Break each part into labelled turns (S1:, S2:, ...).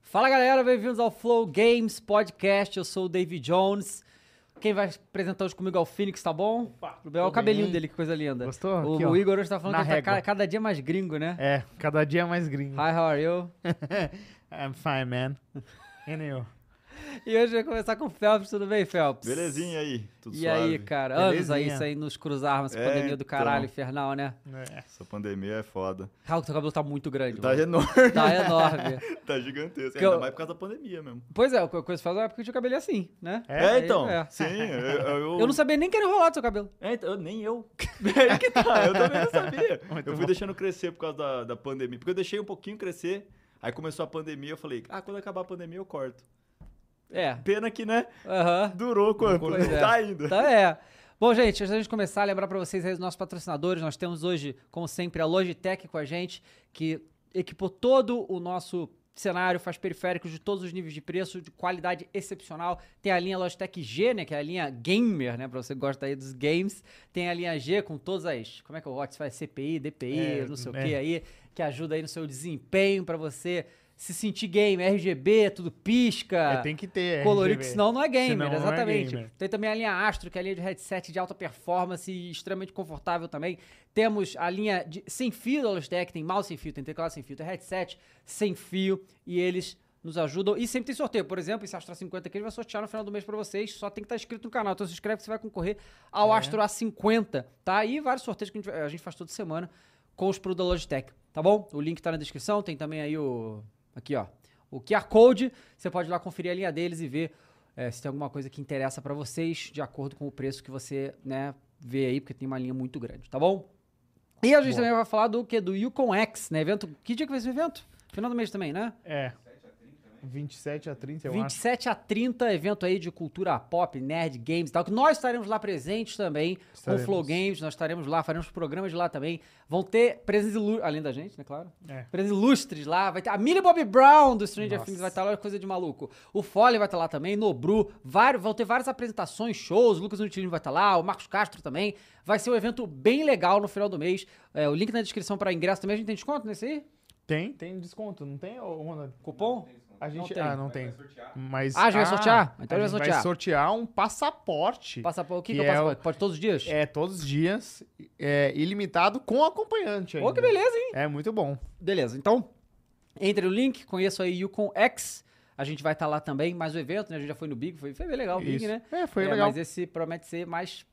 S1: Fala galera, bem-vindos ao Flow Games Podcast. Eu sou o David Jones. Quem vai apresentar hoje comigo é o Phoenix, tá bom? Tudo bem? Olha o cabelinho dele, que coisa linda.
S2: Gostou?
S1: O,
S2: Aqui,
S1: o
S2: ó,
S1: Igor hoje tá falando
S2: na
S1: que ele tá ca-
S2: régua.
S1: cada dia mais gringo, né?
S2: É, cada dia mais gringo.
S1: Hi, how are you?
S2: I'm fine, man. And you?
S1: E hoje vai começar com o Phelps, tudo bem, Phelps?
S3: Belezinha aí, tudo
S1: E
S3: suave.
S1: aí, cara, anos aí
S2: Belezinha.
S1: sem nos cruzarmos, essa
S3: É,
S1: pandemia do
S3: então.
S1: caralho infernal, né?
S2: É.
S3: Essa pandemia é foda.
S1: Cara, o teu cabelo tá muito grande.
S3: Tá
S1: mano.
S3: enorme,
S1: tá enorme.
S3: tá gigantesco.
S1: Que
S3: Ainda
S1: eu-
S3: mais por causa da pandemia mesmo.
S1: Pois é, a coisa faz uma época que eu tinha o cabelo assim, né?
S3: É,
S1: Aí,
S3: então.
S1: é.
S3: Sim, eu, eu,
S1: Eu não sabia nem que era enrolar o seu cabelo.
S3: É, então, eu- nem eu. É aí que tá, eu também não sabia.
S2: Muito
S3: eu fui
S2: bom.
S3: deixando crescer por causa da, da pandemia. Porque eu deixei um pouquinho crescer, aí começou a pandemia, eu falei, ah, quando acabar a pandemia eu corto.
S1: É.
S3: Pena que, né,
S1: Aham.
S3: durou quanto?
S1: Pois é.
S3: Tá ainda.
S1: Tá, é. Bom, gente, antes da gente começar, lembrar pra vocês aí dos nossos patrocinadores. Nós temos hoje, como sempre, a Logitech com a gente, que equipou todo o nosso cenário, faz periféricos de todos os níveis de preço, de qualidade excepcional. Tem a linha Logitech G, né, que é a linha gamer, né, pra você que gosta aí dos games. Tem a linha G com todas as, como é que eu gosto, faz CPI, DPI,
S2: É,
S1: não sei o
S2: é.
S1: que aí, que ajuda aí no seu desempenho pra você se sentir game, RGB, tudo pisca.
S2: É, tem que ter.
S1: Colorido, que
S2: RGB.
S1: senão não é gamer,
S2: Senão não é
S1: exatamente.
S2: gamer.
S1: Tem também a linha Astro, que é a linha de headset de alta performance e extremamente confortável também. Temos a linha de- sem fio da Logitech, tem mouse sem fio, tem teclado sem fio, tem headset sem fio e eles nos ajudam. E sempre tem sorteio, por exemplo, esse Astro A50 aqui ele vai sortear no final do mês pra vocês, só tem que estar inscrito no canal. Então se inscreve que você vai concorrer ao Astro A50, tá? E vários sorteios que a gente, vai- a gente faz toda semana com os produtos da Logitech, tá bom? O link tá na descrição, tem também aí o... aqui, ó. O QR Code, você pode ir lá conferir a linha deles e ver é, se tem alguma coisa que interessa pra vocês, de acordo com o preço que você né, vê aí, porque tem uma linha muito grande, tá bom? E a gente
S2: Boa.
S1: também vai falar do que? Do Yukon X, né? Evento. Que dia que vai ser o evento? Final do mês também, né?
S2: É. 27 a 30, eu
S1: 27 a 30, evento aí de cultura pop, nerd, games e tal, que nós estaremos lá presentes também, com o
S2: Estaremos.
S1: Flow Games, nós estaremos lá, faremos programas lá também. Vão ter presenças ilustres, além da gente, né, claro?
S2: acho. É.
S1: Presos ilustres lá, vai ter a Millie Bobby Brown do Stranger
S2: Nossa.
S1: Things vai estar lá, olha que coisa de maluco. O Foley vai estar lá também, Nobru, vários, vão ter várias apresentações, shows, o Lucas Nutilino vai estar lá, o Marcos Castro também. Vai ser um evento bem legal no final do mês. É, o link na descrição para ingresso também, a gente tem desconto nesse aí?
S2: Tem? Tem desconto, não tem, ô, Ronald?
S1: Cupom?
S2: A gente...
S1: tem.
S2: Ah, não tem. Mas...
S1: Ah, já vai sortear? Então
S2: a
S1: já vai
S2: gente
S1: sortear.
S2: vai sortear um passaporte.
S1: Passaporte, o que, que, é o
S2: Que é o-
S1: passaporte? Pode todos os dias?
S2: É, todos os dias, é, ilimitado com acompanhante ainda.
S1: Ô, que beleza, hein?
S2: É muito bom.
S1: Beleza, então, entre o link, conheço aí Yukon X, a gente vai estar lá também, mais o evento, né? A gente já foi no Big, foi, foi bem legal o Big,
S2: Isso.
S1: né?
S2: É, foi
S1: É,
S2: legal.
S1: Mas esse promete ser mais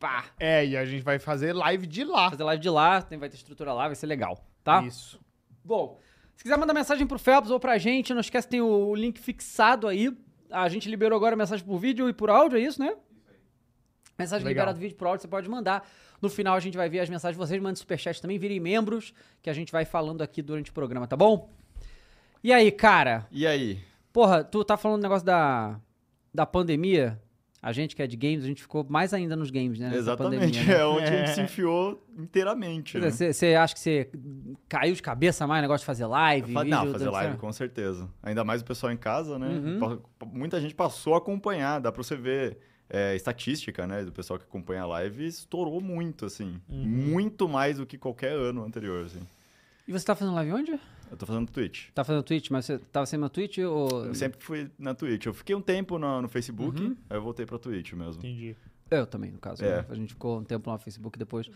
S1: pá,
S2: É, e a gente vai fazer live de lá.
S1: fazer live de lá, tem, vai ter estrutura lá, vai ser legal, tá?
S2: Isso.
S1: Bom, se quiser mandar mensagem pro Phelps ou pra gente, não esquece, tem o link fixado aí. A gente liberou agora mensagem por vídeo e por áudio, é isso, né? Mensagem
S2: Legal.
S1: liberada do vídeo por áudio, você pode mandar. No final a gente vai ver as mensagens de vocês, mandem superchat também, virem membros, que a gente vai falando aqui durante o programa, tá bom? E aí, cara?
S3: E aí?
S1: Porra, tu tá falando do negócio da, da pandemia. A gente que é de games, a gente ficou mais ainda nos games, né? nessa
S3: Exatamente,
S1: pandemia, né? é,
S3: é onde a gente se enfiou inteiramente. né?
S1: Você acha que você caiu de cabeça mais no negócio de fazer live?
S3: Fa-
S1: vídeo,
S3: não, fazer
S1: dança?
S3: live, com certeza. Ainda mais o pessoal em casa, né?
S1: Uhum.
S3: Pa- pa- Muita gente passou a acompanhar, dá pra você ver é, estatística, né? Do pessoal que acompanha a live, estourou muito, assim.
S1: Uhum.
S3: Muito mais do que qualquer ano anterior, assim.
S1: E você tá fazendo live onde?
S3: Eu tô fazendo Twitch.
S1: Tá fazendo Twitch, mas você tava sendo na Twitch ou.
S3: Eu sempre fui na Twitch. Eu fiquei um tempo na- no Facebook,
S1: Uhum.
S3: aí eu voltei pra Twitch mesmo.
S2: Entendi.
S1: Eu também, no caso.
S3: É.
S1: né? A gente ficou um tempo lá no Facebook depois.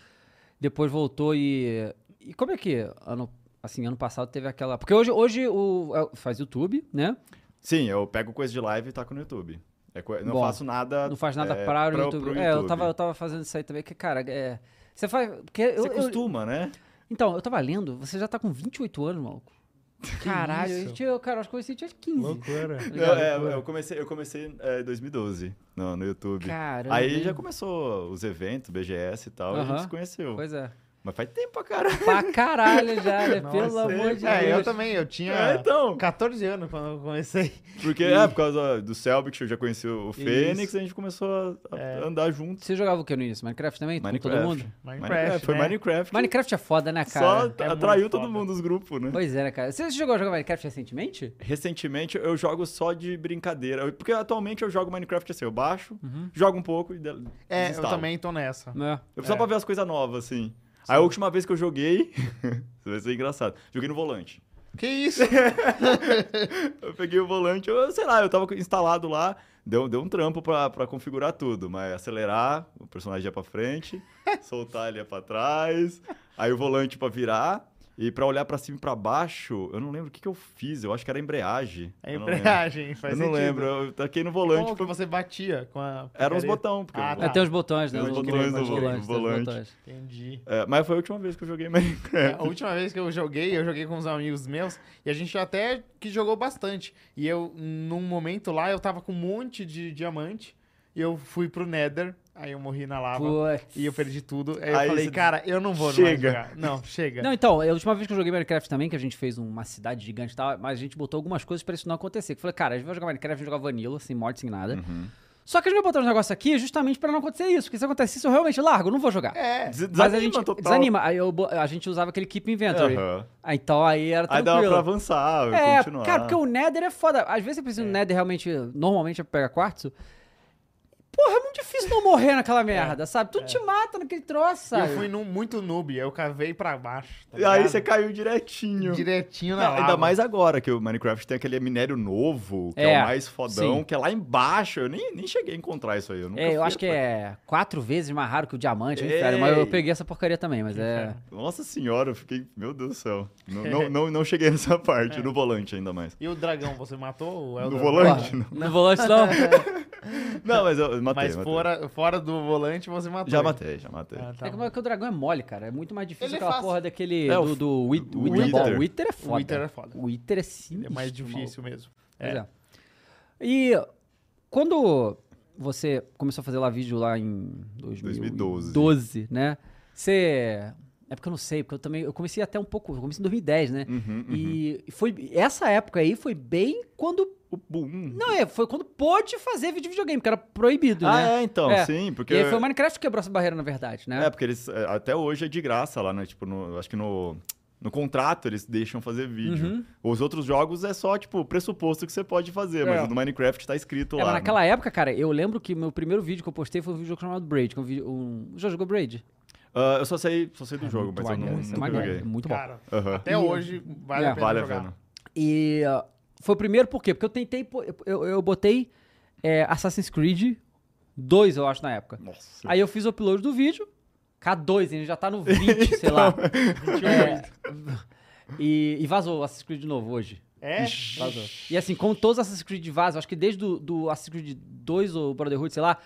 S1: Depois voltou e. E como é que ano. Assim, ano passado teve aquela. Porque hoje, hoje o... é, faz YouTube, né?
S3: Sim, eu pego coisa de live e taco no YouTube. É co- Não
S1: Bom,
S3: faço nada.
S1: Não faz nada
S3: é,
S1: para o
S3: pra-
S1: YouTube.
S3: pro
S1: É, eu tava, eu tava fazendo isso aí também, que, cara, é. Você faz. Porque eu,
S3: Você
S1: eu-
S3: costuma, né?
S1: Então, eu tava lendo, você já tá com 28 anos, maluco. Caralho, eu,
S2: isso?
S1: tinha, eu, cara, eu acho que eu conheci tinha 15.
S2: Loucura.
S3: Eu, é, eu comecei, eu comecei é, em 2012 no, no YouTube.
S1: Caramba.
S3: Aí
S1: hein?
S3: já começou os eventos, BGS e tal, e a
S1: Aham.
S3: gente se conheceu.
S1: Pois é.
S3: Mas faz tempo pra caralho.
S1: Pra caralho já, né? Pelo
S2: Nossa.
S1: amor de
S2: É,
S1: Deus.
S2: eu também, eu tinha
S3: É, então.
S2: 14 anos quando eu comecei.
S3: Porque é, por causa do Selbit, eu já conheci o Fênix,
S2: Isso.
S3: a gente começou a, a
S2: É.
S3: andar junto.
S1: Você jogava o que no início? Minecraft também? Com todo mundo?
S2: Minecraft,
S3: é, Foi
S2: né?
S3: Minecraft.
S1: Minecraft é foda, né,
S3: Só
S1: cara?
S2: é
S3: atraiu
S2: muito
S3: todo
S2: foda.
S3: mundo os grupos, né?
S1: Pois é, né, cara? Você jogou a jogar Minecraft recentemente?
S3: Recentemente eu jogo só de brincadeira. Eu- Porque atualmente eu jogo Minecraft assim, eu baixo,
S2: Uhum.
S3: jogo um pouco e de-
S2: É, eu
S3: desinstalo.
S2: também tô nessa.
S1: Não.
S3: Eu só
S2: É.
S3: pra ver as coisas novas, assim. Aí a última vez que eu joguei. isso vai ser engraçado. Joguei no volante.
S2: Que isso?
S3: Eu peguei o volante, eu, sei lá, eu tava instalado lá, deu, deu um trampo pra, pra configurar tudo, mas acelerar, o personagem ia pra frente, soltar ele ia pra trás, aí o volante pra virar, e pra olhar pra cima e pra baixo, eu não lembro o que, que eu fiz, eu acho que era embreagem.
S2: É
S3: eu não lembro.
S2: embreagem, faz
S3: Eu não
S2: sentido.
S3: lembro, eu taquei no
S2: Como
S3: volante.
S2: que você batia com a...
S3: Era uns
S2: picareta?
S3: botão, porque
S2: Ah,
S3: eu-
S2: tá.
S1: Tem os botões, né?
S3: Tem os
S1: Os
S3: botões
S1: botões
S3: do
S1: volantes, tem os
S3: volante.
S1: botões.
S2: Entendi.
S3: É, mas foi a última vez que eu joguei
S2: É,
S3: Minecraft.
S2: a última vez que eu joguei, eu joguei com uns amigos meus e a gente até que jogou bastante. E eu, num momento lá, eu tava com um monte de diamante e eu fui pro Nether, aí eu morri na lava
S1: Putz.
S2: e eu perdi tudo. Aí eu
S3: Aí
S2: falei,
S3: você-
S2: cara, eu não vou mais
S3: Chega.
S2: jogar. Não, chega.
S1: Não, então, a última vez que eu joguei Minecraft também, que a gente fez uma cidade gigante e tal, mas a gente botou algumas coisas pra isso não acontecer. Que eu falei, cara, a gente vai jogar Minecraft, a gente joga Vanilla, sem mod, sem
S3: Hum.
S1: nada. Só que a gente vai botar uns negócios aqui justamente pra não acontecer isso, porque se acontecer isso eu realmente largo, eu não vou jogar.
S2: É,
S3: Des-
S1: Mas
S3: Desanima
S1: a gente
S3: total.
S1: desanima. Aí eu bo- a gente usava aquele Keep Inventory.
S3: Aham.
S1: Ah, então aí era
S3: Aí
S1: tranquilo.
S3: dava pra avançar,
S1: É,
S3: continuar.
S1: cara, porque o Nether é foda. Às vezes você precisa do Nether realmente, normalmente, é pra pegar quartzo. Porra, é muito difícil não morrer naquela merda, sabe? Tu te mata naquele troço,
S2: eu
S1: sabe?
S2: fui num- muito noob, eu cavei pra baixo. tá
S3: Aí
S2: ligado?
S3: você caiu direitinho.
S2: direitinho na
S3: Não,
S2: lava.
S3: ainda mais agora que o Minecraft tem aquele minério novo, que é,
S1: É,
S3: o mais fodão,
S1: sim.
S3: que é lá embaixo. Eu nem, nem cheguei a encontrar isso aí. Eu nunca
S1: É, eu
S3: fui
S1: acho que
S3: atrás.
S1: é quatro vezes mais raro que o diamante, é um
S3: Ei.
S1: inferno, mas eu peguei essa porcaria também, mas é...
S3: Nossa senhora, eu fiquei. Meu Deus do céu. Não, não, não, não cheguei nessa
S1: É.
S3: parte, no volante ainda mais.
S2: E o dragão, você matou? Ou é o dragão?
S3: No volante?
S1: Porra, no volante não.
S3: Não, mas eu eu matei.
S2: Mas
S3: matei.
S2: fora, fora do volante você matou.
S3: Já
S2: ele.
S3: matei, já matei.
S2: Ah, tá
S1: É como é
S2: bom.
S1: que o dragão é mole, cara. É muito mais difícil
S2: Ele é
S1: aquela
S2: fácil.
S1: porra daquele...
S3: É, o
S1: do, do Wit-
S3: o
S1: Wither Ball.
S3: Wither.
S1: O Wither é
S2: O
S1: foda.
S2: Wither é foda.
S1: O Wither é
S2: Ele é
S1: sinistro,
S2: mais
S1: maluco.
S2: difícil mesmo.
S1: Pois
S2: É.
S1: é. E quando você começou a fazer lá vídeo lá em 2012,
S3: 2012.
S1: né? Você é porque eu não sei, porque eu também eu comecei até um pouco, eu comecei em 2010, né?
S3: Uhum, uhum.
S1: E foi essa época aí foi bem quando
S3: O boom.
S1: não é, foi quando pôde fazer vídeo de videogame, que era proibido,
S3: ah,
S1: né?
S3: é, então,
S1: É.
S3: sim, porque.
S1: E aí foi o Minecraft que quebrou essa barreira, na verdade, né?
S3: É, porque eles. é, Até hoje é de graça lá, né? Tipo, no- acho que no. No contrato eles deixam fazer vídeo.
S1: Uhum.
S3: Os outros jogos é só, tipo, pressuposto que você pode fazer, mas
S1: É.
S3: o do Minecraft tá escrito
S1: É,
S3: lá.
S1: mas
S3: né?
S1: naquela época, cara, eu lembro que meu primeiro vídeo que eu postei foi um vídeo chamado Braid. Que é um vídeo, um... Já jogou Braid?
S3: Ah, eu só sei, só sei do jogo, mas eu
S1: maneiro,
S3: não,
S1: isso é
S3: nunca
S1: maneiro,
S3: joguei.
S1: é muito bom.
S2: Cara,
S3: Aham.
S2: até hoje vale
S1: É,
S2: a pena
S3: Vale a
S2: jogar.
S3: pena.
S1: E ah, foi o primeiro por quê? Porque eu tentei. pô- Eu, eu, eu botei é, Assassin's Creed 2, eu acho, na época.
S3: Nossa.
S1: Aí eu fiz o upload do vídeo. K2, ele já tá no 20, sei lá.
S3: Então,
S2: um
S1: É, e, e vazou o Assassin's Creed de novo hoje.
S2: É?
S1: Vazou. E assim, como todos os Assassin's Creed vazam, acho que desde do, do Assassin's Creed 2 ou Brotherhood, sei lá,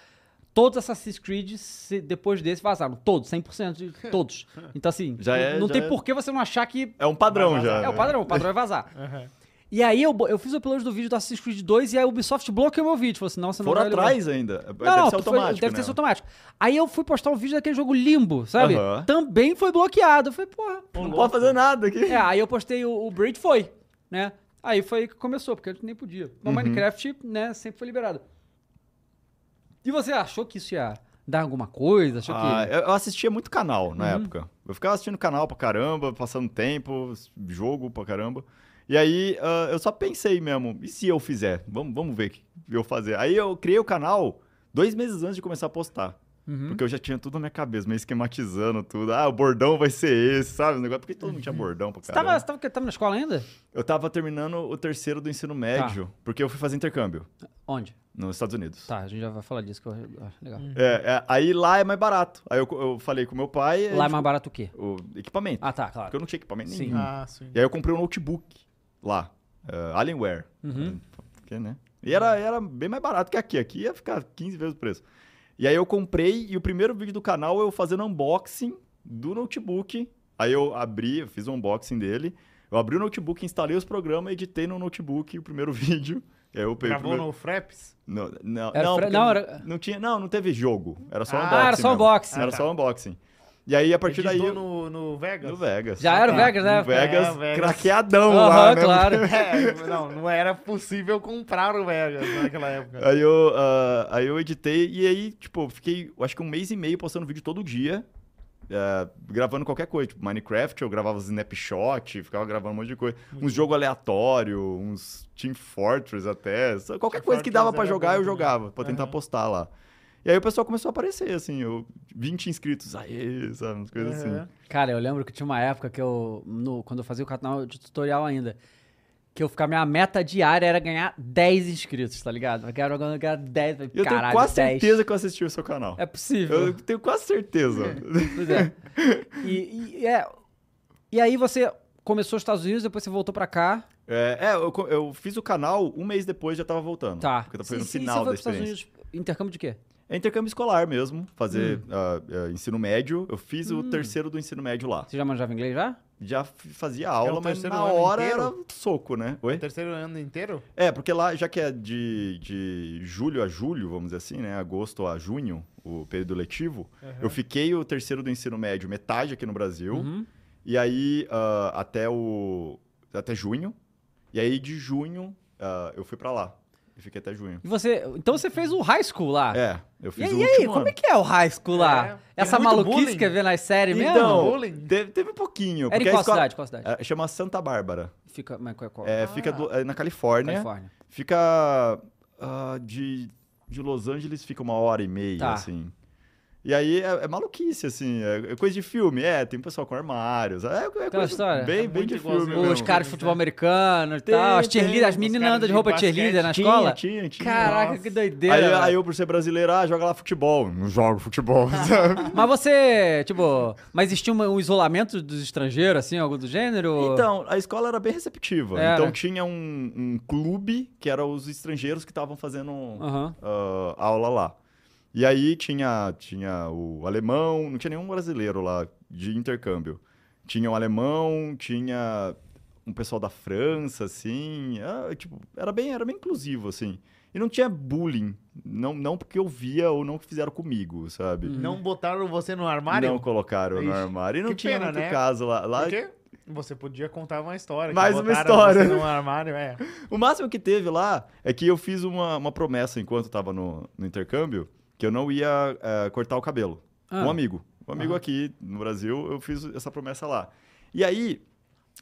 S1: todos os Assassin's Creed se- depois desse vazaram. Todos, 100% de todos. Então assim,
S3: Já
S1: não,
S3: é-
S1: não
S3: já
S1: tem
S3: é-
S1: por que você não achar que
S3: É um padrão
S2: Vai
S3: já.
S2: vazar.
S1: é o padrão, o padrão é vazar.
S2: Aham.
S1: E aí eu, bo- eu fiz o upload do vídeo do Assassin's Creed 2 e a Ubisoft bloqueou meu vídeo. Falou assim, não, você não
S3: Foram
S1: vai
S3: atrás ainda.
S1: Não,
S3: deve
S1: não,
S3: ser
S1: tu foi-
S3: automático.
S1: deve
S3: né?
S1: ter sido automático. Aí eu fui postar um vídeo daquele jogo Limbo, sabe?
S3: Aham.
S1: Também foi bloqueado. Eu falei, porra.
S3: Não pode fazer nada aqui.
S1: É, aí eu postei o, o Braid foi, né? Aí foi que começou, porque antes nem podia. Mas
S3: Uhum.
S1: Minecraft, né, sempre foi liberado. E você achou que isso ia dar alguma coisa? Achou
S3: Ah,
S1: que... Uhum.
S3: eu eu assistia muito canal na época. Eu ficava assistindo canal pra caramba, passando tempo, jogo pra caramba. E aí ah, eu só pensei mesmo, e se eu fizer? Vamos, vamos ver o que eu fazer. Aí eu criei o canal dois meses antes de começar a postar.
S1: Uhum.
S3: Porque eu já tinha tudo na minha cabeça, meio esquematizando tudo. Ah, o bordão vai ser esse, sabe? O negócio- Porque todo mundo tinha bordão pra
S1: Uhum. Você
S3: caramba.
S1: tava, você tava, tava na escola ainda?
S3: Eu tava terminando o terceiro do ensino médio, porque eu fui fazer intercâmbio
S1: Onde?
S3: nos Estados Unidos.
S1: Tá, a gente já vai falar disso, que eu... ah, legal.
S3: É, é, aí lá é mais barato. Aí eu, eu falei com meu pai...
S1: Lá é
S3: ele-
S1: mais barato o quê?
S3: O equipamento.
S1: Ah, tá, claro.
S3: Porque eu não tinha equipamento
S1: Sim.
S3: nenhum.
S2: Ah, sim.
S3: E aí eu comprei um notebook lá, eh, Alienware.
S1: Uhum.
S3: Porque, né? E era,
S2: É.
S3: era bem mais barato que aqui. Aqui ia ficar 15 vezes o preço. E aí eu comprei, e o primeiro vídeo do canal eu fazendo unboxing do notebook. Aí eu abri, eu fiz o unboxing dele. Eu abri o notebook, instalei os programas, editei no notebook o primeiro vídeo. E aí eu peguei. o
S2: Gravou
S3: primeiro-
S2: no Fraps?
S3: Não, não,
S1: Era
S3: não,
S1: fra-
S3: porque
S1: não, era-
S3: não tinha, não, não teve jogo. Era só
S2: Ah,
S3: unboxing.
S1: Ah, era só
S3: mesmo.
S1: unboxing.
S3: Era
S2: tá.
S3: só unboxing. E aí, a partir daí.
S2: Editou
S3: eu-
S2: no, no Vegas?
S3: No Vegas. Ah,
S1: Já era o
S2: tá.
S1: Vegas, né?
S3: No Vegas,
S2: É, o Vegas.
S3: craqueadão
S1: Aham,
S3: lá, né?
S1: claro.
S2: É, não, não era possível comprar o Vegas naquela época.
S3: Aí eu, ah, aí eu editei e aí, tipo, eu fiquei, eu acho que um mês e meio postando vídeo todo dia, ah, gravando qualquer coisa. Tipo, Minecraft, eu gravava snapshot, ficava gravando um monte de coisa. uns jogos aleatórios, uns Team Fortress até. só Qualquer
S2: Team
S3: coisa que dava
S2: Fortress era
S3: pra jogar,
S2: bom
S3: eu
S2: também.
S3: jogava, pra tentar
S2: Aham.
S3: postar lá. E aí o pessoal começou a aparecer, assim, eu, 20 inscritos, aí, sabe, umas coisas assim.
S2: Aham.
S1: Cara, eu lembro que tinha uma época que eu, no- quando eu fazia o canal de tutorial ainda, que eu ficava, minha meta diária era ganhar 10 inscritos, tá ligado? Eu quero ganhar 10,
S3: E eu tenho
S1: caralho,
S3: quase
S1: 10.
S3: certeza que eu assisti o seu canal.
S1: É possível.
S3: Eu tenho quase certeza.
S1: Pois é. E, e- é. E aí você começou os Estados Unidos, depois você voltou pra cá.
S3: É, é, eu, co- eu fiz o canal, um mês depois já tava voltando.
S1: Tá.
S3: Porque foi
S1: E-
S3: no
S1: e você
S3: final da
S1: foi pros Estados
S3: experiência.
S1: Unidos, intercâmbio de quê?
S3: É intercâmbio escolar mesmo,
S1: Hum.
S3: fazer ah, ah, ensino médio. Eu fiz o terceiro do ensino médio lá.
S1: Você já manjava inglês já?
S3: Já f- fazia aula, mas
S2: terceiro
S3: na
S2: ano
S3: hora
S2: inteiro?
S3: era soco, né? Oi?
S2: Terceiro ano inteiro?
S3: É, porque lá, já que é de, de julho a julho, vamos dizer assim, né? Agosto a junho, o período letivo, eu fiquei o terceiro do ensino médio, metade aqui no Brasil.
S1: Uhum.
S3: E aí, ah, até o. até junho. E aí, de junho, ah, eu fui pra lá. E fiquei até junho.
S1: E você. Então você fez o high school lá.
S3: É,
S1: Ah. E
S3: eu fiz
S1: aí,
S3: o
S1: e aí,
S3: último
S1: como
S3: ano.
S1: é que é o high school
S2: É,
S1: lá?
S2: tem
S1: Essa
S2: muito
S1: maluquice
S2: bullying.
S1: que é ver nas séries
S3: Então,
S1: mesmo?
S2: Bullying?
S3: Teve, teve um pouquinho.
S1: Era em
S3: porque a
S1: qual
S3: escola-
S1: cidade? Qual cidade?
S3: É, chama Santa Bárbara.
S1: Fica, mas qual, qual?
S3: É, fica do- é, na Califórnia.
S1: Califórnia.
S3: Fica ah, de, de Los Angeles, fica uma hora e meia,
S1: Tá.
S3: assim. E aí é, é maluquice, assim, é, é coisa de filme. É, tem pessoal com armários. É, é coisa
S1: história.
S3: bem,
S2: É
S3: bem de
S2: muito
S3: filme
S2: igualzinho.
S3: mesmo.
S1: Os caras de futebol americano e
S3: Tem,
S1: tal. As
S3: tem,
S1: cheerleaders, as
S2: os
S1: meninas
S2: caras
S1: andam de
S2: de
S1: roupa
S2: basquete.
S1: cheerleader na
S3: Tinha,
S1: escola.
S3: Tinha, tinha.
S1: Caraca,
S2: nossa.
S1: que
S3: Aí,
S1: doideira.
S3: aí eu, por ser brasileiro, ah, joga lá futebol. Não jogo futebol, sabe?
S1: Mas você, tipo, mas existia um, um isolamento dos estrangeiros, assim, algo do gênero?
S3: Então, a escola era bem receptiva.
S1: Era.
S3: Então tinha um, um clube que era os estrangeiros que estavam fazendo
S1: Aham.
S3: ah, aula lá. E aí tinha, tinha o alemão, não tinha nenhum brasileiro lá de intercâmbio. Tinha um alemão, tinha um pessoal da França, assim. ah, tipo, era bem, era bem inclusivo, assim. E não tinha bullying. Não, não porque eu via ou não que fizeram comigo, sabe?
S2: Não botaram você no armário?
S3: Uhum. Não colocaram no
S2: Ixi,
S3: armário. E não
S2: que
S3: tinha
S2: pena,
S3: muito
S2: né?
S3: caso lá. lá
S2: Porque você podia contar uma história. que
S3: Mais uma
S2: botaram
S3: história.
S2: Você no armário, é.
S3: O máximo que teve lá é que eu fiz uma, uma promessa enquanto eu tava no, no intercâmbio que eu não ia eh, cortar o cabelo.
S1: Ah.
S3: Um amigo. Um amigo
S1: Aham.
S3: aqui no Brasil, eu fiz essa promessa lá. E aí,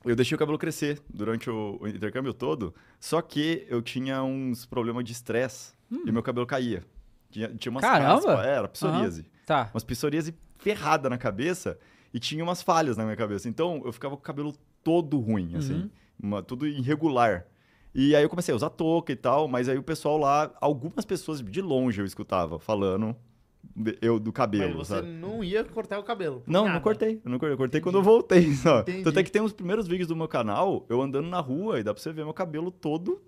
S3: eu deixei o cabelo crescer durante o, o intercâmbio todo, só que eu tinha uns problemas de estresse e meu cabelo caía. Tinha, tinha umas
S1: Hum. Caramba!
S3: caspas, era psoríase.
S1: Tá.
S3: Umas psoríase ferrada na cabeça e tinha umas falhas na minha cabeça. Então, eu ficava com o cabelo todo ruim, assim.
S1: Uhum.
S3: Uma- tudo irregular. E aí eu comecei a usar touca e tal, mas aí o pessoal lá, algumas pessoas de longe eu escutava falando de- eu do
S2: Mas
S3: cabelo,
S2: você
S3: sabe?
S2: não ia cortar o cabelo. por
S3: Não, não
S2: nada.
S3: cortei. Eu não cortei. Eu cortei
S2: Entendi.
S3: quando eu voltei, só.
S2: Entendi.
S3: Tanto é que tem os primeiros vídeos do meu canal, eu andando na rua e dá pra você ver meu cabelo todo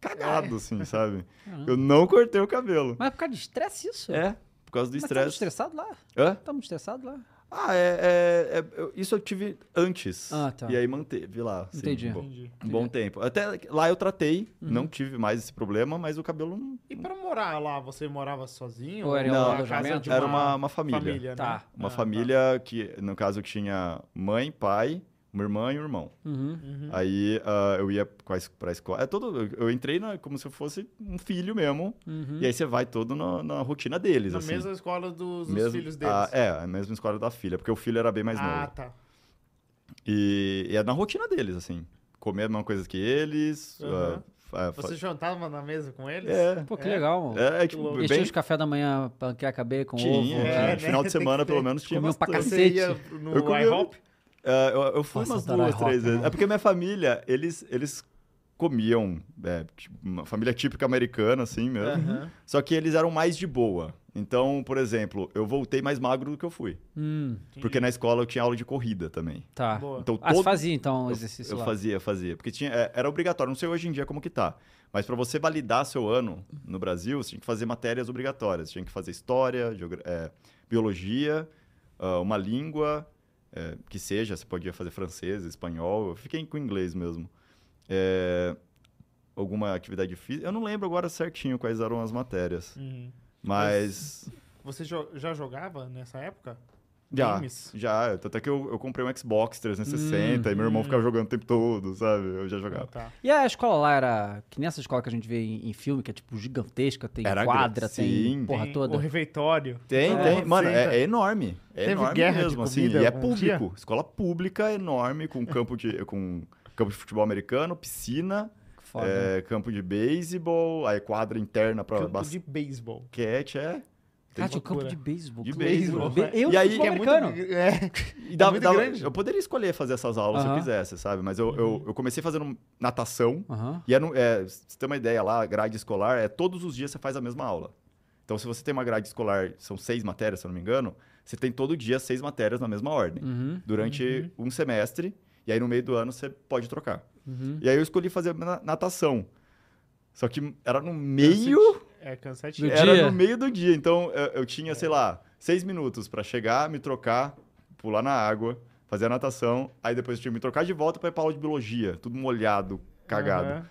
S2: É.
S3: cagado, assim, sabe?
S2: Ah.
S1: Caramba.
S3: Eu não cortei o cabelo.
S1: Mas é por causa de estresse isso?
S3: É, por causa do
S1: Mas tamo
S3: estresse.
S1: estressado lá?
S3: Hã?
S1: Tamo estressado lá?
S3: Ah, é, é- é- eu- isso eu tive antes.
S1: Ah, tá.
S3: E aí manteve lá. assim,
S1: Entendi. Uhum.
S3: um bom-
S2: Entendi.
S3: Um bom tempo. Até lá eu tratei, não tive mais esse problema, mas o cabelo não,
S2: E pra morar lá, você morava sozinho?
S1: Ou era
S3: um
S2: na casa
S1: alojamento?
S2: de
S3: Era uma, uma família.
S2: né?
S1: Tá.
S3: Uma
S2: Ah, tá.
S3: família que, no caso, eu tinha mãe, pai, uma irmã e um irmão.
S1: Uhum.
S2: Uhum.
S3: Aí ah, eu ia pra es- pra escola. É todo, eu entrei na- como se eu fosse um filho mesmo.
S1: Uhum.
S3: E aí você vai todo na, na rotina deles,
S2: Na
S3: assim.
S2: mesma escola dos, dos
S3: Mesmo-
S2: filhos deles.
S3: Ah, é, a mesma escola da filha, porque o filho era bem mais
S2: ah,
S3: novo.
S2: tá.
S3: E, e é na rotina deles, assim. Comer a mesma coisa que eles.
S2: Aham.
S3: ah, ah, fa-
S2: Você jantava na mesa com eles?
S3: É,
S1: Pô, que
S2: É.
S1: legal, mano.
S3: é, é
S2: Que
S3: tipo,
S2: louco.
S1: E tinha
S3: bem
S1: os café da manhã, panqueca bacon,
S3: Tinha,
S1: ovo.
S2: É,
S3: tinha.
S2: né?
S3: Final de
S2: Tem
S3: semana,
S2: que
S3: pelo
S2: ter.
S3: menos, tinha
S1: Comiam pra
S3: bastante.
S2: Você
S1: Cacete.
S2: ia
S3: Eu
S2: no
S3: comia-
S2: IHOP?
S3: Ah, eu, eu fui
S1: Nossa,
S3: umas
S1: adoro
S3: duas,
S1: IHOP,
S3: três vezes.
S1: mano.
S3: É porque minha família, eles, eles comiam, é, tipo, uma família típica americana, assim mesmo.
S2: Aham.
S1: Uhum.
S3: Só que eles eram mais de boa. Então, por exemplo, eu voltei mais magro do que eu fui.
S1: Hum,
S3: Porque na escola eu tinha aula de corrida também.
S1: tá.
S2: Boa.
S3: Então,
S1: Ah, você
S3: todo...
S1: fazia então o
S3: eu-
S1: exercício
S3: eu,
S1: lá?
S3: fazia, fazia. Porque tinha, é, era obrigatório. Não sei hoje em dia como que tá. Mas para você validar seu ano no Brasil, você tinha que fazer matérias obrigatórias. Tinha que fazer história, geogra- é, biologia, ah, uma língua é, que seja. Você podia fazer francês, espanhol. Eu fiquei com inglês mesmo. É, alguma atividade física. Eu não lembro agora certinho quais eram as matérias.
S2: Uhum.
S3: Mas...
S2: Você jo- já jogava nessa época?
S3: Já,
S2: Games?
S3: já. Tanto é que eu, eu comprei um Xbox 360 e meu irmão
S2: Hum.
S3: ficava jogando o tempo todo, sabe? Eu já jogava.
S2: Ah, tá.
S1: E a escola lá era que nessa escola que a gente vê em, em filme, que é tipo gigantesca, tem
S3: Era
S1: quadra,
S3: grande,
S1: tem
S3: sim.
S1: porra
S2: Tem
S1: toda.
S2: O refeitório.
S3: Tem,
S2: Ah,
S3: tem. Mano,
S2: sei, tá.
S3: é, é enorme. É
S2: Teve
S3: enorme
S2: guerra de
S3: mesmo, assim.
S2: comida
S3: E é
S2: algum
S3: público. Escola pública enorme, com campo de, com campo de futebol americano, piscina,
S1: Que Foda.
S3: é, campo de beisebol, aí quadra interna pra
S2: Campo
S3: basquete,
S2: de beisebol.
S3: é.
S1: Cara, tinha um campo
S2: loucura.
S1: de beisebol.
S3: De
S1: que
S3: beisebol.
S1: loucura. Be- Eu
S3: E
S1: e
S3: aí-
S1: futebol
S3: Que
S2: muito
S1: americano.
S2: gr- é.
S3: E dava-
S2: muito
S3: dava-
S2: grande. Uhum.
S3: eu poderia escolher fazer essas aulas se
S1: Aham.
S3: eu quisesse, sabe? Mas eu, eu, eu comecei fazendo natação.
S1: Aham.
S3: E era, um- é, se você tem uma ideia lá, a grade escolar é todos os dias você faz a mesma aula. Então, se você tem uma grade escolar, são seis matérias, se eu não me engano, você tem todo dia seis matérias na mesma ordem,
S1: Uhum.
S3: durante um semestre, e aí no meio do ano você pode trocar.
S1: Uhum.
S3: E aí eu escolhi fazer na- natação. Só que era no
S2: Cansati-
S3: meio
S1: assim, tipo,
S2: É
S1: Do
S2: cansativo.
S1: dia. É.
S3: era no meio do dia, então eu, eu tinha, sei lá, seis minutos pra chegar, me trocar, pular na água, fazer a natação, aí depois eu tinha que me trocar de volta pra ir pra aula de biologia, tudo molhado, cagado.
S2: Aham.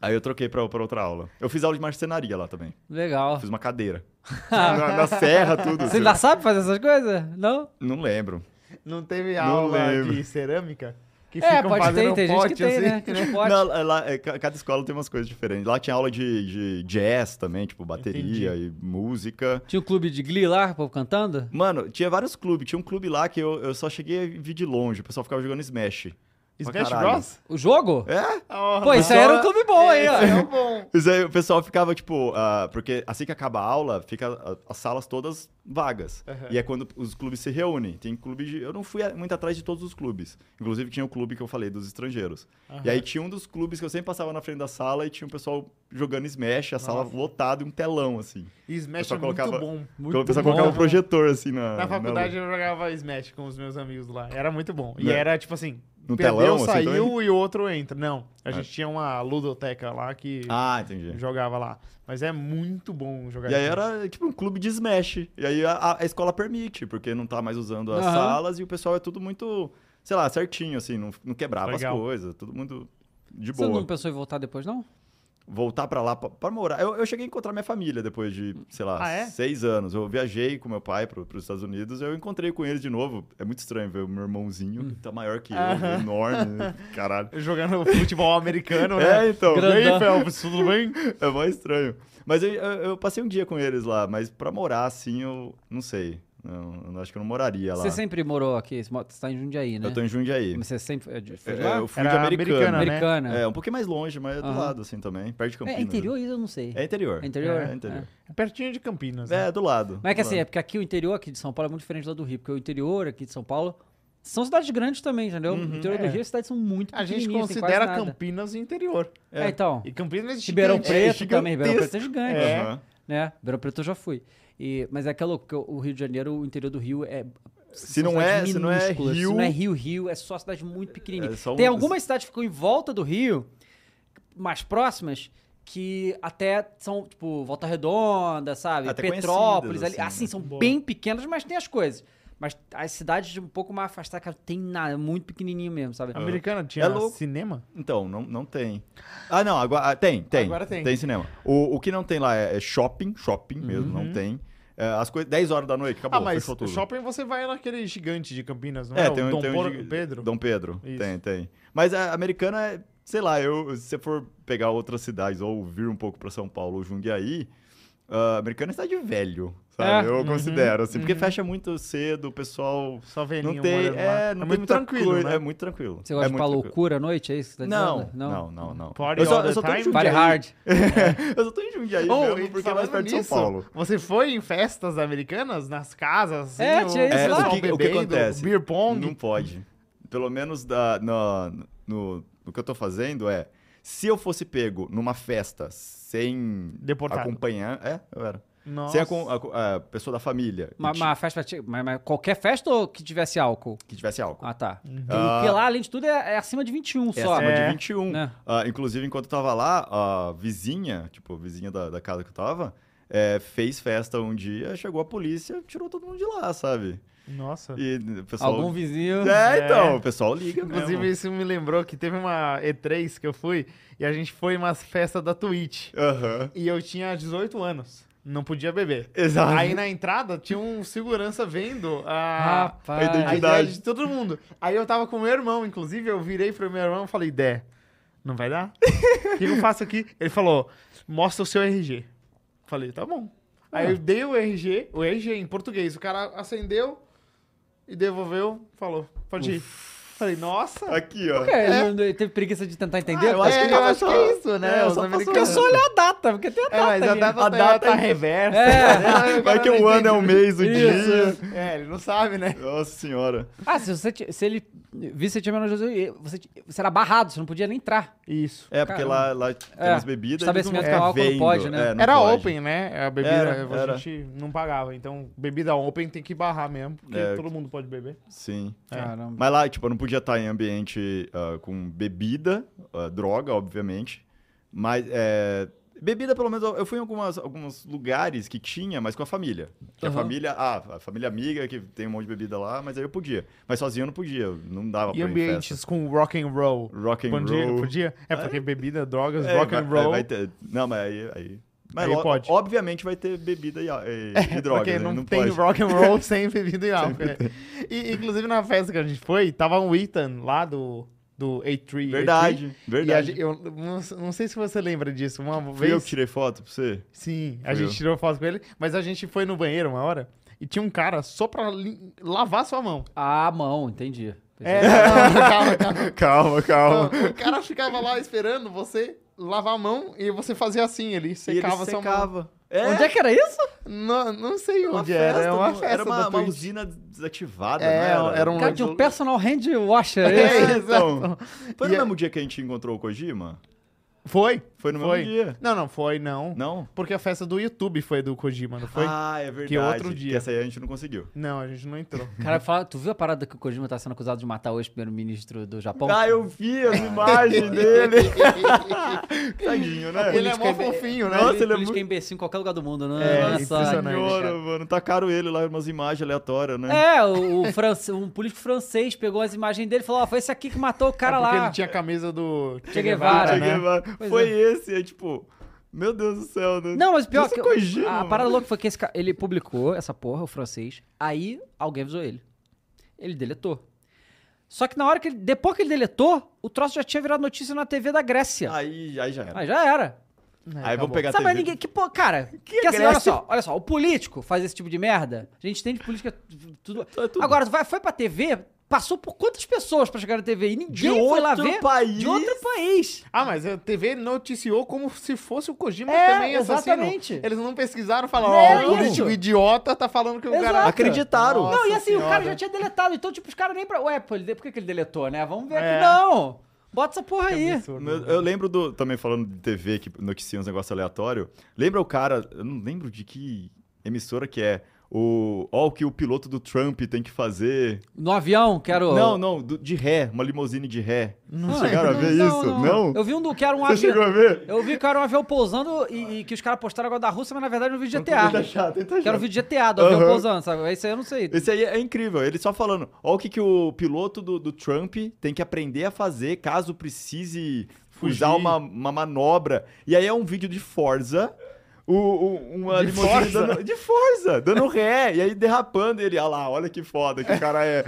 S3: Aí eu troquei pra, pra outra aula. Eu fiz aula de marcenaria lá também,
S1: Legal.
S3: fiz uma cadeira. na, na serra, tudo.
S1: Você ainda sabe fazer essas coisas? Não?
S3: Não lembro.
S2: Não teve
S3: Não
S2: aula
S3: lembro.
S2: de cerâmica? Que
S1: é,
S2: ficam
S1: pode ter,
S2: fazendo
S1: tem gente
S2: pote
S1: que tem,
S2: assim.
S1: né? Que não pode.
S3: Não, lá, é, ca- cada escola tem umas coisas diferentes. Lá tinha aula de, de jazz também, tipo bateria e música.
S1: Tinha um clube de Glee lá, o povo cantando?
S3: Mano, tinha vários clubes. Tinha um clube lá que eu, eu só cheguei a vir de longe. O pessoal ficava jogando Smash. Pra
S2: Smash
S3: caralho.
S2: Bros?
S1: O jogo?
S3: É?
S2: Ah,
S1: Pô, isso aí era um clube bom aí,
S2: Esse é
S1: ó.
S2: o bom.
S3: Mas aí o pessoal ficava, tipo, ah, porque assim que acaba a aula, fica a- as salas todas vagas.
S2: Aham.
S3: E é quando os clubes se reúnem. Tem clube de. Eu não fui a- muito atrás de todos os clubes. Inclusive, tinha o clube que eu falei dos estrangeiros. E aí tinha um dos clubes que eu sempre passava na frente da sala e tinha um pessoal jogando Smash, a sala
S2: Nossa.
S3: lotada e um telão, assim.
S2: E Smash
S3: Eu só
S2: é muito
S3: colocava-
S2: bom.
S3: Então o pessoal
S1: bom.
S3: colocava um projetor, assim, na.
S2: Na faculdade
S3: lua.
S2: eu jogava Smash com os meus amigos lá. Era muito bom. E
S3: Né?
S2: era tipo assim,
S3: No
S2: perdeu,
S3: telão, assim,
S2: saiu
S3: também? É.
S2: e o outro entra. Não, a gente tinha uma ludoteca lá que
S3: Ah, entendi.
S2: jogava lá. Mas é muito bom jogar
S3: E aí
S2: Smash.
S3: era tipo um clube de smash. E aí a- a, a escola permite, porque não tá mais usando as
S1: Aham.
S3: salas e o pessoal é tudo muito, sei lá, certinho, assim, não, não quebrava
S2: Legal. tá-
S3: as coisas, tudo muito de
S1: Você
S3: boa.
S1: não pensou em voltar depois, não?
S3: Voltar pra lá pra, pra morar. Eu, eu cheguei a encontrar minha família depois de, sei lá,
S2: Ah, é?
S3: seis anos. Eu viajei com meu pai pro, pros Estados Unidos, eu encontrei com eles de novo. É muito estranho ver o meu irmãozinho, que tá maior que eu,
S2: Hum. Aham.
S3: enorme, né? caralho.
S2: Jogando futebol americano, né?
S3: É, então.
S2: E aí,
S1: Grandão.
S2: Felps, tudo bem?
S3: É mó estranho. Mas eu, eu- eu passei um dia com eles lá, mas pra morar assim, eu não sei. Não, eu acho que eu não moraria lá.
S1: Você sempre morou aqui, você mo- você tá em Jundiaí, né?
S3: Eu tô em Jundiaí.
S1: Mas Você sempre é de- foi
S3: É,
S1: lá?
S3: eu fui
S2: Era
S3: de americana.
S2: americana, né?
S1: Americana.
S3: É, um pouquinho mais longe, mas é do
S1: Aham.
S3: lado, assim, também. Perto de
S1: É,
S3: Campinas.
S1: interior isso eu não sei.
S3: né? É interior.
S1: É interior?
S3: É, interior.
S2: Pertinho de Campinas.
S3: É,
S2: né?
S3: do lado.
S1: Mas é que
S3: do
S1: assim, é
S3: lado.
S1: porque aqui o interior aqui de São Paulo é muito diferente lá do Rio, porque o interior aqui de São Paulo são cidades grandes também, entendeu?
S3: Uhum.
S1: o interior do
S2: é.
S1: Rio as cidades são muito
S2: A gente
S1: pequenininhas, tem quase
S2: considera
S1: nada.
S2: Campinas interior.
S1: É, então.
S2: E Campinas é
S1: Ribeirão
S2: gigante.
S1: Preto também, Ribeirão
S3: gigantesco.
S1: Preto é gigante,
S2: É.
S3: Aham.
S1: né? Ribeirão Preto eu já fui. E, mas é que é louco, porque o Rio de Janeiro, o interior do Rio é...
S3: Se
S1: são
S3: não é-
S1: cidades
S3: se não é
S1: minúsculas, Se
S3: Rio-
S1: não é Rio, Rio, é só cidade muito pequenininha.
S3: É só um-
S1: Tem algumas cidades que ficam em volta do Rio, mais próximas, que até são, tipo, Volta Redonda, sabe?
S3: Até
S1: Petrópolis,
S3: conhecidas,
S1: ali.
S3: assim,
S1: Assim, são
S2: Boa.
S1: bem pequenas, mas tem as coisas. Mas as cidades um pouco mais afastadas, cara, tem nada, é muito pequenininho mesmo, sabe?
S2: Americana tinha
S3: É louco.
S2: cinema?
S3: Então, não, não tem. Ah, não, agora ah, tem, tem.
S2: Agora tem.
S3: Tem cinema. O, o que não tem lá é, é shopping, shopping mesmo,
S1: Uhum.
S3: não tem. É, as coisas, 10 horas da noite, acabou,
S2: ah, mas
S3: Tá fechou tudo.
S2: shopping você vai naquele gigante de Campinas, não é?
S3: É,
S2: O
S3: tem, um-
S2: Dom
S3: tem um
S2: Por-
S3: de-
S2: Pedro?
S3: Dom Pedro,
S2: Isso.
S3: tem, tem. Mas a americana, é, sei lá, eu, se você for pegar outras cidades ou vir um pouco pra São Paulo ou Jundiaí, a americana é cidade velho, sabe?
S1: É.
S3: Eu considero, assim, porque
S2: uhum.
S3: fecha muito cedo, o pessoal
S2: Só velhinho
S3: não tem...
S2: morando lá.
S3: É, não tem
S2: muito
S3: muita
S2: tranquilo,
S3: coisa,
S2: né?
S3: É muito tranquilo.
S1: Você gosta
S3: é
S1: de
S3: muito
S1: pra
S3: tranquilo.
S1: loucura à noite, é isso? que você tá
S3: Não,
S1: dizendo?
S3: não, não, não.
S2: Party
S3: Eu só,
S2: all the
S3: eu só tô em
S2: time?
S1: Party
S3: Jundiaí. é.
S1: hard.
S3: Eu só tô em Jundiaí
S2: Oh,
S3: mesmo,
S2: e
S3: porque é mais
S2: falando
S3: perto de
S2: nisso,
S3: São Paulo.
S2: Você foi em festas americanas, nas casas, assim,
S1: É,
S2: o
S1: tinha isso
S2: pessoal
S1: lá. É, o
S3: que- o que
S2: bebendo,
S3: acontece?
S2: beer pong.
S3: Não pode. Pelo menos da, na- no, no que eu tô fazendo é. Se eu fosse pego numa festa sem
S2: Deportado.
S3: acompanhar. É, eu era.
S2: Nossa.
S3: Sem acom- aco- a pessoa da família
S1: Uma,
S3: que, ti-
S1: uma festa, ti- mas, mas qualquer festa ou que tivesse álcool?
S3: que tivesse álcool.
S1: Ah, tá. Porque
S3: Ah.
S1: lá, além de tudo, é, é acima de 21
S3: É
S1: só.
S3: acima
S2: É.
S3: de 21.
S1: Né?
S3: Ah, inclusive, enquanto eu tava lá, a vizinha, tipo, a vizinha da, da casa que eu tava, é, fez festa um dia, chegou a polícia, tirou todo mundo de lá, sabe?
S2: Nossa.
S3: E o pessoal.
S1: Algum vizinho...
S3: É, então,
S2: É.
S3: o pessoal liga mesmo.
S2: Inclusive, isso me lembrou que teve uma E3 que eu fui e a gente foi em umas festas da Twitch.
S3: Aham.
S2: E eu tinha 18 anos. Não podia beber.
S3: Exato.
S2: Aí na entrada tinha um segurança vendo a,
S3: a
S1: Rapaz...
S3: identidade.
S2: A ideia de todo mundo. Aí eu tava com meu irmão, inclusive, eu virei pro meu irmão e falei, Dé, não vai dar? O que eu faço aqui? Ele falou, mostra o seu RG. Falei, tá bom. Aí eu dei o RG, o RG em português. O cara acendeu e devolveu, falou, pode ir. Falei, nossa.
S3: Aqui, ó.
S1: Por quê? Ele não- ele teve preguiça de tentar entender?
S2: Ah, eu acho
S1: É,
S2: que-
S1: eu
S2: acho é isso, né?
S3: É,
S2: Os
S3: só
S1: Porque eu
S2: americanos.
S3: passou-
S1: só olhar a data, porque tem a
S2: É,
S1: data.
S2: mas a
S1: ali.
S2: data,
S3: A data
S2: tá reversa.
S1: É.
S2: né? O
S3: Vai
S2: cara
S3: que
S2: não
S3: o ano é o
S2: entende.
S3: mês, o dia.
S1: Isso.
S2: É, ele não sabe, né?
S3: Nossa senhora.
S1: Ah, se, você, ti- se ele visse Tia Menor Jesus, você, ti- você era barrado, você não podia nem entrar.
S2: Isso.
S3: É, porque lá, lá tem
S1: É,
S3: umas bebidas. eles
S1: estabelecimento
S3: não-
S1: com
S3: é,
S1: álcool não
S3: vendo,
S1: pode, né?
S3: é, não
S2: Era
S3: pode.
S2: open, né? A bebida
S3: Era,
S2: a
S3: era.
S2: gente não pagava. Então, bebida open tem que barrar mesmo, porque
S3: É.
S2: todo mundo pode beber. É.
S3: Sim.
S1: É. Caramba.
S3: Mas lá, tipo, eu não podia estar em ambiente ah, com bebida, ah, droga, obviamente. Mas é, bebida, pelo menos, eu eu fui em algumas, alguns lugares que tinha, mas com a família. Que a
S2: Aham.
S3: família, ah, a família amiga que tem um monte de bebida lá, mas aí eu podia. Mas sozinho eu não podia, eu não dava
S2: E
S3: pra ir em festa.
S2: ambientes com rock and roll.
S3: Rock and
S2: podia,
S3: roll.
S2: podia? É, porque bebida, drogas,
S3: É,
S2: rock
S3: vai-
S2: and roll.
S3: vai ter- Não, mas aí... aí... Mas
S2: Aí
S3: ó-
S2: pode.
S3: obviamente vai ter bebida e, e, e drogas,
S2: Porque
S3: né?
S2: não,
S3: não
S2: tem
S3: pode.
S2: rock and roll sem bebida e álcool. é. E, inclusive, na festa que a gente foi, tava um Ethan lá do, do A3.
S3: Verdade,
S2: A3, e a
S3: verdade.
S2: gente- eu não, não sei se você lembra disso. Uma
S3: Fui
S2: vez.
S3: eu que tirei foto pra você?
S2: Sim, a
S3: Fui
S2: gente
S3: eu.
S2: tirou foto com ele, mas a gente foi no banheiro uma hora e tinha um cara só pra lim- lavar sua mão.
S1: Ah, mão, entendi.
S2: É, não, não, calma, calma.
S3: Calma, calma.
S2: Não, o cara ficava lá esperando você lavar a mão e você fazia assim, ele secava
S3: ele
S2: sua mão.
S3: secava. É,
S1: Onde é que era isso?
S2: Não, não sei
S3: Uma
S2: onde era,
S3: festa
S2: era uma
S3: do-
S2: festa
S3: Era uma,
S2: da
S3: uma
S2: Twitch.
S3: usina desativada,
S2: É,
S3: né?
S2: era um-
S1: Cara, tinha um personal hand washer.
S2: É,
S1: esse.
S3: então. Foi
S2: E
S3: no
S2: é-
S3: mesmo dia que a gente encontrou o Kojima?
S2: Foi?
S3: Foi no
S2: Foi.
S3: mesmo dia.
S2: Não, não foi, não.
S3: Não?
S2: Porque a festa do YouTube foi do Kojima, não foi?
S3: Ah, é verdade.
S2: outro dia.
S3: essa aí a gente não conseguiu.
S2: Não, a gente não entrou.
S1: Cara, fala- tu viu a parada que o Kojima tá sendo acusado de matar o ex-primeiro-ministro do Japão?
S3: Ah, eu vi as imagens dele. Tadinho, né?
S2: ele é mó
S1: política é-
S2: fofinho, né?
S3: Nossa,
S1: ele,
S3: ele é
S1: política
S3: muito-
S1: é imbecil em qualquer lugar do mundo, né?
S2: É,
S1: Nossa,
S2: impressionante.
S3: Senhora,
S2: cara.
S3: mano. Tacaram ele lá, umas imagens aleatórias, né?
S1: É, o, o france- um político francês pegou as imagens dele e falou: Ó, foi esse aqui que matou o cara
S2: É porque
S1: lá.
S2: ele tinha a camisa do
S1: Che Guevara,
S3: Che
S2: né?
S3: Guevara.
S1: Pois
S3: Foi esse, é tipo... Meu Deus do céu, né?
S1: Não, mas o pior
S3: Isso
S1: que.
S3: é Kojima,
S1: a
S3: mano.
S1: parada louca foi que esse cara, ele publicou essa porra, o francês, aí alguém avisou ele. Ele deletou. Só que na hora que ele. Depois que ele deletou, o troço já tinha virado notícia na TV da Grécia.
S3: Aí, aí já Ah, era.
S1: Aí já era.
S3: Aí vamos
S2: acabou.
S3: pegar a
S1: Sabe, mas
S3: TV.
S1: ninguém. Que, pô, cara, que, assim,
S3: Grécia?
S1: olha só, olha só, o político faz esse tipo de merda. A gente tem de política tu- tudo.
S3: Tá tudo.
S1: Agora, vai, foi pra TV, passou por quantas pessoas pra chegar na TV? E ninguém
S3: De
S1: foi lá
S3: outro
S1: ver
S3: país?
S1: de outro país.
S2: Ah, mas a TV noticiou como se fosse o Kojima
S1: É,
S2: também assassino.
S1: exatamente.
S2: Eles não pesquisaram e falaram,
S1: É,
S2: ó, o
S1: isso.
S2: político idiota tá falando que o
S1: Exato.
S2: cara...
S3: Acreditaram.
S2: Nossa
S1: não, e assim, o cara
S2: senhora.
S1: já tinha deletado. Então, tipo, os caras nem pra. Ué, pô, ele- por que, que ele deletou, né? Vamos ver
S2: É.
S1: aqui. Não! Bota essa porra
S2: Que
S1: aí.
S2: é absurdo.
S3: Eu, eu lembro do. Também falando de TV, que noticia uns negócios aleatórios. Lembra o cara. Eu não lembro de que emissora que é. O. Ó, o que o piloto do Trump tem que fazer.
S1: No avião, quero. Ah.
S3: Não, não, do- de ré, uma limousine de ré. Não chegaram a ver isso? Não?
S1: Eu vi um do que era um
S3: Você chegou
S1: avião.
S3: a ver?
S1: Eu vi que era um avião pousando e, e que os caras postaram agora da Rússia, mas na verdade é um eu não vi
S3: Tenta
S1: GTA.
S3: achar, tenta achar.
S1: Quero um vídeo GTA do avião
S3: Aham.
S1: pousando, sabe? Isso aí eu não sei.
S3: Esse aí é incrível, ele só falando. Ó, o que, que o piloto do, do Trump tem que aprender a fazer caso precise
S2: Fugir.
S3: usar uma, uma manobra. E aí é um vídeo de Forza. o- o- uma
S2: De
S3: limousine
S2: Forza?
S3: dando, de Forza, dando ré, e aí derrapando ele. Ah lá, olha que foda que o cara é.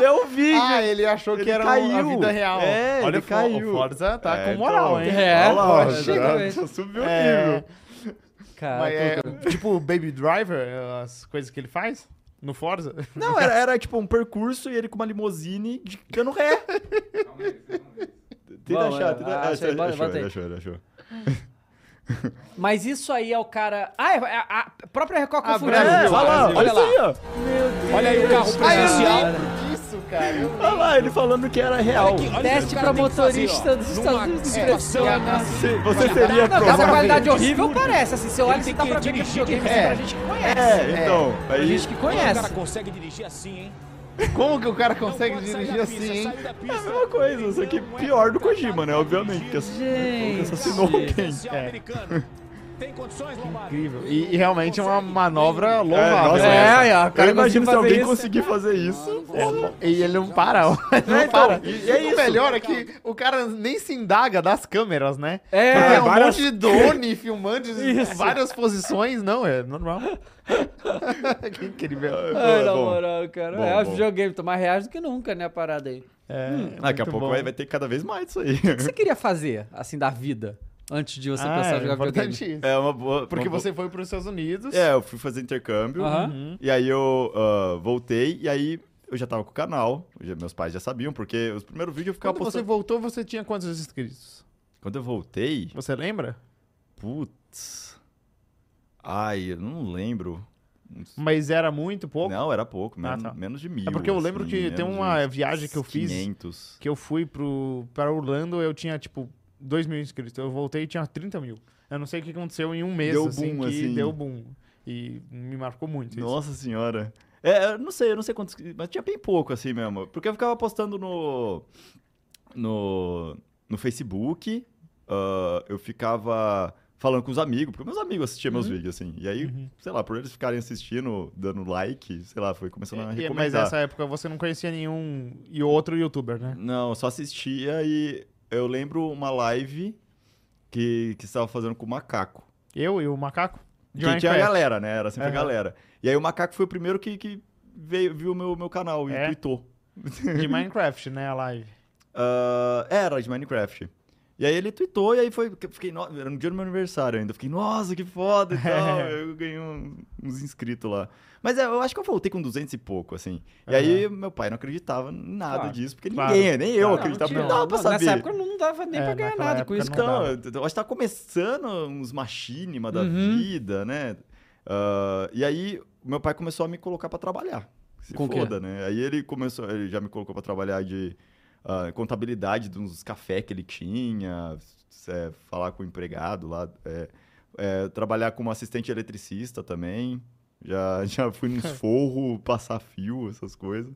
S3: E É um vídeo.
S2: Ah, ele achou que
S3: Ele
S2: era a
S3: caiu.
S2: vida real.
S3: É,
S2: Olha,
S3: ele
S2: o Fo-
S3: caiu.
S2: O Forza tá
S3: É,
S2: com moral,
S3: então.
S2: hein?
S1: É,
S3: Olha lá,
S1: pô,
S3: já-
S1: chega,
S3: já subiu o
S2: É.
S3: nível.
S1: Cara,
S2: Mas é,
S1: tô-
S2: tipo o Baby Driver, as coisas que ele faz no Forza.
S3: Não, era, era tipo um percurso e ele com uma limousine de- dando ré. Tenta
S1: Bom, é,
S3: achar, tenta
S1: acha aí,
S3: achar.
S1: bota-
S3: Achou,
S1: bota aí.
S3: ele achou, ele achou.
S1: Mas isso aí é o cara. Ah, é, é, a, a própria Record
S2: Ah,
S1: confundiu.
S2: Brasil,
S1: É,
S2: olha lá,
S1: Brasil.
S2: olha
S1: lá.
S3: ó.
S2: Olha aí o carro
S1: presidencial.
S2: né? disso, cara. Eu
S3: Olha lá, ele falando que era real.
S1: Teste pra motorista dos Estados Unidos
S4: é,
S1: de pressão.
S3: Você, você
S1: Não,
S3: seria
S1: que é uma
S3: provável-
S1: qualidade horrível parece, assim. Você olha e
S4: tem
S1: dá
S4: que
S1: pra ver que é
S4: dirigir
S1: videogame,
S4: de
S1: mas é um
S4: ré.
S1: pra gente que conhece.
S3: É, então.
S1: Pra
S3: Aí,
S1: gente que
S4: O
S1: conhece.
S4: cara consegue dirigir assim, hein?
S2: Como que o cara
S4: Não
S2: consegue
S4: pode sair
S2: dirigir
S4: da
S2: assim,
S4: pista,
S2: hein?
S4: saiu da pista.
S3: é a mesma coisa, só que
S4: Não é
S3: pior do
S4: contratado
S3: Kojima, né?
S4: pra
S3: obviamente, que ass-
S1: Gente.
S3: assassinou alguém.
S4: Policial é americano. Tem condições, Lombardi?
S2: É. Incrível. E, e realmente é uma manobra louvável. né?
S3: nossa,
S2: essa.
S1: é, ó, o cara
S3: Eu imagino se
S1: conseguiu
S3: alguém
S1: fazer isso.
S3: conseguir fazer isso.
S2: E ele não para, ó. não
S3: É, então,
S2: para.
S3: e- e é
S2: O
S3: isso.
S2: melhor é que o cara nem se indaga das câmeras, né?
S1: É,
S2: Porque é um
S3: várias-
S2: monte de drone filmando de
S1: Isso.
S2: várias posições. Não, é normal. É, que incrível.
S1: Ai, na
S3: é Bom,
S1: moral, cara.
S3: Bom,
S1: é, o
S3: bom.
S1: videogame tá mais reais do que nunca, né, a parada aí. O
S2: É,
S3: Hum. Ah, Daqui a
S2: muito
S3: pouco
S2: bom.
S3: vai, vai ter cada vez mais isso aí.
S1: que você queria fazer, assim, da vida, antes de você
S2: Ah,
S1: pensar em
S2: é
S1: jogar videogame?
S2: importante isso.
S3: É uma boa.
S2: Porque
S3: uma boa-
S2: você foi para os Estados Unidos.
S3: É, eu fui fazer intercâmbio.
S1: Aham.
S2: Uhum.
S3: E aí eu ah, voltei, e aí eu já tava com o canal, já- meus pais já sabiam, porque os primeiros vídeos eu ficava
S2: Quando você
S3: postando.
S2: voltou, você tinha quantos inscritos?
S3: Quando eu voltei,
S2: Você lembra?
S3: putz. Ai, eu não lembro.
S2: Mas era muito pouco.
S3: Não, era pouco, men-
S2: Ah, tá.
S3: menos de mil. assim,
S2: É porque eu lembro que tem
S3: menos
S2: uma
S3: de
S2: viagem que eu fiz-
S3: 500.
S2: Que eu fui pro, pra Orlando, eu tinha, tipo, 2 mil inscritos. Então, Eu voltei e tinha 30 mil. Eu não sei o que aconteceu em um mês,
S3: Deu
S2: assim,
S3: boom,
S2: que
S3: assim.
S2: deu boom. E me marcou muito isso.
S3: Nossa senhora. É, eu não sei, eu não sei quantos. Mas tinha bem pouco assim mesmo. Porque eu ficava postando no. No, no Facebook. ah, eu ficava falando com os amigos, porque meus amigos assistiam meus
S2: Uhum.
S3: vídeos assim. E aí, sei lá, por eles ficarem assistindo, dando like, sei lá, foi começando a
S2: É, E- e-
S3: recomendar.
S2: mas nessa época você não conhecia nenhum e outro youtuber, né?
S3: Não, eu só assistia e eu lembro uma live que, que você estava fazendo com o Macaco.
S2: Eu e o macaco? de
S3: Que tinha a
S2: Minecraft.
S3: galera, né? Era sempre
S2: Aham.
S3: a galera. E aí o Macaco foi o primeiro que, que veio, viu o meu, meu canal e
S2: É?
S3: tweetou.
S2: De Minecraft, né? A live.
S3: Ah, era de Minecraft. E aí ele tweetou e aí foi. eu Fiquei, no- era no dia do meu aniversário ainda. eu Fiquei, nossa, que foda e tal. Eu ganhei um- uns inscritos lá. Mas é, eu acho que eu voltei com 200 e pouco, assim. E aí meu pai não acreditava em nada
S1: Claro.
S3: disso, porque
S2: Claro.
S3: ninguém, nem eu
S2: Claro,
S3: acreditava,
S1: tinha-
S3: porque não tá dava pra saber.
S1: Nessa época não dava nem
S2: É,
S1: pra ganhar
S2: naquela
S1: nada com
S2: época
S1: isso.
S2: não
S1: cara.
S3: Então,
S2: dava.
S3: eu eu acho que tá começando uns machinima da
S1: né? Uhum.
S3: vida, né? Ah, e aí, meu pai começou a me colocar pra trabalhar. Se
S1: Com o quê?
S3: foda, né? Aí ele começou, ele já me colocou pra trabalhar de ah, contabilidade de uns café que ele tinha, é, falar com o empregado lá, é, é, trabalhar como assistente eletricista também. Já, já fui nos forros, passar fio, essas coisas.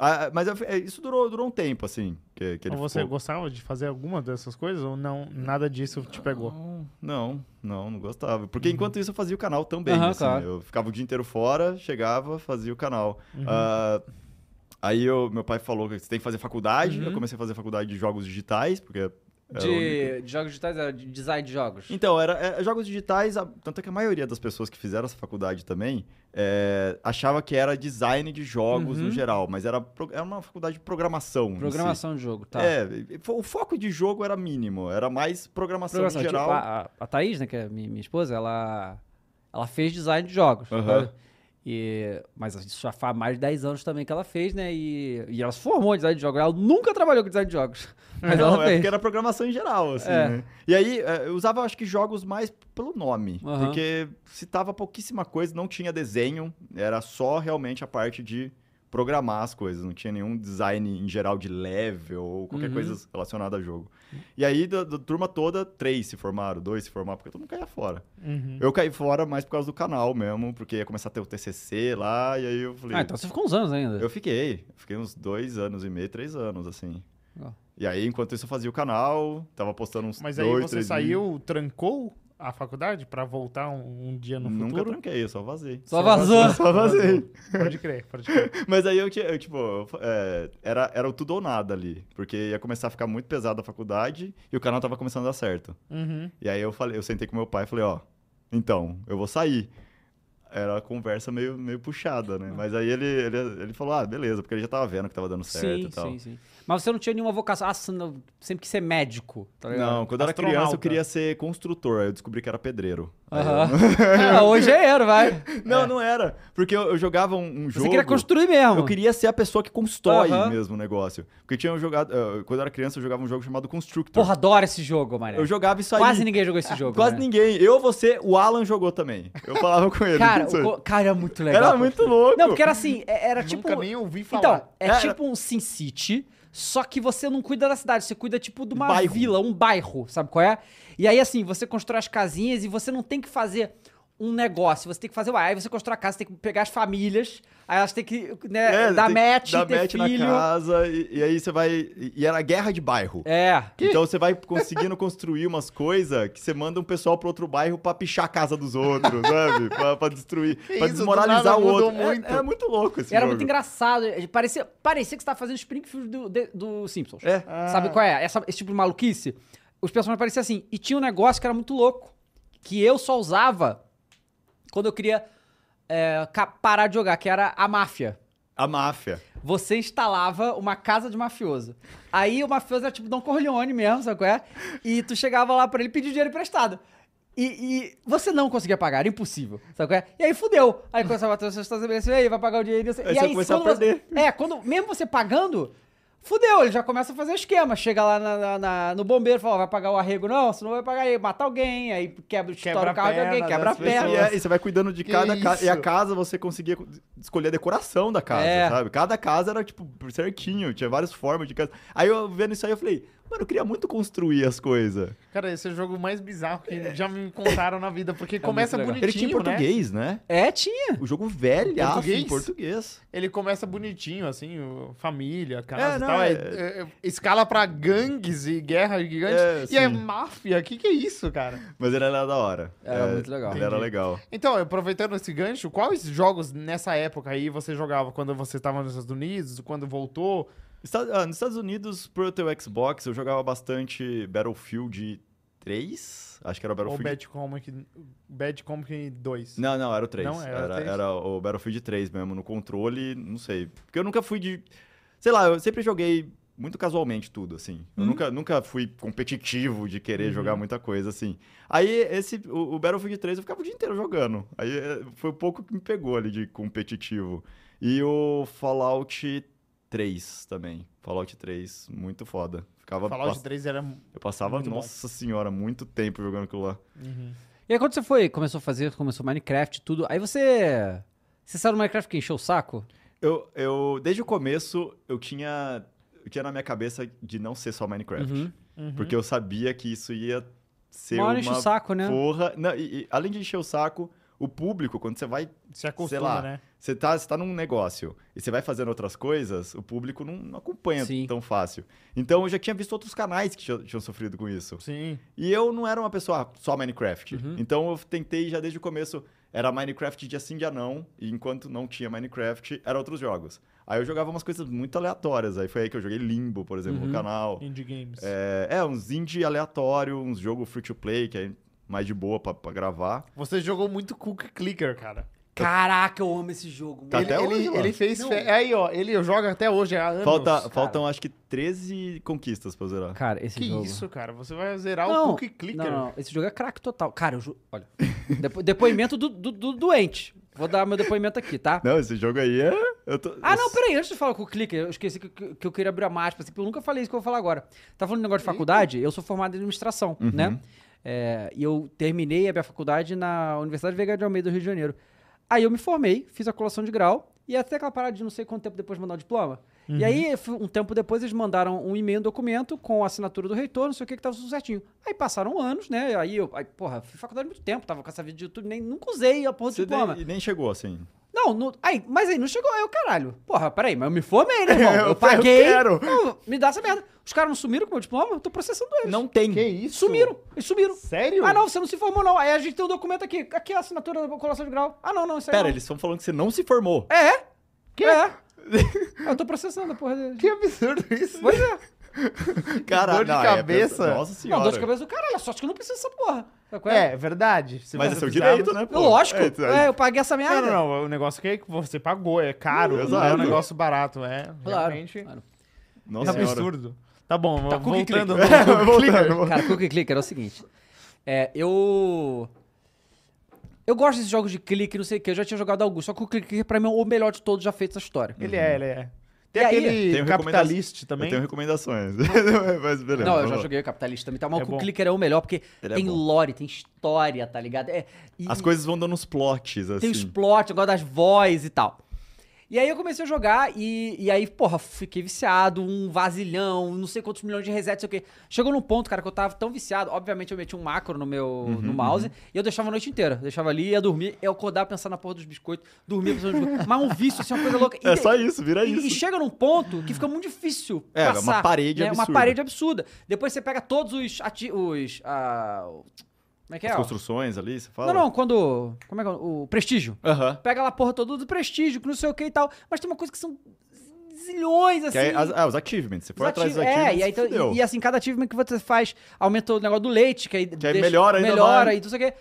S3: Ah, mas eu fi- é, isso durou, durou um tempo, assim. Que, que ele
S1: Então
S2: Ou você
S3: ficou-
S2: gostava de fazer alguma dessas coisas ou não? Nada disso te pegou?
S3: Não, não, não gostava. Porque enquanto isso eu fazia o canal também.
S1: Uhum. Aham,
S3: assim,
S1: claro. Uhum.
S3: Eu ficava o dia inteiro fora, chegava, fazia o canal. Ah, aí eu- meu pai falou que você tem que fazer faculdade.
S1: Uhum.
S3: Eu comecei a fazer faculdade de jogos digitais, porque. era o único-
S1: De, de jogos digitais, era de design de jogos.
S3: Então, era, é, jogos digitais, a- tanto é que a maioria das pessoas que fizeram essa faculdade também é, achava que era design de jogos no
S1: Uhum.
S3: geral, mas era, pro- era uma faculdade de programação. em si.
S1: Programação de jogo, tá.
S3: É, e- fo- o foco de jogo era mínimo, era mais programação,
S1: Programação,
S3: em geral.
S1: Tipo, a, a- a Thaís, né, que é mi- minha esposa, ela, ela fez design de jogos.
S3: Aham.
S1: sabe? E, mas isso já faz mais de 10 anos também que ela fez, né? E, e ela se formou em design de jogos. Ela nunca trabalhou com design de jogos. Mas
S3: não,
S1: ela
S3: é
S1: fez.
S3: porque era programação em geral, assim,
S1: É.
S3: né? E aí, é, eu usava, acho que, jogos mais pelo nome.
S1: Aham.
S3: Porque citava pouquíssima coisa, não tinha desenho. Era só, realmente, a parte de programar as coisas. Não tinha nenhum design, em geral, de level ou qualquer
S1: Uhum.
S3: coisa relacionada a jogo. E aí, da, da turma toda, três se formaram, dois se formaram, porque todo mundo caía fora.
S2: Uhum.
S3: Eu caí fora mais por causa do canal mesmo, porque ia começar a ter o TCC lá, e aí eu falei...
S1: Ah, então você ficou uns anos ainda.
S3: é Eu fiquei. Fiquei uns dois anos e meio, três anos, assim.
S1: Legal.
S3: E aí, enquanto isso, eu fazia o canal, tava postando uns
S2: Mas aí
S3: dois,
S2: você
S3: três
S2: saiu, trancou a faculdade pra voltar um, um dia no
S3: vídeos. Nunca
S2: futuro?
S3: tranquei, eu só vazei.
S1: Só vazou.
S3: Só vazei.
S2: Pode crer, pode crer.
S3: Mas aí eu, ti- eu tipo, eu fa- é, era, era o tudo ou nada ali. Porque ia começar a ficar muito pesado a faculdade e o canal tava começando a dar certo.
S2: Uhum.
S3: E aí eu falei, eu sentei com meu pai e falei, ó, então, eu vou sair. Era uma conversa meio, meio puxada,
S1: Ah.
S3: né? Mas aí ele, ele, ele falou, ah, beleza, porque ele já tava vendo que tava dando certo
S1: sim,
S3: e tal.
S1: sim, sim. Mas você não tinha nenhuma vocação. Ah, você não- sempre quis ser médico, tá ligado? né?
S3: Não, quando eu era
S2: Astronauta.
S3: criança eu queria ser construtor, aí eu descobri que era pedreiro. Aí eu-
S1: Aham. Ah, hoje é era, vai.
S3: Não, não era. Porque eu, eu jogava um, um jogo.
S1: Você queria construir mesmo.
S3: Eu queria ser a pessoa que constrói
S1: Aham.
S3: mesmo o negócio. Porque tinha um jogado. eh, quando eu era criança, eu jogava um jogo chamado Constructor.
S1: Porra, adoro esse jogo, mano.
S3: eu jogava isso aí.
S1: Quase ninguém jogou esse jogo.
S3: Quase
S1: né?
S3: ninguém. Eu, você, o Alan jogou também. Eu falava com ele.
S1: Cara,
S3: isso aí.
S1: o co- cara, é muito legal.
S3: era
S1: pô.
S3: muito louco.
S1: Não, porque era assim, é- era tipo.
S2: Uhum. Nunca nem ouvi falar.
S1: Então, é
S3: Era-
S1: tipo um Sin City, só que você não cuida da cidade, você cuida tipo de uma
S3: Bairro.
S1: vila, um bairro, sabe qual é? E aí assim, você constrói as casinhas e você não tem que fazer um negócio, você tem que fazer, uai, aí você constrói a casa, você tem que pegar as famílias, aí elas têm que né,
S3: É,
S1: dar
S3: tem-
S1: match,
S3: dá
S1: ter
S3: match
S1: filho.
S3: na casa. E, e aí você vai. E e era guerra de bairro.
S1: É.
S3: Então você vai conseguindo construir umas coisas que você manda um pessoal pro outro bairro pra pichar a casa dos outros, sabe? Pra, pra destruir, pra
S2: isso, do nada
S3: desmoralizar o
S2: mudou
S3: outro. É-
S2: muito.
S3: É, muito louco esse
S1: Era
S3: jogo.
S1: muito engraçado. é, Parecia, parecia que você tava fazendo Springfield do, de- do Simpsons.
S3: É.
S2: Ah,
S1: Sabe qual é? Essa- esse tipo de maluquice. Os personagens pareciam assim. E tinha um negócio que era muito louco. Que eu só usava quando eu queria é, ca- parar de jogar, que era a máfia.
S3: A máfia.
S1: Você instalava uma casa de mafioso. Aí o mafioso era tipo Don Corleone mesmo, sabe qual é? E tu chegava lá pra ele pedir dinheiro emprestado. E, e você não conseguia pagar, era impossível. Sabe qual é? E aí fudeu. Aí começava a ter seus estabelecimentos, e aí vai pagar o dinheiro. não sei-
S3: Aí
S1: e
S3: você
S1: aí
S3: começa a
S1: quando você-
S3: perder.
S1: É, quando, mesmo você pagando, fudeu, ele já começa a fazer esquema. Chega lá na- na- na- no bombeiro, fala, vai pagar o arrego, não, senão vai pagar aí, mata alguém, aí quebra, estoura
S2: Quebra
S1: o
S2: a
S1: carro de
S2: perna
S1: alguém,
S2: das
S1: quebra a
S3: E,
S2: pessoas.
S1: perna.
S3: é- e você vai cuidando de
S2: Que
S3: cada casa. E a
S2: isso?
S3: casa você conseguia co- escolher a decoração da casa,
S1: É.
S3: sabe? Cada casa era, tipo, certinho, tinha várias formas de casa. Aí eu vendo isso aí, eu falei, mano, eu queria muito construir as coisas.
S2: Cara, esse é o jogo mais bizarro que já me contaram na vida, porque começa
S1: É. muito legal.
S2: bonitinho,
S3: Ele tinha em
S2: né?
S3: português, né?
S1: É, tinha.
S3: O jogo velhaço
S2: Português?
S3: em português.
S2: Ele começa bonitinho, assim, o- família, casa
S3: É,
S2: e
S3: não,
S2: tal.
S3: é-
S2: aí, é- é- escala pra gangues e guerra gigante.
S3: É,
S2: e é
S3: sim.
S2: máfia, o que, que é isso, cara?
S3: Mas ele era da hora. É,
S1: Era muito legal.
S3: Ele era
S2: Entendi.
S3: legal.
S2: Então, aproveitando esse gancho, quais jogos nessa época aí você jogava? Quando você estava nos Estados Unidos, quando voltou?
S3: Esta- ah, nos Estados Unidos, pro teu Xbox, eu jogava bastante Battlefield 3. Acho que era o
S2: ou
S3: Battlefield.
S2: Bad Company, Bad Company 2?
S3: Não, não, era o 3.
S2: Não, era o
S3: era,
S2: 3?
S3: era o Battlefield 3 mesmo, no controle, não sei. Porque eu nunca fui de. Sei lá, eu sempre joguei muito casualmente tudo, assim. Eu
S2: Uhum.
S3: nunca, nunca fui competitivo de querer jogar muita coisa, assim. Aí, esse, o, o Battlefield 3 eu ficava o dia inteiro jogando. Aí eh, foi o pouco que me pegou ali de competitivo. E o Fallout 3 também. Fallout 3, muito foda. Ficava
S2: Fallout
S3: pass-
S2: 3 era...
S3: Eu passava,
S2: muito bom.
S3: nossa senhora, muito tempo jogando aquilo lá.
S1: E aí quando você foi, começou a fazer, começou Minecraft, tudo, aí você... Você saiu do Minecraft que encheu o saco?
S3: Eu, eu, desde o começo, eu tinha, eu tinha na minha cabeça de não ser só Minecraft.
S1: Uhum.
S3: Porque eu sabia que isso ia ser
S1: Uma hora
S3: uma,
S1: enche o saco, né?
S3: porra. Não, e- e além de encher o saco, o público, quando você vai.
S2: Se
S3: sei
S2: acostuma,
S3: lá,
S2: né?
S3: Você tá, você tá num negócio e você vai fazendo outras coisas, o público não, não acompanha
S1: Sim.
S3: tão fácil. Então eu já tinha visto outros canais que tinham- tinham sofrido com isso.
S2: Sim.
S3: E eu não era uma pessoa ah, só Minecraft.
S1: Uhum.
S3: Então eu tentei já desde o começo. Era Minecraft dia sim, dia não. E enquanto não tinha Minecraft, eram outros jogos. Aí eu jogava umas coisas muito aleatórias. Aí foi aí que eu joguei Limbo, por exemplo,
S1: Uhum.
S3: no canal.
S2: Indie Games.
S3: É, é, uns indie aleatório, uns jogo free to play, que é mais de boa pra, pra gravar.
S2: Você jogou muito Cookie Clicker, cara.
S1: Caraca, eu amo esse jogo.
S3: Tá
S1: mano.
S3: até
S2: ele,
S3: hoje lá.
S2: ele fez...
S1: Não.
S2: fe- é Aí, ó, ele joga até hoje, há anos.
S3: Falta,
S2: cara.
S3: faltam acho que 13 conquistas pra eu zerar.
S1: Cara, esse
S2: Que
S1: jogo...
S2: isso, cara? Você vai zerar o
S1: Não,
S2: Cookie Clicker.
S1: não, não, esse jogo é craque total. Cara, eu ju... Olha, depo- depoimento do, do- do doente. Vou dar meu depoimento aqui, tá?
S3: Não, esse jogo aí é. eu tô-
S1: Ah, não, peraí, antes de falar com o clicker, eu esqueci que, que- que eu queria abrir uma aspas, porque eu nunca falei isso que eu vou falar agora. Tá falando de negócio de faculdade? Eu sou formado em administração, né? É, e eu terminei a minha faculdade na Universidade Veiga de Almeida, do Rio de Janeiro. Aí eu me formei, fiz a colação de grau, e até aquela parada de não sei quanto tempo depois mandar o diploma. E aí, f- um tempo depois, eles mandaram um e-mail, um documento com a assinatura do reitor, não sei o que, que tava tudo certinho. Aí passaram anos, né? Aí eu, aí, porra, fui faculdade há muito tempo, tava com essa vida de YouTube, nem, nunca usei a porra do
S3: Você
S1: diploma.
S3: nem, nem chegou assim.
S1: Não, não- aí, mas aí não chegou, aí o caralho. Porra, peraí, mas eu me formei, né, irmão?
S3: Eu-
S1: Eu
S3: eu
S1: paguei.
S3: quero.
S1: Não, me dá essa merda. Os caras não sumiram com o meu diploma? Eu tô processando eles.
S3: Não tem.
S2: Que isso?
S1: Sumiram, eles sumiram.
S2: Sério?
S1: Ah, não, você não se formou, não. Aí a gente tem um documento aqui. Aqui é a assinatura da colação de grau. Ah, não, não, isso aí.
S3: Pera,
S1: não.
S3: eles estão falando que você não se formou.
S1: É? Que? É. eu tô processando a porra deles.
S2: Que absurdo isso.
S1: Pois é.
S3: Caralho,
S2: Dor de
S3: não, é,
S2: cabeça.
S3: pensa- nossa senhora.
S1: Não, dor de cabeça do caralho. A sorte que eu não preciso dessa porra. Sabe qual
S2: É, verdade. Se
S3: Mas
S2: você
S3: é seu
S2: precisava-
S3: direito, né? pô?
S1: Lógico.
S3: É, tu- aí-
S1: É, eu paguei essa merda.
S2: Não, não, não. O negócio que você pagou, é caro, não é um
S3: Exato.
S2: negócio barato, é.
S1: Claro.
S2: Realmente.
S1: claro.
S3: Nossa
S2: é
S3: senhora.
S2: absurdo. Tá bom,
S1: Tá, cookie
S2: voltando. no
S3: clicker.
S2: cookie
S3: Voltando,
S2: clicker.
S3: voltando.
S1: Cara, Cookie Clicker é o seguinte. É, eu. Eu gosto desses jogos de clique, não sei o que. Eu já tinha jogado alguns, só que o Cookie Clicker pra mim é o melhor de todos já feito essa história.
S2: Ele é, ele é. Tem
S1: E aí?
S2: aquele
S3: Tenho
S2: capitalista
S3: Eu
S2: também.
S3: tenho recomendações. Mas beleza.
S1: Não, eu
S3: vamos
S1: já
S3: lá.
S1: joguei o Capitalista também, tá? Mas
S2: É
S1: o Cookie
S2: bom.
S1: Clicker é o melhor, porque
S3: Ele é
S1: tem
S3: bom.
S1: lore, tem história, tá ligado? É, e
S3: As coisas vão dando uns plots, assim.
S1: tem os plot, eu gosto das vozes e tal. E aí eu comecei a jogar e, e aí, porra, fiquei viciado, um vasilhão, não sei quantos milhões de resets, não sei o quê. Chegou num ponto, cara, que eu tava tão viciado. Obviamente eu meti um macro no meu
S3: Uhum,
S1: no mouse e eu deixava a noite inteira. Deixava ali, ia dormir, eu acordava pensando na porra dos biscoitos, dormia pensando nos biscoitos. Mas um vício, assim, uma coisa louca. E
S3: É
S1: de-
S3: só isso, vira
S1: e,
S3: isso.
S1: e chega num ponto que fica muito difícil
S3: É, é uma
S1: passar.
S3: parede
S1: né? Uma
S3: absurda.
S1: parede absurda. Depois você pega todos os... Ati os ah, o- como é que é?
S3: As
S1: ó?
S3: construções ali, você fala?
S1: Não, não, quando... Como é que é? O prestígio.
S3: Aham.
S1: Pega lá a porra toda do prestígio, que não sei o que e tal. Mas tem uma coisa que são zilhões, assim.
S3: Que aí, as- ah, os achievements. Você
S1: os
S3: for atrás dos
S1: ati-
S3: achievements,
S1: é, e, aí, então-
S3: fudeu.
S1: e, e assim, cada achievement que você faz aumenta o negócio do leite, que aí,
S3: aí melhora ainda
S1: melhora
S3: mais.
S1: e tudo isso aqui.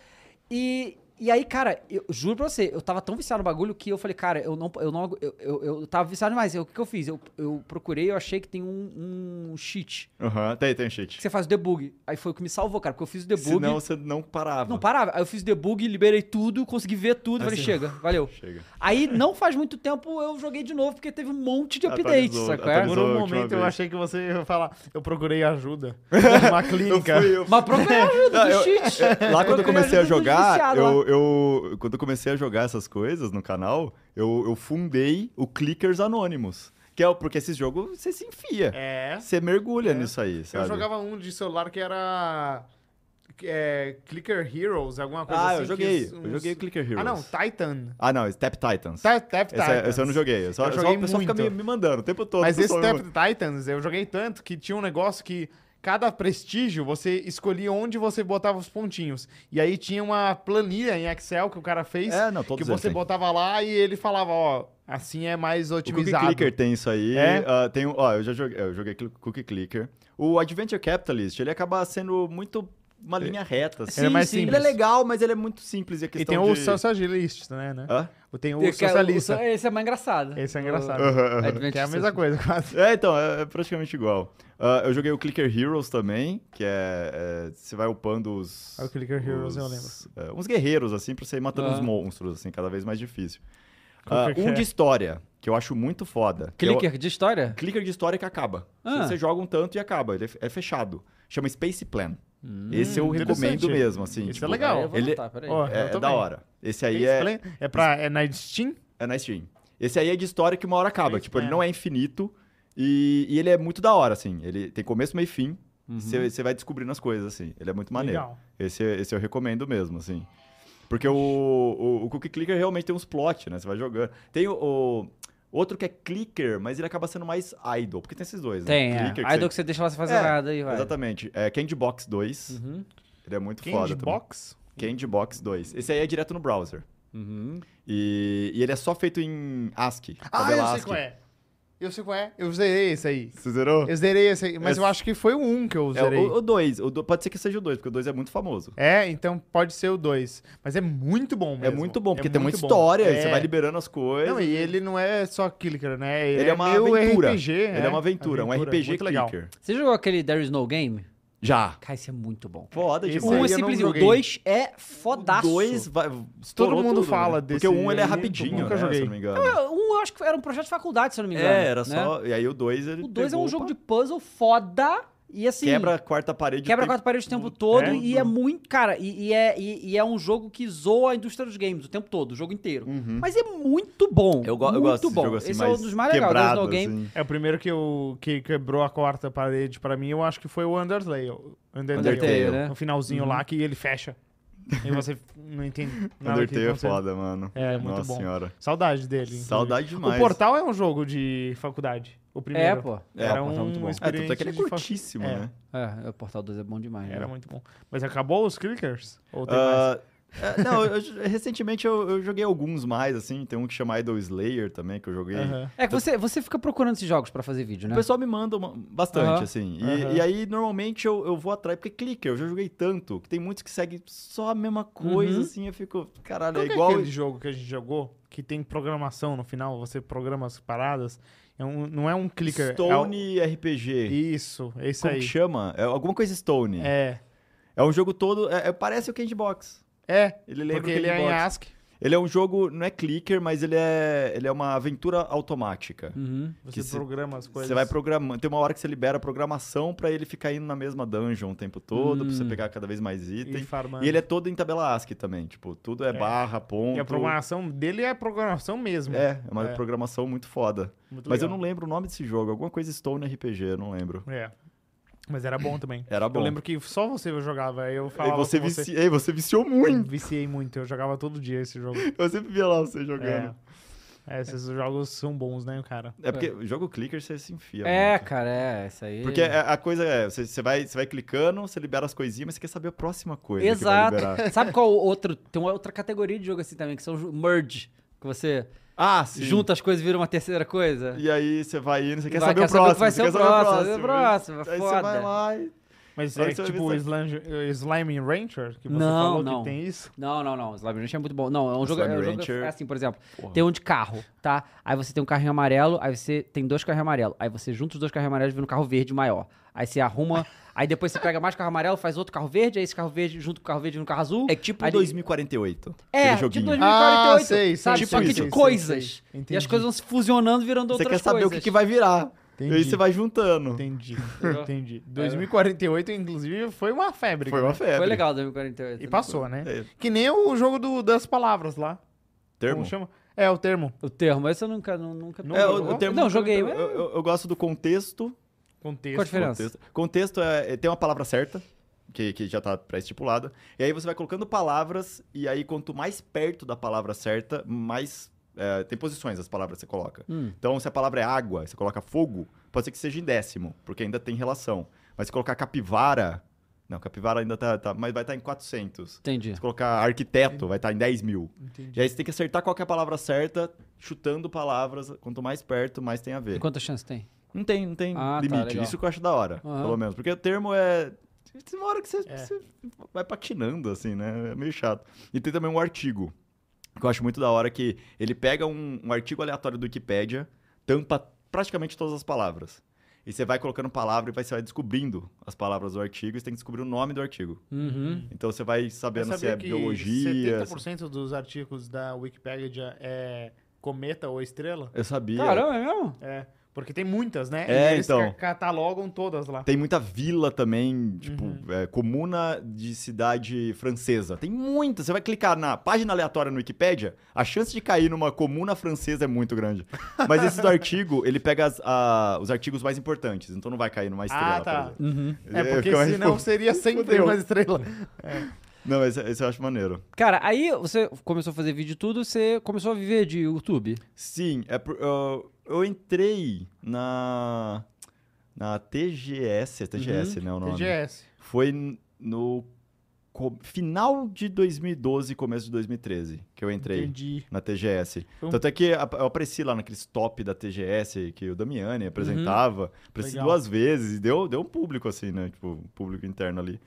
S1: E, E aí, cara, eu juro pra você, eu tava tão viciado no bagulho que eu falei, cara, eu não. Eu, não, eu, eu, eu tava viciado demais. Eu- O que, que eu fiz? Eu, eu procurei, eu achei que tem um, um cheat
S3: Aham, tem, tem
S1: que
S3: cheat.
S1: você faz o debug. Aí foi o que me salvou, cara, porque eu fiz o debug.
S3: Senão você não parava.
S1: Não parava. Aí eu fiz o debug, liberei tudo, consegui ver tudo.
S3: Aí
S1: falei,
S3: você-
S1: chega, valeu.
S3: Chega.
S1: Aí não faz muito tempo eu joguei de novo, porque teve um monte
S2: Ah, tá
S1: de update,
S3: Atualizou,
S1: sacou?
S2: Por
S3: atualizou. Mas a
S2: um
S3: última
S2: momento eu
S3: vez.
S2: achei que você ia falar, eu procurei ajuda. Uma clínica.
S3: fui, eu
S1: Mas procurei ajuda
S3: Não,
S1: do
S3: eu-
S1: cheat.
S3: Lá quando eu comecei
S1: Procurei ajuda
S3: a
S1: dos
S3: jogar,
S1: viciados lá.
S3: eu, um eu- Quando eu comecei a jogar essas coisas no canal, eu, eu fundei o Clickers Anonymous. Que é o- porque esse jogo você se enfia.
S2: É.
S3: Você mergulha nisso aí, sabe?
S2: Eu jogava um de celular que era. é, Clicker Heroes, alguma coisa
S3: Ah,
S2: assim.
S3: eu
S2: que
S3: joguei.
S2: os-
S3: Eu joguei
S2: uns-
S3: Clicker Heroes.
S2: Ah, não, Titan.
S3: Ah, não, Step Titans.
S2: Ta- Tap
S3: Esse, é- esse eu não
S2: Titans.
S3: joguei. Eu só,
S2: Eu
S3: só
S2: joguei
S3: o pessoal fica me,
S2: muito.
S3: me mandando o tempo todo.
S2: Mas
S3: o
S2: esse
S3: pessoal me
S2: Step
S3: manda.
S2: Titans eu joguei tanto que tinha um negócio que cada prestígio você escolhia onde você botava os pontinhos. E aí tinha uma planilha em Excel que o cara fez
S3: É, não, todos
S2: que você
S3: eles têm.
S2: botava lá e ele falava, ó, assim é mais
S3: O Cookie
S2: otimizado.
S3: Clicker tem isso aí.
S2: É?
S3: ah, tem, um- ó, eu já joguei, eu joguei Cl- Cookie Clicker. O Adventure Capitalist, ele acaba sendo muito uma linha reta. Assim.
S2: Ele é mais
S3: Ele é
S2: simples.
S3: legal, mas ele é muito simples. E, a
S2: E
S3: questão
S2: tem um o
S3: de...
S2: socialista, né? né?
S3: Hã?
S2: Tem
S1: Que-
S2: o
S1: que-
S2: socialista.
S1: o- Esse é mais engraçado.
S2: Esse é engraçado.
S3: Aham, aham.
S1: Adventure
S2: Que é a mesma
S1: Social-
S2: coisa, quase.
S3: É, então, é, é praticamente igual. Ah, eu joguei o Clicker Heroes também, que é. é, você vai upando os.
S2: Ah, o Clicker Heroes, eu
S3: lembro. uns guerreiros, assim, pra você ir matando
S1: Ah.
S3: uns monstros, assim, cada vez mais difícil. Ah,
S2: Clicker
S3: um
S2: que
S3: de
S2: é?
S3: história, que eu acho muito foda. que é o-
S1: Clicker de história?
S3: clicker de história que acaba.
S1: Ah.
S3: Você joga um tanto e acaba. Ele é fe- é fechado. Chama Space Plan. Esse eu recomendo
S2: Hum, interessante.
S3: mesmo, assim.
S2: Esse
S3: tipo,
S2: é um legal.
S1: Aí eu vou
S3: Ele-
S1: anotar, peraí.
S2: Ó,
S3: É,
S2: eu
S3: é da
S2: também.
S3: hora. Esse aí
S2: Space
S3: é,
S2: Plan? É, pra, é na Steam?
S3: é na Steam. Esse aí é de história que uma hora acaba.
S2: Space
S3: tipo, ele
S2: Plan.
S3: não é infinito. E, e ele é muito da hora, assim. Ele tem começo, meio e fim.
S1: Uhum.
S3: Você você vai descobrindo as coisas, assim. Ele é muito maneiro.
S2: Legal.
S3: Esse, esse eu recomendo mesmo, assim. Porque o, o, o Cookie Clicker realmente tem uns plot, né? Você vai jogando. Tem o, o- outro que é Clicker, mas ele acaba sendo mais idle. Porque tem esses dois,
S1: Tem,
S3: né?
S1: é.
S3: Clicker, que
S1: Aí
S3: você-
S1: do que você deixa lá você fazer
S3: É,
S1: nada e vai.
S3: Exatamente. É Candy Box 2.
S1: Uhum,
S3: Ele é muito
S2: Candy
S3: foda também.
S2: Box?
S3: Candy Box 2. Esse aí é direto no browser.
S1: uhum.
S3: E, e ele é só feito em ASCII.
S2: Ah,
S3: tabela
S2: eu sei
S3: ASCII.
S2: qual é. Eu sei qual é. Eu zerei esse aí.
S3: Você zerou?
S2: Eu zerei esse aí, mas
S3: Esse-
S2: eu acho que foi o 1 que eu
S3: É,
S2: zerei.
S3: o- o 2. pode ser que seja o 2, porque o 2 é muito famoso.
S2: É, então pode ser o 2. Mas é muito bom mesmo.
S3: É muito bom, porque
S2: É
S3: tem muita
S2: muito bom.
S3: história, e
S2: É.
S3: você vai liberando as coisas.
S2: Não, e ele não é só clicker, né?
S3: Ele é uma
S2: meio
S3: aventura.
S2: RPG,
S3: Ele é uma aventura, um
S2: né?
S3: RPG
S2: muito
S3: clicker.
S2: legal.
S1: Você jogou aquele There Is No Game?
S3: Já.
S1: Cara, esse é muito bom.
S3: Foda
S2: Esse
S1: Um é
S2: aí
S3: demais.
S2: eu não
S1: simples, o
S2: joguei.
S1: dois é fodaço.
S3: dois vai,
S2: Todo
S3: estourou
S2: mundo
S3: tudo,
S2: fala
S3: né?
S2: desse.
S3: Porque o um ele é
S2: aí,
S3: rapidinho,
S2: nunca
S3: né,
S2: joguei.
S3: se eu não me engano.
S1: Ah, Um eu acho que era um projeto de faculdade, se eu não me engano.
S3: É, era
S1: né?
S3: só... E aí o 2 ele
S1: O dois é um
S3: pegou,
S1: jogo
S3: pá,
S1: de puzzle foda e assim...
S3: Quebra a quarta parede. o
S1: Quebra
S3: tempo
S1: quatro paredes o tempo todo
S2: É?
S1: e é muito. Cara, e, e é, e, e é um jogo que zoa a indústria dos games o tempo todo, o jogo inteiro. Mas é muito bom.
S3: Uhum. Eu, go-
S1: muito
S3: eu gosto desse
S1: bom.
S3: jogo assim,
S1: Esse é
S3: mais
S1: um dos mais legais. There's
S3: quebrado,
S1: No Game.
S3: assim.
S2: É o primeiro que, eu, que quebrou a quarta parede pra mim, eu acho que foi o Undertale. Undertale,
S3: Undertale, Uhum.
S1: né?
S2: No finalzinho lá que ele fecha. E você não entende nada que
S3: Undertale é
S2: aconteceu.
S3: foda, mano.
S2: É, muito
S3: Nossa
S2: bom.
S3: senhora.
S2: Saudade dele. inclusive.
S3: Saudade demais.
S2: O Portal é um jogo de faculdade. O primeiro.
S1: É, pô.
S3: É,
S2: Era
S3: o Portal é muito
S2: um
S3: bom. É, tanto é que ele é
S2: experiente de fa-
S3: curtíssimo,
S2: É.
S3: né?
S1: É, o Portal 2 é bom demais.
S2: Era
S1: né?
S2: muito bom. Mas acabou os clickers? Ou tem mais?
S3: Ah, é, não, eu- eu- recentemente eu, eu joguei alguns mais, assim. Tem um que chama Idol Slayer também, que eu joguei.
S2: Aham.
S1: É que você, você fica procurando esses jogos pra fazer vídeo, né?
S3: O pessoal me manda uma- bastante,
S1: Aham.
S3: assim. E,
S2: É. Aham.
S3: e aí, normalmente, eu, eu vou atrás, porque clicker, eu já joguei tanto, que tem muitos que seguem só a mesma coisa,
S1: Uhum.
S3: assim, eu fico, caralho,
S2: Qual
S3: é
S2: que
S3: igual.
S2: aquele jogo que a gente jogou que tem programação no final, você programa as paradas. É um- não é um clicker. É
S3: Stone
S2: o-
S3: RPG.
S2: isso, é isso
S3: Como
S2: aí.
S3: que chama? É alguma coisa Stone. É,
S2: É.
S3: um jogo todo. é- é- parece o Candy Box.
S2: É.
S3: Ele lembra
S2: porque
S3: o
S2: ele
S3: Candy
S2: é em
S3: Box.
S2: ASCII.
S3: Ele é um jogo, não é clicker, mas ele é, ele é uma aventura automática.
S2: Hum,
S1: Uhum.
S2: Você
S3: Que se-
S2: programa as coisas.
S3: Você vai programando. Tem uma hora que você libera a programação pra ele ficar indo na mesma dungeon o tempo todo, pra você
S1: Hum.
S3: pegar cada vez mais
S2: e,
S3: item.
S2: farmando.
S3: E ele é todo em tabela ASCII também. Tipo, tudo é, barra, ponto.
S2: E a programação dele é a programação mesmo.
S3: É, é uma
S2: É.
S3: programação muito foda.
S2: Muito
S3: Mas eu
S2: legal.
S3: não lembro o nome desse jogo. Alguma coisa Stone RPG, eu não lembro.
S2: É. Mas era bom também.
S3: Era bom.
S2: Eu lembro que só você jogava. aí Eu
S3: Ei,
S2: falava
S3: você,
S2: com você.
S3: vici... Ei, você viciou
S2: Eu
S3: muito.
S2: Viciei muito, eu jogava todo dia esse jogo.
S3: Eu sempre via lá você jogando.
S2: É. É, esses jogos são bons, né, cara?
S3: É, porque jogo clicker você se enfia.
S1: É,
S3: muito.
S1: cara, é, isso aí.
S3: Porque a a coisa é, você, você vai, você vai clicando, você libera as coisinhas, mas você quer saber a próxima coisa
S1: Exato.
S3: que vai liberar.
S1: Sabe qual outro? Tem uma outra categoria de jogo assim também, que são os merge. Que você
S3: Ah, sim.
S1: junta as coisas e vira uma terceira coisa.
S3: E aí você vai indo, você quer
S1: Vai,
S3: saber o
S1: quer saber o
S3: próximo.
S1: que vai
S3: você
S1: ser o
S3: quer saber
S1: próximo, vai ser o próximo,
S3: Aí você
S1: foda.
S3: vai lá e...
S2: Mas
S3: Olha
S2: é
S3: que você vai
S2: tipo o
S3: ver
S2: Slime, o Slime Rancher, que você
S1: Não,
S2: falou
S1: não.
S2: que tem isso.
S1: Não, não, não. Slime Rancher é muito bom. Não, é um jogo, é
S3: Slime
S1: um jogo
S3: Rancher.
S1: é assim, por exemplo. Tem um de carro, tá? Aí você tem um carrinho amarelo, aí você tem dois carrinhos amarelos. Aí você junta os dois carrinhos amarelos e vira um carro verde maior. Aí você arruma, aí depois você pega mais carro amarelo, faz outro carro verde, aí esse carro verde junto com o carro verde vira um carro azul.
S3: É tipo
S1: Aí-
S3: 2048.
S1: É,
S3: aquele
S1: tipo
S3: joguinho.
S1: 2048,
S2: Ah, sei, sei,
S1: sabe?
S3: tipo
S1: Só que
S3: isso,
S1: de
S3: sei,
S1: coisas.
S2: sei.
S1: E as
S2: Entendi.
S1: coisas vão se fusionando, virando
S3: Você
S1: outras
S3: quer saber
S1: coisas.
S3: o que, que vai virar. E aí
S2: Entendi.
S3: você vai juntando.
S2: Entendi. Entendi. 2048, inclusive, foi uma febre.
S3: Foi
S2: cara.
S3: uma febre.
S1: Foi legal 2048.
S2: E
S1: né?
S2: passou, né?
S3: É.
S2: Que nem o jogo do- das palavras lá.
S3: Termo.
S2: Como chama? É, o termo.
S1: O termo, esse eu nunca... nu- nunca
S2: Não,
S3: É,
S2: eu-
S3: o, o termo
S1: Não, joguei.
S3: Eu, eu- eu gosto do contexto.
S1: Qual a
S2: Contexto.
S1: diferença?
S3: Contexto, contexto é, é- tem uma palavra certa, que, que já tá pré-estipulada. E aí você vai colocando palavras, e aí quanto mais perto da palavra certa, mais. é, tem posições as palavras que você coloca.
S1: Hum.
S3: Então, se a palavra é água, você coloca fogo, pode ser que seja em décimo, porque ainda tem relação. Mas se colocar capivara. Não, capivara ainda tá. tá- mas vai estar em 400.
S1: Entendi.
S3: Se colocar arquiteto, vai estar em 10 mil. E
S2: Entendi.
S3: aí você tem que acertar qual que é a palavra certa, chutando palavras. Quanto mais perto, mais tem a ver.
S1: E quantas chances tem?
S3: Não tem, não tem
S1: Ah, tá,
S3: limite.
S1: legal.
S3: Isso que eu acho da hora,
S1: Aham.
S3: pelo menos. Porque o termo é. Tem uma hora que você,
S2: É.
S3: você vai patinando, assim, né? É meio chato. E tem também um artigo, que eu acho muito da hora, que ele pega um, um artigo aleatório do Wikipédia, tampa praticamente todas as palavras. E você vai colocando palavra e vai, você vai descobrindo as palavras do artigo e você tem que descobrir o nome do artigo.
S1: Uhum.
S3: Então você vai
S2: Eu
S3: sabendo se
S2: sabia
S3: é
S2: que
S3: biologia. se-
S2: 70% dos artigos da Wikipedia é cometa ou estrela?
S3: Eu sabia.
S1: Caramba, é mesmo?
S2: É. Porque tem muitas, né?
S3: É,
S2: e eles
S3: então.
S2: ca- catalogam todas lá.
S3: Tem muita vila também, tipo,
S2: Uhum.
S3: é, comuna de cidade francesa. Tem muita. Você vai clicar na página aleatória no Wikipédia, a chance de cair numa comuna francesa é muito grande. Mas esse do artigo, ele pega as- a- os artigos mais importantes, então não vai cair numa estrela,
S2: Ah, tá.
S3: por
S1: Uhum.
S3: exemplo.
S2: É, porque
S3: fica mais
S2: senão
S3: fofo.
S2: seria sempre
S3: Fudeu.
S2: uma estrela.
S3: Não, esse, esse eu acho maneiro.
S1: Cara, aí você começou a fazer vídeo e tudo, você começou a viver de YouTube.
S3: Sim, é por- eu, eu entrei na. Na TGS, é
S2: Uhum.
S3: TGS, né? O nome.
S2: TGS.
S3: Foi n- no co- final de 2012, começo de 2013, que eu entrei
S2: Entendi.
S3: na TGS.
S2: Foi um-
S3: Tanto é que a- eu apareci lá naqueles top da TGS que o Damiani apresentava. Apareci
S2: Uhum. Legal.
S3: duas vezes e deu, deu um público, assim, né? Tipo, um público interno ali.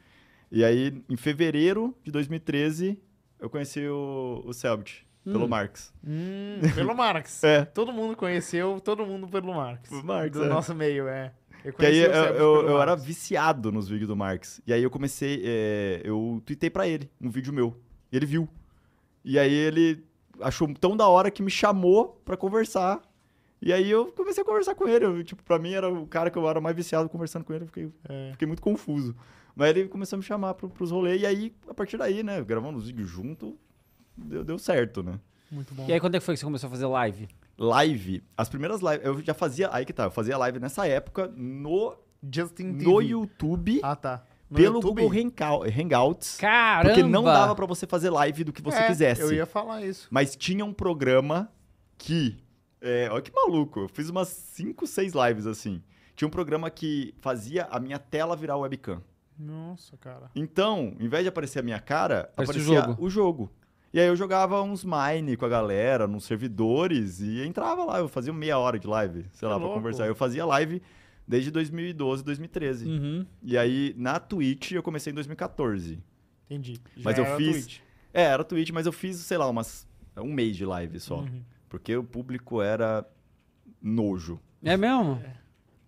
S3: E aí, em fevereiro de 2013, eu conheci o, o Selbit, pelo Marx.
S2: Hum, pelo Marx.
S3: É.
S2: Todo mundo conheceu, todo mundo pelo Marx.
S3: O Marx,
S2: Do
S3: é.
S2: nosso meio, é. Eu
S3: Que aí
S2: conheci
S3: eu,
S2: o Celso
S3: eu,
S2: pelo
S3: eu era
S2: Marx.
S3: viciado nos vídeos do Marx. E aí eu comecei. é, eu tuitei pra ele um vídeo meu. E ele viu. E aí ele achou tão da hora que me chamou pra conversar. E aí eu comecei a conversar com ele. Eu, tipo, pra mim era o cara que eu era mais viciado conversando com ele. Eu fiquei,
S2: É.
S3: fiquei muito confuso. Mas ele começou a me chamar pro, pros rolês. E aí, a partir daí, né? Gravando os vídeos junto, deu, deu certo, né?
S2: Muito bom.
S1: E aí, quando é que foi que você começou a fazer live?
S3: Live. As primeiras lives. Eu já fazia. Aí que tá. Eu fazia live nessa época no,
S2: Justin
S3: no
S2: TV.
S3: YouTube
S2: Ah, tá. No
S3: pelo
S2: YouTube?
S3: Google Hangou- Hangouts,
S1: Caramba!
S3: porque não dava pra você fazer live do que você
S2: É,
S3: quisesse.
S2: Eu ia falar isso.
S3: Mas tinha um programa que, é, olha que maluco, eu fiz umas 5, 6 lives assim. Tinha um programa que fazia a minha tela virar webcam.
S2: Nossa, cara.
S3: Então, em vez de aparecer a minha cara,
S1: Aparecia o
S3: aparecia
S1: jogo.
S3: o jogo. E aí eu jogava uns mine com a galera, nos servidores, e entrava lá, eu fazia meia hora de live, sei lá, pra
S2: Tá louco.
S3: conversar. Eu fazia live desde 2012, 2013.
S1: Uhum.
S3: E aí, na Twitch, eu comecei em 2014.
S2: Entendi. Já
S3: Mas eu
S2: era
S3: fiz-
S2: Twitch.
S3: É, era Twitch, mas eu fiz, sei lá, umas um mês de live só.
S2: Uhum.
S3: Porque o público era nojo.
S1: É mesmo?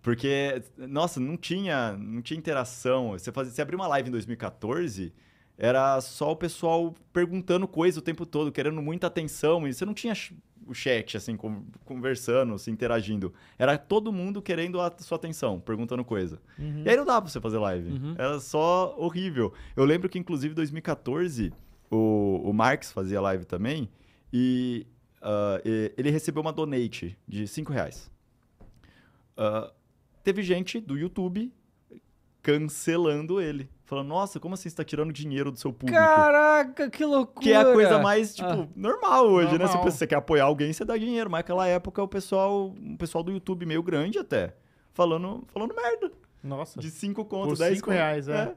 S3: Porque, nossa, não tinha, não tinha interação. Você, fazia, você abriu uma live em 2014, era só o pessoal perguntando coisa o tempo todo, querendo muita atenção. E você não tinha ch- o chat, assim, con- conversando, se interagindo. Era todo mundo querendo a sua atenção, perguntando coisa.
S2: Uhum.
S3: E aí não dava pra você fazer live.
S1: Uhum.
S3: Era só horrível. Eu lembro que, inclusive, em 2014, o, o Marx fazia live também. E ah, e- ele recebeu uma donate de 5 reais. Ah, teve gente do YouTube cancelando ele. Falando, nossa, como assim você tá tirando dinheiro do seu público?
S1: Caraca, que loucura!
S3: que é a coisa mais, tipo,
S1: Ah.
S3: normal hoje, né? Se
S2: Normal.
S3: você quer apoiar alguém, você dá dinheiro. Mas naquela época, o pessoal, o pessoal do YouTube meio grande até, falando, falando merda.
S2: Nossa.
S3: De 5 conto,
S2: Por
S3: 10
S2: cinco reais, é.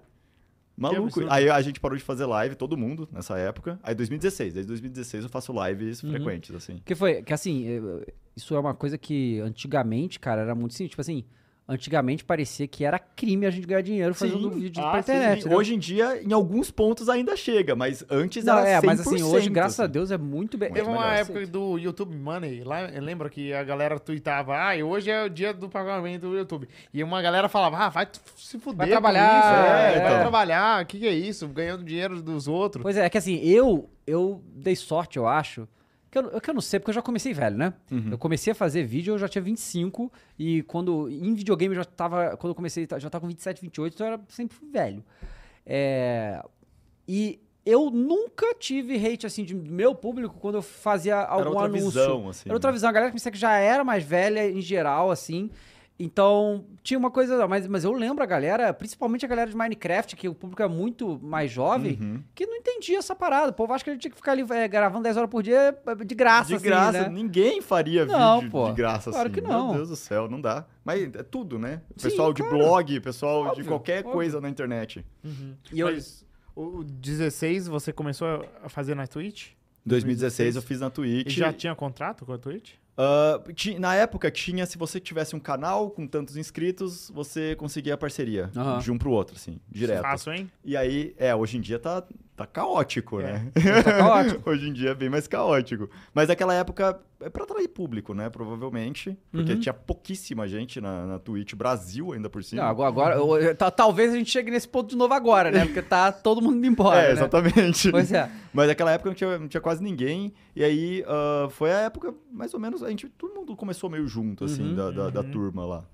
S3: Maluco.
S2: absurdo.
S3: Aí a gente parou de fazer live, todo mundo, nessa época. Aí 2016, desde 2016 eu faço lives
S1: Uhum.
S3: frequentes, assim.
S1: eh, Que foi, que assim, eu- isso é uma coisa que antigamente, cara, era muito simples. Tipo assim, Antigamente parecia que era crime a gente ganhar dinheiro fazendo
S3: Sim.
S1: vídeo pra
S3: Ah, sim.
S1: internet. entendeu?
S3: Hoje em dia, em alguns pontos ainda chega, mas antes
S1: Não,
S3: era
S1: é,
S3: 100%.
S1: mas assim, hoje, graças a Deus, é muito bem.
S2: Teve
S1: é
S2: uma
S1: melhor.
S2: época do YouTube Money, lá eu lembro que a galera tuitava, ah, e hoje é o dia do pagamento do YouTube. E uma galera falava, ah, vai tu se fuder.
S1: Vai
S2: com
S1: trabalhar,
S2: isso, é,
S3: é,
S2: vai
S3: então.
S2: trabalhar, o que, que é isso? Ganhando dinheiro dos outros.
S1: Pois é, é que assim, eu, eu dei sorte, eu acho. Que eu, é que eu não sei, porque eu já comecei velho, né?
S3: Uhum.
S1: Eu comecei a fazer vídeo, eu já tinha 25, e quando. Em videogame eu já tava. Quando eu comecei, tá, já tava com 27, 28, então eu era, sempre fui velho. É, e eu nunca tive hate assim de meu público quando eu fazia algum
S3: outra
S1: anúncio.
S3: visão, assim,
S1: era outra
S3: né?
S1: visão, a galera que me segue já era mais velha em geral, assim. Então, tinha uma coisa, mas, mas eu lembro a galera, principalmente a galera de Minecraft, que o público é muito mais jovem,
S3: Uhum.
S1: que não entendia essa parada. O povo acha que ele tinha que ficar ali eh, gravando 10 horas por dia eh, de graça,
S3: De
S1: assim,
S3: graça,
S1: né?
S3: ninguém faria
S1: Não,
S3: vídeo
S1: pô.
S3: de graça
S1: Claro que
S3: assim.
S1: não.
S3: Meu Deus do céu, não dá. Mas é tudo, né?
S1: Sim,
S3: Pessoal de
S1: claro.
S3: blog, pessoal
S1: Óbvio,
S3: de qualquer
S1: óbvio.
S3: coisa na internet.
S1: E eu,
S2: Mas o o 16 você começou a fazer na Twitch?
S3: Em 2016 eu fiz na
S2: E
S3: Twitch.
S2: já tinha contrato com a Twitch?
S3: Ah, ti- na época tinha, se você tivesse um canal com tantos inscritos, você conseguia a parceria
S1: Aham.
S3: de um pro outro, assim, direto.
S2: Fácil, hein?
S3: E aí, é, hoje em dia tá, tá caótico,
S2: É.
S3: né?
S1: tá ótimo.
S3: Hoje em dia é bem mais caótico. Mas naquela época é pra atrair público, né? Provavelmente. Porque
S1: Uhum.
S3: tinha pouquíssima gente na, na Twitch Brasil ainda por cima.
S1: Não, Ah, agora, agora- eu- eu- tá- talvez a gente chegue nesse ponto de novo agora, né? Porque tá todo mundo indo embora.
S3: é,
S1: né?
S3: exatamente.
S1: Pois é.
S3: Mas naquela época não tinha, não tinha quase ninguém. E aí ah, foi a época, mais ou menos, a gente. Todo mundo começou meio junto, assim,
S1: Uhum,
S3: da, da, da
S2: uhum.
S3: turma lá.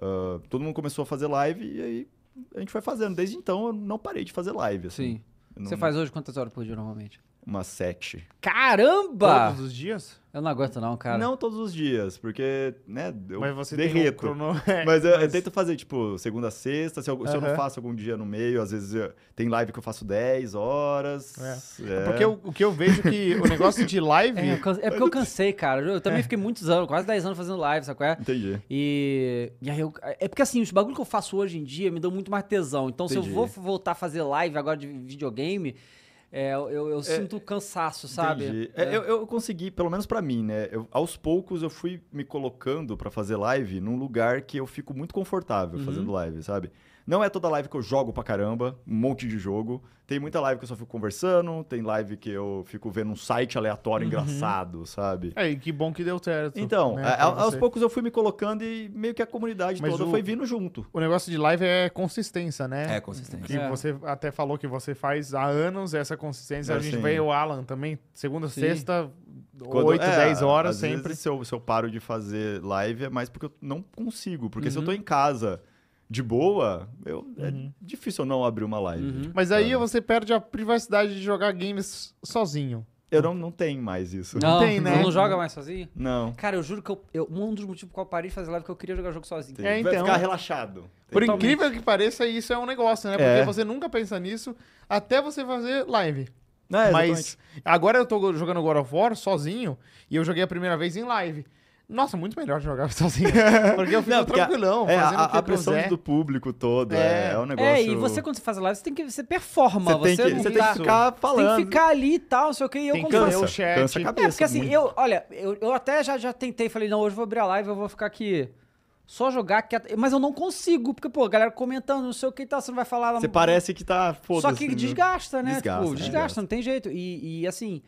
S3: Ah, todo mundo começou a fazer live e aí a gente foi fazendo. Desde então eu não parei de fazer live. Assim.
S1: Sim.
S3: Eu não-
S1: Você faz hoje quantas horas por dia normalmente?
S3: Uma sete.
S1: Caramba!
S2: Todos os dias?
S1: Eu não aguento, não, cara.
S3: Não todos os dias, porque, né, eu
S2: mas você tem um
S3: derreto.
S2: crono... é,
S3: Mas eu, eu tento fazer, tipo, segunda a sexta. Se eu, se eu não
S2: Aham.
S3: faço algum dia no meio, às vezes eu- tem live que eu faço 10 horas. É.
S2: Porque eu- o que eu vejo que o negócio de live...
S1: É, eu can- é porque eu cansei, cara. Eu também fiquei muitos anos, quase 10 anos fazendo live, sabe qual é?
S3: Entendi.
S1: E, e aí eu, é porque assim, os bagulho que eu faço hoje em dia me dão muito mais tesão. Então, se eu
S3: Entendi.
S1: vou voltar a fazer live agora de videogame, é, eu, eu sinto cansaço, sabe?
S3: Entendi.
S1: É.
S3: É, Eu, eu consegui, pelo menos pra mim, né? eu- aos poucos eu fui me colocando pra fazer live num lugar que eu fico muito confortável
S2: Uhum.
S3: fazendo live, sabe? Não é toda live que eu jogo pra caramba, um monte de jogo. Tem muita live que eu só fico conversando, tem live que eu fico vendo um site aleatório engraçado, sabe?
S2: Uhum. É, e que bom que deu certo.
S3: Então,
S2: né,
S3: a-
S2: pra
S3: a- aos
S2: você.
S3: poucos eu fui me colocando e meio que a comunidade
S2: Mas
S3: toda
S2: o-
S3: foi vindo junto.
S2: O negócio de live é consistência, né?
S3: consistente.
S2: Que
S1: É.
S2: você até falou que você faz há anos essa consistência.
S3: É,
S2: a gente
S3: sim.
S2: vê o Alan também, segunda,
S1: Sim.
S2: sexta, oito
S1: é,
S2: dez horas sempre.
S3: é, Vezes, se, eu, se eu paro de fazer live é mais porque eu não consigo. Porque se eu
S1: Uhum.
S3: tô em casa de boa, eu, é difícil eu não abrir uma live.
S1: Uhum.
S2: Mas
S3: é.
S2: aí você perde a privacidade de jogar games sozinho.
S3: Eu não, não tenho mais isso.
S1: Não,
S2: Tem,
S1: tu
S2: né?
S1: não joga mais sozinho?
S3: Não.
S1: Cara, eu juro que eu, eu- um dos motivos por qual eu parei de fazer live é que eu queria jogar jogo sozinho.
S2: É,
S3: Vai
S2: então.
S3: ficar relaxado.
S2: Por
S3: Totalmente.
S2: incrível que pareça, isso é um negócio, né? Porque
S3: É.
S2: você nunca pensa nisso até você fazer live.
S3: É,
S2: Mas
S3: exatamente.
S2: agora eu tô jogando God of War sozinho e eu joguei a primeira vez em live. Nossa, muito melhor jogar sozinho. Porque eu fico
S3: Não, porque a-
S2: tranquilão,
S3: é,
S2: fazendo
S3: a,
S2: o que
S3: a pressão
S2: quiser.
S3: do público todo é,
S2: É.
S3: é um negócio...
S1: É, e você quando você faz live, você tem que. Você performa,
S3: você
S1: você,
S3: tem que,
S1: não
S3: você tem
S1: tá-
S3: que ficar
S1: você tem
S3: falando.
S1: que ficar ali e tal, não sei o que. E eu
S3: Tem
S1: como
S2: cansa,
S3: cansa,
S2: chat.
S3: cansa a
S2: É,
S3: cabeça.
S1: É, porque assim,
S3: muito.
S1: eu, olha, eu, eu até já, já tentei, falei, não, hoje eu vou abrir a live, eu vou ficar aqui só jogar, quieto. mas eu não consigo, porque, pô, a galera comentando, não sei o que e tal, você não vai falar.
S3: Você parece que tá...
S1: Só
S3: foda-se,
S1: que
S3: né?
S1: desgasta, né?
S3: Desgasta,
S1: tipo,
S3: né?
S1: desgasta, não tem jeito. E, e, assim,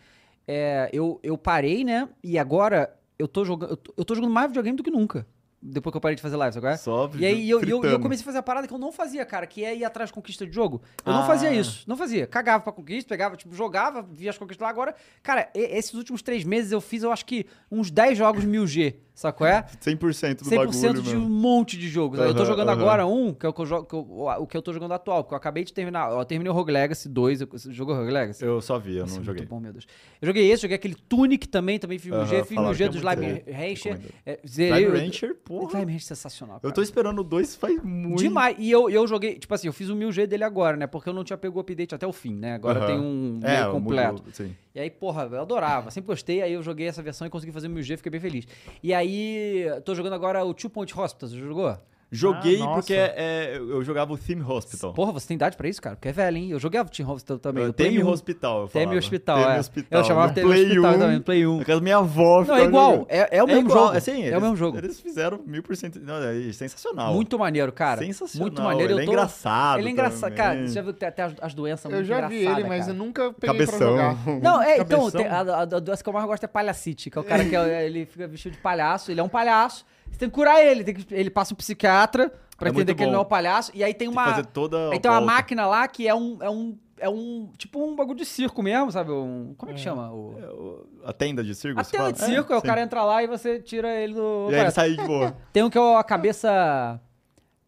S1: é, eu, eu parei, né? E agora eu tô jogando, eu tô, eu tô jogando mais videogame do que nunca. Depois que eu parei de fazer live, sabe? qual é?
S3: Só
S1: E aí eu, eu, eu
S3: fritando.
S1: comecei a fazer a parada que eu não fazia, cara, que é ir atrás de conquista de jogo. Eu não
S3: Ah.
S1: fazia isso, não fazia. Cagava pra conquista, pegava, tipo, jogava, via as conquistas lá. Agora, cara, e- esses últimos três meses eu fiz, eu acho que uns 10 jogos 1000G, sabe qual é?
S3: 100% do
S1: 100%
S3: bagulho,
S1: de um
S3: mano.
S1: monte de jogos. eu tô
S3: Aham,
S1: jogando
S3: aham.
S1: agora um, que é o que eu jogo, que eu- o que eu tô jogando atual, porque eu acabei de terminar. Eu terminei o Rogue Legacy 2, eu, você jogou o Rogue Legacy?
S3: Eu só vi, eu
S1: Esse é
S3: não
S1: muito
S3: joguei.
S1: bom, meu Deus. Eu joguei esse, joguei aquele Tunic também, também fiz
S3: Aham,
S1: 1000G, fiz
S3: falaram que
S1: 1000G
S3: é
S1: do
S3: muito
S1: Slime
S3: bom.
S1: Rancher.
S3: Recomendo.
S1: é, zerei
S3: Slime
S1: o-
S3: Rancher, porra.
S1: Slime Rancher é sensacional.
S3: Eu
S1: Cara.
S3: tô esperando o 2 faz muito.
S1: Demais. E eu, eu joguei, tipo assim, eu fiz o 1000G dele agora, né? Porque eu não tinha pego o update até o fim, né? Agora
S3: Aham.
S1: tem um meio
S3: É,
S1: completo.
S3: mudou, sim.
S1: E aí, porra, eu adorava. Sempre gostei. Aí eu joguei essa versão e consegui fazer o 1000G, fiquei bem feliz. E aí, tô jogando agora o Two Point Hospital. Você jogou?
S3: Joguei
S2: Ah, nossa.
S3: porque é, é, eu jogava o Theme Hospital.
S1: Porra, você tem idade pra isso, cara? Porque é velho, hein? Eu jogava Team Hospital também.
S3: Eu
S1: Eu Play
S3: Theme
S1: 1.
S3: Hospital, eu falava.
S1: Theme Hospital,
S3: Theme
S1: é.
S3: Hospital.
S1: Eu chamava
S3: No
S1: Theme
S3: Play
S1: Hospital
S3: 1,
S1: também, Play 1.
S3: Na casa da minha avó.
S1: Não,
S3: ficava
S1: é igual.
S3: jogando.
S1: É, é o mesmo
S3: igual,
S1: jogo.
S3: assim,
S1: é
S3: eles-
S1: o mesmo jogo.
S3: Eles fizeram mil por cento. Não, é sensacional.
S1: Muito maneiro, cara.
S3: Sensacional.
S1: Muito maneiro.
S3: Ele
S1: eu
S3: é
S1: tô-
S3: engraçado.
S1: Ele é engraçado.
S3: também.
S1: Cara, você já viu que tem até as, as doenças
S2: Eu
S1: muito
S2: já vi ele,
S1: engraçadas,
S2: mas eu
S1: cara.
S2: nunca peguei pra
S3: é Cabeção.
S2: jogar.
S1: Não, é, então,
S2: Cabeção.
S1: tem- a, a, a doença que eu mais gosto é palhacite, que é o cara que é- ele fica vestido de palhaço, ele é um palhaço. Você tem que curar ele, tem que- ele passa um psiquiatra pra
S3: É muito
S1: entender que ele
S3: bom.
S1: não é um palhaço, e aí tem
S3: Tem que
S1: uma.
S3: fazer toda a
S1: Aí tem uma
S3: volta.
S1: máquina lá que é um. É um, é um tipo um bagulho de circo mesmo, sabe? Um, como é que chama? O...
S3: É, o- A tenda de circo?
S1: A
S3: você
S1: tela de
S3: fala?
S1: circo, é, o
S3: sim.
S1: cara entra lá e você tira ele do.
S3: E aí ele sai de boa.
S1: Tem um que é a cabeça.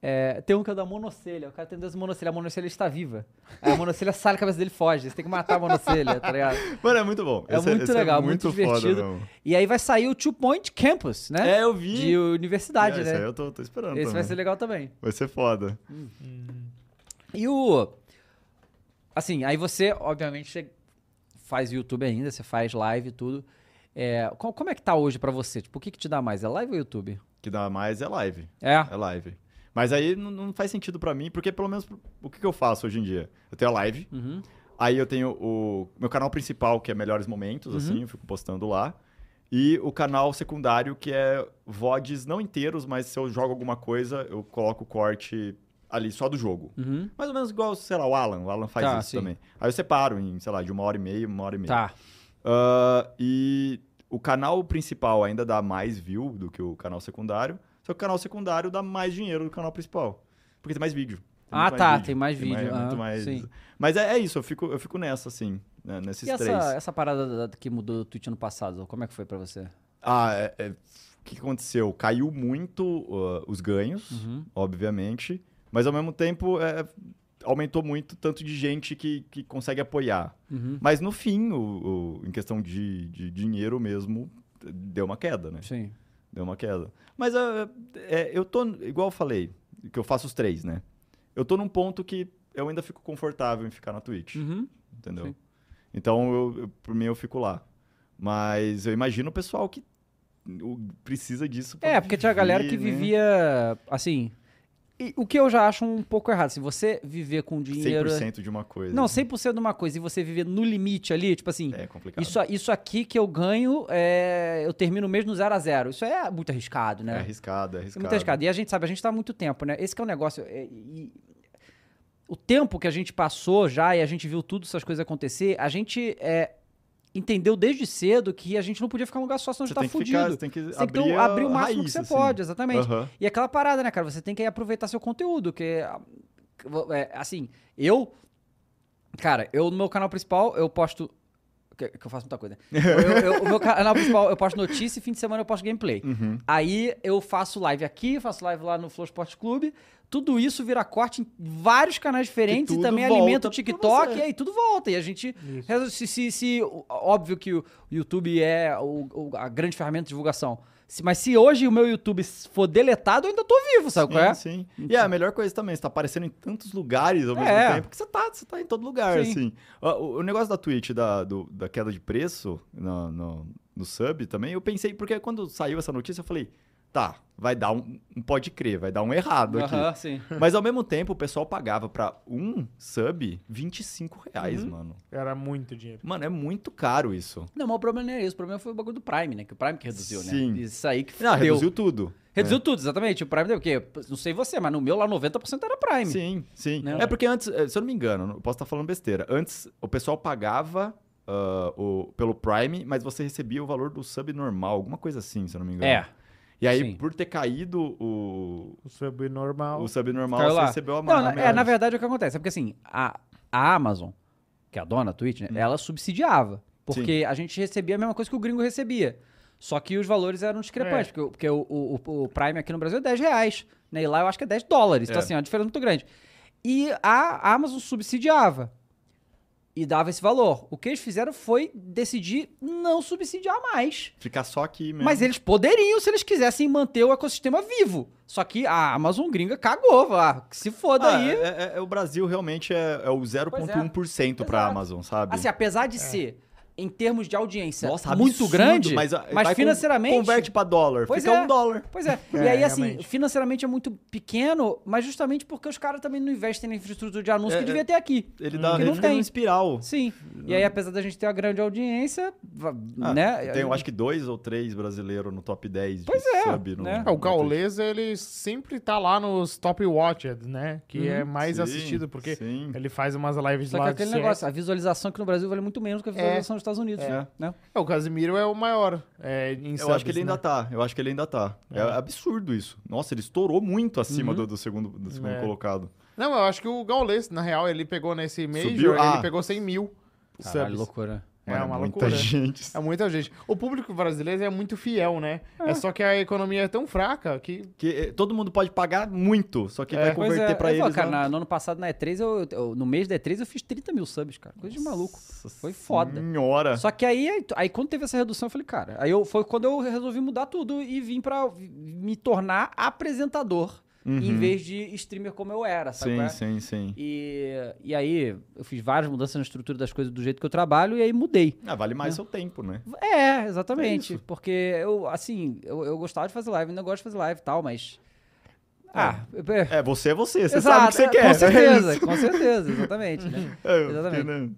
S1: é, tem um que é da monocelha. O cara tem duas monocelhas. A monocelha está viva. Aí a monocelha sai, a cabeça dele foge. Você tem que matar a monocelha, tá ligado?
S3: Mano, é muito bom.
S1: É
S3: Esse
S1: muito
S3: esse
S1: legal, muito
S3: foda
S1: divertido.
S3: mesmo.
S1: E aí vai sair o Two Point Campus, né?
S3: É, eu vi.
S1: De universidade,
S3: É, esse aí
S1: né?
S3: eu tô, tô esperando.
S1: Esse vai
S3: também.
S1: ser legal também.
S3: Vai ser foda.
S1: E o. Assim, aí você, obviamente, che- faz YouTube ainda, você faz live e tudo. É, co- como é que tá hoje pra você? Tipo, o que, que te dá mais? É live ou YouTube?
S3: que dá mais é live.
S1: É.
S3: É live. Mas aí não, não faz sentido pra mim, porque pelo menos o que, que eu faço hoje em dia? Eu tenho a live,
S1: Uhum.
S3: aí eu tenho o meu canal principal, que é Melhores Momentos,
S1: Uhum.
S3: assim, eu fico postando lá. E o canal secundário, que é VODs não inteiros, mas se eu jogo alguma coisa, eu coloco o corte ali só do jogo.
S1: Uhum.
S3: Mais ou menos igual, sei lá, o Alan. O Alan faz
S1: Tá,
S3: isso
S1: sim.
S3: também. Aí eu separo em, sei lá, de uma hora e meia, uma hora e meia.
S1: Tá.
S3: Ah, e o canal principal ainda dá mais view do que o canal secundário, só que o canal secundário dá mais dinheiro do que o canal principal. Porque tem mais vídeo.
S1: Ah,
S3: muito
S1: tá,
S3: mais
S1: tem mais vídeo,
S3: muito
S1: ah,
S3: mais-
S1: sim.
S3: Mas é, é isso, eu fico, eu fico nessa, assim, né, nesses
S1: E
S3: três.
S1: essa, é essa parada da- da- que mudou do Twitch ano passado, como é que foi pra você?
S3: Ah, é- é- o que que aconteceu? Caiu muito ah, os ganhos,
S1: Uhum.
S3: obviamente, mas ao mesmo tempo é, aumentou muito o tanto de gente que, que consegue apoiar.
S1: Uhum.
S3: Mas no fim, o- o- em questão de, de dinheiro mesmo, deu uma queda, né?
S1: Sim.
S3: Deu uma queda. Mas é, é, eu tô, igual eu falei, que eu faço os três, né? Eu tô num ponto que eu ainda fico confortável em ficar na Twitch,
S1: Uhum.
S3: entendeu?
S1: sim.
S3: Então, eu, eu, por mim, eu fico lá. Mas eu imagino o pessoal que o- precisa disso. pra
S1: É, porque tinha a galera que
S3: viver, né?
S1: vivia, assim... e o que eu já acho um pouco errado, se você viver com dinheiro... né?
S3: 100% de uma coisa. assim.
S1: Não, 100% de uma coisa, e você viver no limite ali, tipo assim...
S3: É complicado.
S1: Isso, a- isso aqui que eu ganho, é, eu termino o mês no 0 a 0 Isso é muito arriscado,
S3: É
S1: né?
S3: arriscado, é
S1: É
S3: arriscado.
S1: muito arriscado. E a gente sabe, a gente tá há muito tempo, né? Esse que é o negócio. é, e- o tempo que a gente passou já e a gente viu tudo essas coisas acontecer, a gente é, entendeu desde cedo que a gente não podia ficar em um lugar só, senão a
S3: Você
S1: gente tá
S3: tem que
S1: fudido.
S3: ficar, você tem que
S1: Você tem que ter
S3: abrir,
S1: o-
S3: a
S1: abrir o máximo
S3: raiz,
S1: que você
S3: assim.
S1: pode, exatamente.
S3: Aham.
S1: E aquela parada, né, cara? Você tem que aí aproveitar seu conteúdo, que é, assim, eu cara, eu no meu canal principal eu posto que, que eu faço muita coisa. né? Eu- eu- o meu canal principal eu posto notícia e fim de semana eu posto gameplay.
S3: Uhum.
S1: Aí eu faço live aqui, faço live lá no Flow Esporte Clube. Tudo isso vira corte em vários canais diferentes e
S3: tudo
S1: também
S3: volta
S1: alimenta o
S3: pra
S1: TikTok
S3: você.
S1: e aí tudo volta. E a gente. reso- Se, se- se- ó- óbvio que o YouTube é o- o- a grande ferramenta de divulgação. Se- mas se hoje o meu YouTube for deletado, eu ainda tô vivo, sabe qual é?
S3: Sim, sim. E é a melhor coisa também, você tá aparecendo em tantos lugares ao mesmo
S1: É.
S3: tempo que você tá, você tá em todo lugar,
S1: Sim.
S3: assim. Ó, O, o negócio da Twitch, da, do- da queda de preço no, no, no sub também, eu pensei, porque quando saiu essa notícia, eu falei, tá, vai dar um, um pode crer, vai dar um errado aqui.
S1: Aham, sim.
S3: Mas ao mesmo tempo, o pessoal pagava pra um sub 25 reais,
S1: Uhum.
S3: mano.
S2: Era muito dinheiro.
S3: Mano, é muito caro isso.
S1: Não, mas o problema não é isso. O problema foi o bagulho do Prime, né? Que o Prime que reduziu,
S3: Sim.
S1: né? Isso aí que
S3: Não,
S1: deu.
S3: reduziu é. tudo.
S1: Reduziu tudo, exatamente. O Prime deu o quê? Não sei você, mas no meu lá 90% era Prime.
S3: Sim, sim.
S1: Né?
S3: É porque antes, eh, se eu não me engano, eu posso estar falando besteira. Antes, o pessoal pagava ah, o, pelo Prime, mas você recebia o valor do sub normal, alguma coisa assim, se eu não me engano.
S1: É.
S3: E aí,
S1: sim.
S3: por ter caído o,
S2: O sub normal.
S3: o sub normal,
S1: Caiu
S3: você
S1: lá.
S3: recebeu a
S1: Não,
S3: mais.
S1: na, é, na verdade, o que acontece? É porque assim, a, a Amazon, que é a dona da Twitch, né, ela subsidiava. Porque a gente recebia a mesma coisa que o gringo recebia. Só que os valores eram discrepantes,
S2: É.
S1: porque, o- porque o, o, o Prime aqui no Brasil é 10 reais, né? E lá eu acho que é 10 dólares. Então,
S3: É.
S1: assim, é uma diferença muito grande. E a Amazon subsidiava e dava esse valor. O que eles fizeram foi decidir não subsidiar mais.
S3: Ficar só aqui mesmo.
S1: Mas é eles poderiam se eles quisessem manter o ecossistema vivo. Só que a Amazon gringa cagou, ah, que se foda
S3: Ah,
S1: aí.
S3: é- é- é- o Brasil realmente é, é o 0,1%
S1: Exato.
S3: pra Amazon, sabe? É.
S1: Assim, apesar de ser em termos de audiência
S3: Nossa,
S1: é muito
S3: absurdo,
S1: grande, mas,
S3: mas, ah, vai com-
S1: financeiramente.
S3: Converte pra dólar.
S1: Pois
S3: fica
S1: é.
S3: um dólar.
S1: Pois é. E
S2: É,
S1: aí, assim,
S2: realmente.
S1: financeiramente é muito pequeno, mas justamente porque os caras também não investem na infraestrutura de
S3: É,
S1: anúncio que devia ter aqui.
S3: Ele dá
S1: é. Hum. que
S3: ele
S1: não
S3: fica
S1: tem.
S3: numa espiral.
S1: Sim. E aí, apesar da gente ter uma grande audiência, va-
S3: Ah,
S1: né?
S3: Tem, eu acho que dois ou três brasileiros no top 10 de
S1: Pois é,
S3: sub. No,
S1: né?
S2: É, o Gaules, ele sempre tá lá nos Top Watched, né? Que é mais
S3: Uhum. Sim,
S2: assistido, porque
S3: sim.
S2: ele faz umas lives
S1: Só
S2: lá
S1: que
S2: de
S1: aquele
S2: CS.
S1: negócio, a visualização aqui no Brasil vale muito menos que a visualização dos Estados Unidos,
S3: É.
S1: né?
S2: É, o Casimiro é o maior é, em
S3: Eu
S2: subs,
S3: acho que ele
S2: né? Uhum.
S3: ainda tá. Eu acho que ele ainda tá. É, absurdo isso. Nossa, ele estourou muito acima do, do segundo, do segundo
S2: É.
S3: colocado.
S2: Não, eu acho que o Gaules, na real, ele pegou nesse Major,
S3: Subiu? Ah.
S2: ele pegou 100 mil subs.
S1: loucura.
S2: É
S3: Mano,
S2: uma
S3: muita
S2: loucura.
S3: gente.
S2: É muita gente. O público brasileiro é muito fiel, né? É. só que a economia é tão fraca que...
S3: Que, eh, todo mundo pode pagar muito, só que
S2: É.
S3: vai
S1: Pois
S3: converter
S1: é,
S3: pra
S1: eu
S3: eles.
S1: falo, cara,
S3: né?
S1: na- no ano passado na E3, eu, eu- no mês da E3 eu fiz 30 mil subs, cara. Coisa tá de maluco.
S3: Nossa
S1: Foi foda.
S3: Senhora.
S1: Só que aí, aí, aí quando teve essa redução, eu falei, cara, aí eu, foi quando eu resolvi mudar tudo e vim pra me tornar apresentador em vez de streamer como eu era, sabe? qual
S3: Uhum. Sim,
S1: é?
S3: sim, sim.
S1: E, e aí eu fiz várias mudanças na estrutura das coisas do jeito que eu trabalho e aí mudei.
S3: Ah, vale mais seu tempo, né?
S1: É, exatamente. porque eu, assim, eu, eu gostava de fazer live, ainda gosto de fazer live e tal, mas. Ah, é.
S3: É, você é você, você
S1: Exato,
S3: sabe o que
S1: é,
S3: você quer.
S1: Com
S3: É
S1: certeza,
S3: isso.
S1: com certeza, exatamente. né?
S3: É, eu fiquei,
S1: Exatamente.
S3: né?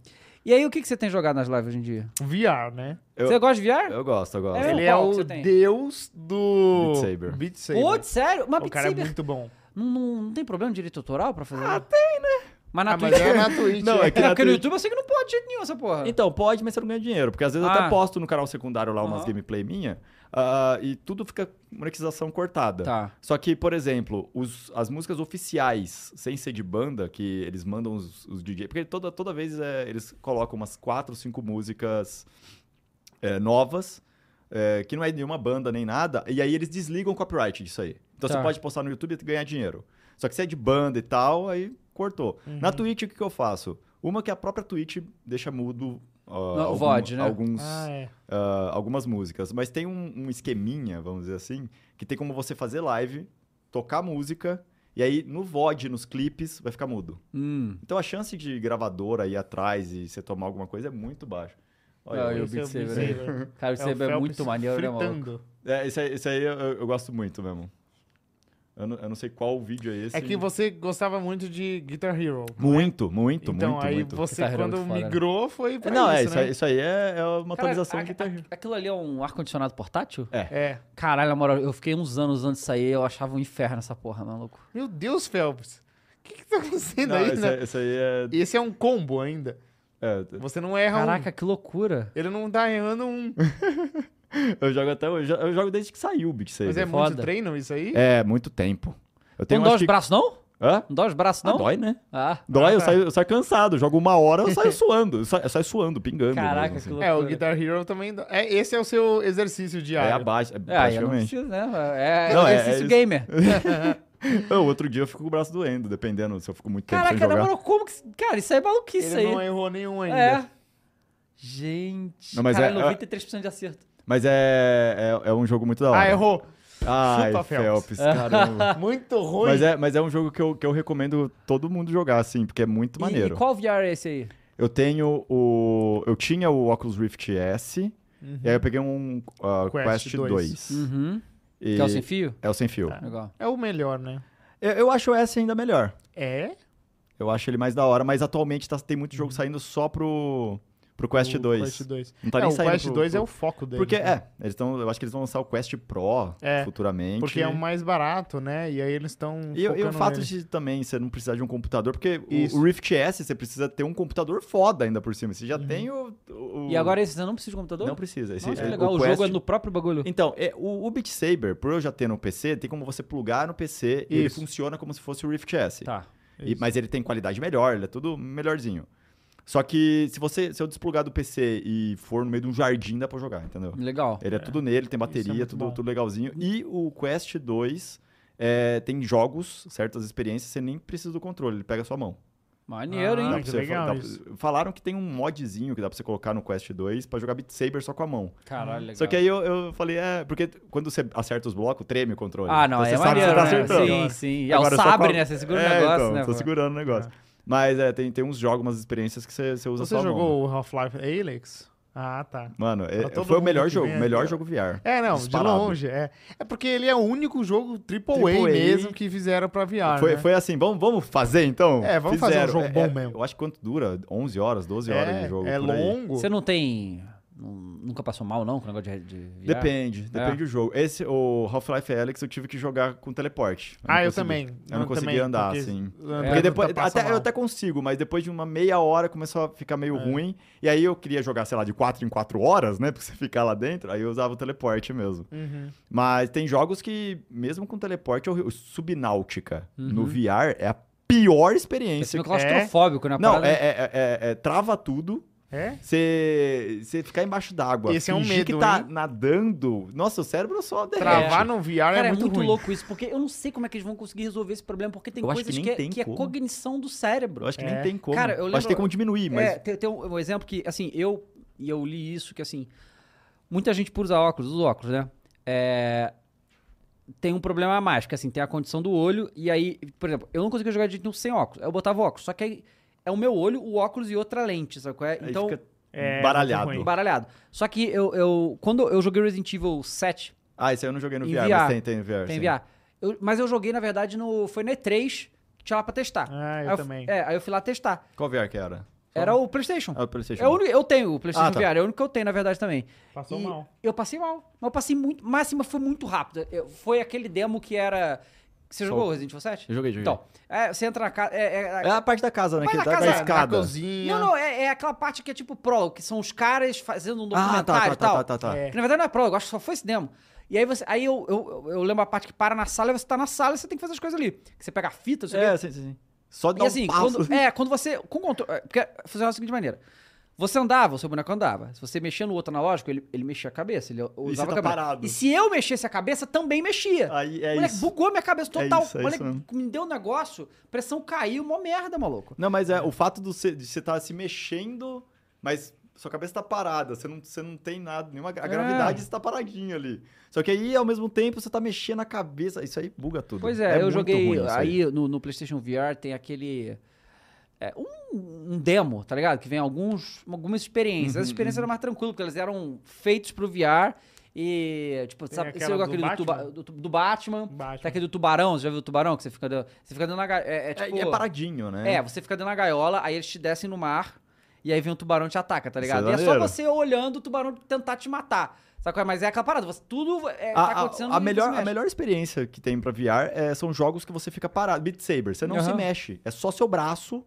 S1: E aí, o que, que você tem jogado nas lives hoje em dia?
S2: VR, né?
S3: Eu-
S1: Você gosta de VR?
S3: Eu gosto, eu gosto.
S1: É,
S2: ele é
S1: qual que
S2: o
S1: você tem?
S2: deus do...
S3: Beat Saber.
S2: Beat Saber.
S3: né?
S1: Putz, sério? Mas
S2: o
S1: Beat
S2: cara é
S1: Saber
S2: muito bom.
S1: não, não- não tem problema de direito autoral pra fazer? Ah, tem, né? Mas na
S2: Ah, mas
S1: Twitch...
S2: é na Twitch.
S3: Não, é
S2: é.
S3: que
S1: É,
S3: na
S1: porque no
S3: Twitch-
S1: YouTube eu sei que não pode de jeito nenhum essa porra.
S3: Então, pode, mas você não ganha dinheiro. Porque às vezes eu
S1: Ah.
S3: até posto no canal secundário lá umas
S1: Aham.
S3: gameplay minha ah, e tudo fica monetização cortada.
S1: Tá.
S3: Só que, por exemplo, os- as músicas oficiais, sem ser de banda, que eles mandam os, os DJ. Porque toda, toda vez é, eles colocam umas quatro, cinco músicas é, novas, é, que não é nenhuma banda nem nada, e aí eles desligam o copyright disso aí. Então
S1: Tá.
S3: você pode postar no YouTube e ganhar dinheiro. Só que se é de banda e tal, aí cortou.
S1: Uhum.
S3: Na Twitch, o que, que eu faço? Uma que a própria Twitch deixa mudo. ah,
S1: o VOD, né?
S3: Alguns,
S2: Ah, é.
S3: ah, algumas músicas. Mas tem um, um esqueminha, vamos dizer assim, que tem como você fazer live, tocar música, e aí no VOD, nos clipes, vai ficar mudo.
S1: Hum.
S3: Então a chance de gravadora ir atrás e você tomar alguma coisa é muito baixa.
S1: Ah,
S3: Olha,
S1: eu-
S3: eu...
S1: o Beat
S2: Esse é o
S3: né?
S1: Saber,
S2: Beat Saber.
S1: Cara, isso
S2: É o
S1: é,
S2: Phelps
S1: muito maneiro, né, maluco?
S2: fritando.
S3: é, esse, aí- esse aí eu, eu gosto muito mesmo. Eu não, eu não sei qual vídeo é esse.
S2: É que você gostava muito de Guitar Hero.
S3: Muito, muito,
S2: então
S3: muito,
S2: aí
S3: muito.
S2: você,
S1: Guitar Hero é
S2: quando
S1: muito foda, né?
S2: migrou, foi pra
S3: Não, é,
S2: isso,
S3: isso,
S2: né?
S3: aí, isso aí é, é uma
S1: Cara,
S3: atualização
S1: a-
S3: que tá...
S1: a- aquilo ali é um ar-condicionado portátil?
S2: É.
S1: Caralho, na moral, eu fiquei uns anos antes de sair, eu achava um inferno essa porra, maluco.
S2: Meu Deus, Phelps. O que que tá acontecendo
S3: Não,
S2: aí,
S3: esse,
S2: né?
S3: aí- esse aí é...
S2: Esse é um combo ainda.
S3: é,
S2: Você não erra
S1: Caraca, que loucura.
S2: um. Ele não tá errando um.
S3: Eu jogo até hoje. Eu jogo desde que saiu o Beat Saber.
S2: Mas é
S1: foda.
S2: muito treino isso aí?
S3: É, muito tempo. Eu tenho um
S1: não dói
S3: acho
S1: os
S3: que...
S1: braços, não?
S3: Hã?
S1: Não dói os braços,
S3: Ah,
S1: não?
S3: dói, né?
S1: Ah,
S3: Dói, eu,
S2: tá.
S3: saio, eu saio cansado. Jogo uma hora, eu saio suando. Eu saio, eu saio suando, pingando.
S1: caraca,
S3: mesmo,
S1: que
S3: assim.
S1: loucura.
S2: É, o Guitar Hero também. dá- É, esse é o seu exercício
S3: É
S2: diário.
S3: abaixo, é,
S1: Ah, eu não
S3: praticamente.
S1: preciso, né? É,
S3: Não, é- é
S1: exercício
S3: isso.
S1: gamer.
S3: Ô, outro dia eu fico com o braço doendo, dependendo se eu fico muito tempo sem
S1: Caraca, na
S3: jogar.
S1: moral, como que. Cara, isso aí é maluquice
S2: Ele
S1: aí.
S2: não errou nenhum ainda.
S1: É. Gente.
S3: Não, mas
S1: caralho,
S3: é-
S1: 93% de acerto.
S3: Mas é, é, é um jogo muito da hora.
S2: Ah, errou.
S3: Ai,
S2: Chupa, Phelps.
S3: Phelps, caramba.
S2: Muito ruim.
S3: mas, é, mas é um jogo que eu, que eu recomendo todo mundo jogar, assim, porque é muito
S1: E-
S3: maneiro.
S1: E, qual VR é esse aí?
S3: Eu tenho o. Eu tinha o Oculus Rift S. E aí eu peguei um ah,
S2: Quest
S3: Quest,
S2: 2.
S3: 2.
S1: Uhum.
S3: E-
S1: Que é o sem fio?
S3: É o sem fio.
S1: Legal.
S2: É o melhor, né?
S3: Eu, eu acho o S ainda melhor.
S2: É?
S3: Eu acho ele mais da hora, mas atualmente tá- tem muito jogo saindo só pro, pro Quest
S2: Uhum. o
S3: 2.
S2: Quest 2.
S3: Não tá
S2: é,
S3: nem
S2: o
S3: saindo
S2: Quest
S3: pro-
S2: 2 é
S3: pro-
S2: o foco dele.
S3: Porque,
S2: né?
S3: é, eles tão, eu acho que eles vão lançar o Quest Pro
S2: É,
S3: futuramente.
S2: Porque é o mais barato, né? E aí eles estão.
S3: E, e o
S2: focando
S3: fato
S2: nele.
S3: de também você não precisar de um computador, porque o-
S2: Isso.
S3: o Rift S você precisa ter um computador foda ainda por cima. Você já
S2: Uhum.
S3: tem o, o-
S1: E agora esse você não precisa de computador?
S3: Não precisa. Esse,
S1: Nossa, que
S3: é-
S1: legal. O,
S3: Quest-
S1: jogo é no próprio bagulho.
S3: Então, é, o, o Beat Saber, por eu já ter no PC, tem como você plugar no PC e ele
S2: Isso.
S3: funciona como se fosse o Rift S.
S1: Tá.
S2: É
S3: E- mas ele tem qualidade melhor, ele é tudo melhorzinho. Só que se você se eu desplugar do PC e for no meio de um jardim, dá pra jogar, entendeu?
S1: Legal.
S3: Ele é, tudo nele, tem bateria,
S2: muito bom.
S3: tudo, tudo legalzinho. E o Quest 2 é, tem jogos, certas experiências, você nem precisa do controle, ele pega a sua mão.
S1: Maneiro, hein?
S2: Ah,
S3: Dá pra
S2: que
S3: você-
S2: legal
S3: dá pra-
S2: isso.
S3: falaram que tem um modzinho que dá pra você colocar no Quest 2 pra jogar Beat Saber só com a mão.
S1: Caralho, legal.
S3: Ah. Só que aí eu, eu falei, é, porque quando você acerta os blocos, treme o controle.
S1: Ah, não,
S3: Então
S1: é
S3: você sabe que
S1: maneiro.
S3: você tá
S1: né? Sim,
S3: acertando.
S1: sim. E é
S3: Agora
S1: o
S3: só com a-
S1: sabre, né? Você segura o
S3: É,
S1: negócio,
S3: então,
S1: né?
S3: Tô
S1: pô?
S3: segurando é, o negócio. Mas é, tem, tem uns jogos, umas experiências que você, você usa
S2: Você
S3: só a mão, né?
S2: jogou o Half-Life Alyx? Ah, tá.
S3: Mano, é-
S2: Pra todo
S3: foi o
S2: mundo
S3: melhor
S2: que
S3: jogo,
S2: vem
S3: melhor
S2: aqui, ó.
S3: jogo VR.
S2: É, não,
S3: Disparado.
S2: de longe. É. é porque ele é o único jogo AAA,
S3: AAA.
S2: mesmo que fizeram pra VR.
S3: foi,
S2: né?
S3: foi assim, vamos, vamos fazer então?
S2: É, vamos fazer um
S3: Fizeram.
S2: jogo
S3: É,
S2: bom
S3: é,
S2: mesmo.
S3: Eu acho que quanto dura? 11 horas, 12 horas de
S2: é,
S3: jogo.
S2: é
S3: por aí.
S2: longo.
S1: Você não tem. nun- Nunca passou mal, não, com o negócio de. de VR?
S3: Depende,
S2: É.
S3: depende do jogo. Esse, o Half-Life Alyx, eu tive que jogar com teleporte. não
S2: Ah, eu
S3: consegui.
S2: também.
S3: Eu não consegui
S2: também,
S3: andar,
S2: porque-
S3: assim.
S2: andar
S3: Porque depois,
S2: tá- passa
S3: até, eu
S2: mal.
S3: até consigo, mas depois de uma meia hora começou a ficar
S2: É.
S3: meio ruim. E aí eu queria jogar, sei lá, de 4 em 4 horas, né? Pra você ficar lá dentro. Aí eu usava o teleporte mesmo.
S2: Uhum.
S3: Mas tem jogos que, mesmo com teleporte, eu- o Subnáutica no
S1: Uhum.
S3: VR é a pior
S1: Esse
S3: experiência.
S1: é claustrofóbico, né?
S3: Não,
S1: Parada-
S3: é, é- é- é- é- trava tudo.
S2: É?
S3: Você você ficar embaixo d'água.
S2: Esse é um
S3: fingir que
S2: medo,
S3: tá
S2: hein?
S3: nadando. Nossa, o cérebro só derrete.
S2: Travar no VR
S1: Cara,
S2: é muito, ruim.
S1: louco isso, porque eu não sei como é que eles vão conseguir resolver esse problema, porque tem
S3: Eu acho que
S1: coisas que,
S3: nem
S1: é,
S3: tem
S1: que é
S3: como.
S1: cognição do cérebro.
S3: Eu acho que
S2: É.
S3: nem tem como.
S1: Cara, eu
S3: acho
S1: lembro-
S3: que tem como diminuir, mas.
S1: É, tem, tem um, um exemplo que, assim, eu e eu li isso, que assim, muita gente por usar óculos, os óculos, né? É, tem um problema a mais, que assim, tem a condição do olho, e aí, por exemplo, eu não conseguia jogar de jeito nenhum sem óculos. Eu botava óculos, só que aí é o meu olho, o óculos e outra lente, sabe qual é?
S3: aí
S1: Então,
S3: fica
S2: É,
S3: baralhado.
S2: muito ruim.
S1: baralhado. Só que eu, eu, quando eu joguei Resident Evil 7,
S3: Ah, isso aí eu não joguei no
S1: Em
S3: VR,
S1: VR.
S3: mas tem, tem VR.
S1: Tem
S3: É, sim.
S1: VR. Eu- mas eu joguei, na verdade, no. Foi no E3, que tinha lá pra testar.
S2: Ah, eu
S1: aí
S2: também.
S1: É, aí eu fui lá testar.
S3: Qual VR que era?
S1: Era o PlayStation.
S3: Ah, o PlayStation.
S1: É o único- eu tenho o PlayStation
S3: Ah, tá.
S1: VR, é o único que eu tenho, na verdade, também.
S3: é,
S2: Passou
S1: E
S2: mal.
S1: Eu passei mal. Mas eu passei muito. Máxima foi muito rápido. Eu- foi aquele demo que era. Você
S3: Qual?
S1: jogou Resident Evil 7?
S3: um. Eu joguei, joguei.
S1: Então, é, você entra na casa.
S3: É a parte da casa, né?
S1: Vai
S3: Que
S1: na
S3: dá
S1: casa,
S3: da
S1: na
S2: Na
S3: escada.
S2: cozinha.
S1: Não, não, é, é aquela parte que é tipo prólogo, que são os caras fazendo um
S3: Ah,
S1: documentário
S3: tá, tá,
S1: e tal.
S3: tá, tá, tá.
S2: É.
S1: Que na verdade não é prólogo, acho que só foi esse demo. E aí você. Aí eu, eu, eu lembro a parte que para na sala e você tá na sala e você tem que fazer as coisas ali. Que você pega a fita, não sei o quê.
S3: É, sim, sim, sim. Só de
S1: E
S3: dar
S1: assim,
S3: um passo.
S1: quando, é, quando você. Com controle. Porque funcionava da seguinte maneira. Você andava, o seu boneco andava. Se você mexia no outro analógico, ele, ele mexia a cabeça. Ele usava
S3: tá
S1: a cabeça.
S3: parado.
S1: E se eu mexesse a cabeça, também mexia.
S3: Aí é
S1: Moleque,
S3: isso.
S1: bugou minha cabeça total.
S3: isso, é
S1: Moleque,
S3: isso mesmo.
S1: me deu um negócio, pressão caiu, mó merda, maluco.
S3: Não, mas é o fato do cê- de você estar se mexendo, mas sua cabeça tá parada, você não, você não tem nada, nenhuma gra- a
S1: É.
S3: gravidade está paradinha ali. Só que aí, ao mesmo tempo, você tá mexendo a cabeça, isso aí buga tudo.
S1: Pois é, eu
S3: muito
S1: joguei.
S3: ruim isso
S1: aí no, no PlayStation VR tem aquele. é, um, um demo, tá ligado? Que vem alguns, algumas experiências.
S3: Uhum,
S1: As experiências eram mais tranquilas, porque elas eram feitas pro VR. E, tipo,
S2: Tem
S1: sabe, você
S2: aquela
S1: jogou
S2: do
S1: aquele do, tuba-
S2: Batman?
S1: do- do Batman,
S2: Batman.
S3: Tá
S1: Tem aquele do tubarão, você já viu o tubarão? Que você fica dando. Você fica dando na gaiola. É, é
S3: É,
S1: tipo.
S3: e é paradinho, né?
S1: é, você fica dentro da gaiola, aí eles te descem no mar, e aí vem um tubarão e te ataca, tá
S3: Isso
S1: ligado?
S3: é
S1: e é só
S3: maneiro.
S1: você olhando o tubarão tentar te matar. Sabe qual é? Mas é aquela parada, você, tudo é,
S3: A,
S1: tá
S3: a-
S1: acontecendo
S3: a
S1: e
S3: melhor,
S1: você
S3: a
S1: mexe.
S3: melhor experiência que tem pra VR é- são jogos que você fica parado. Beat Saber, você não se
S1: Aham.
S3: mexe. É só seu braço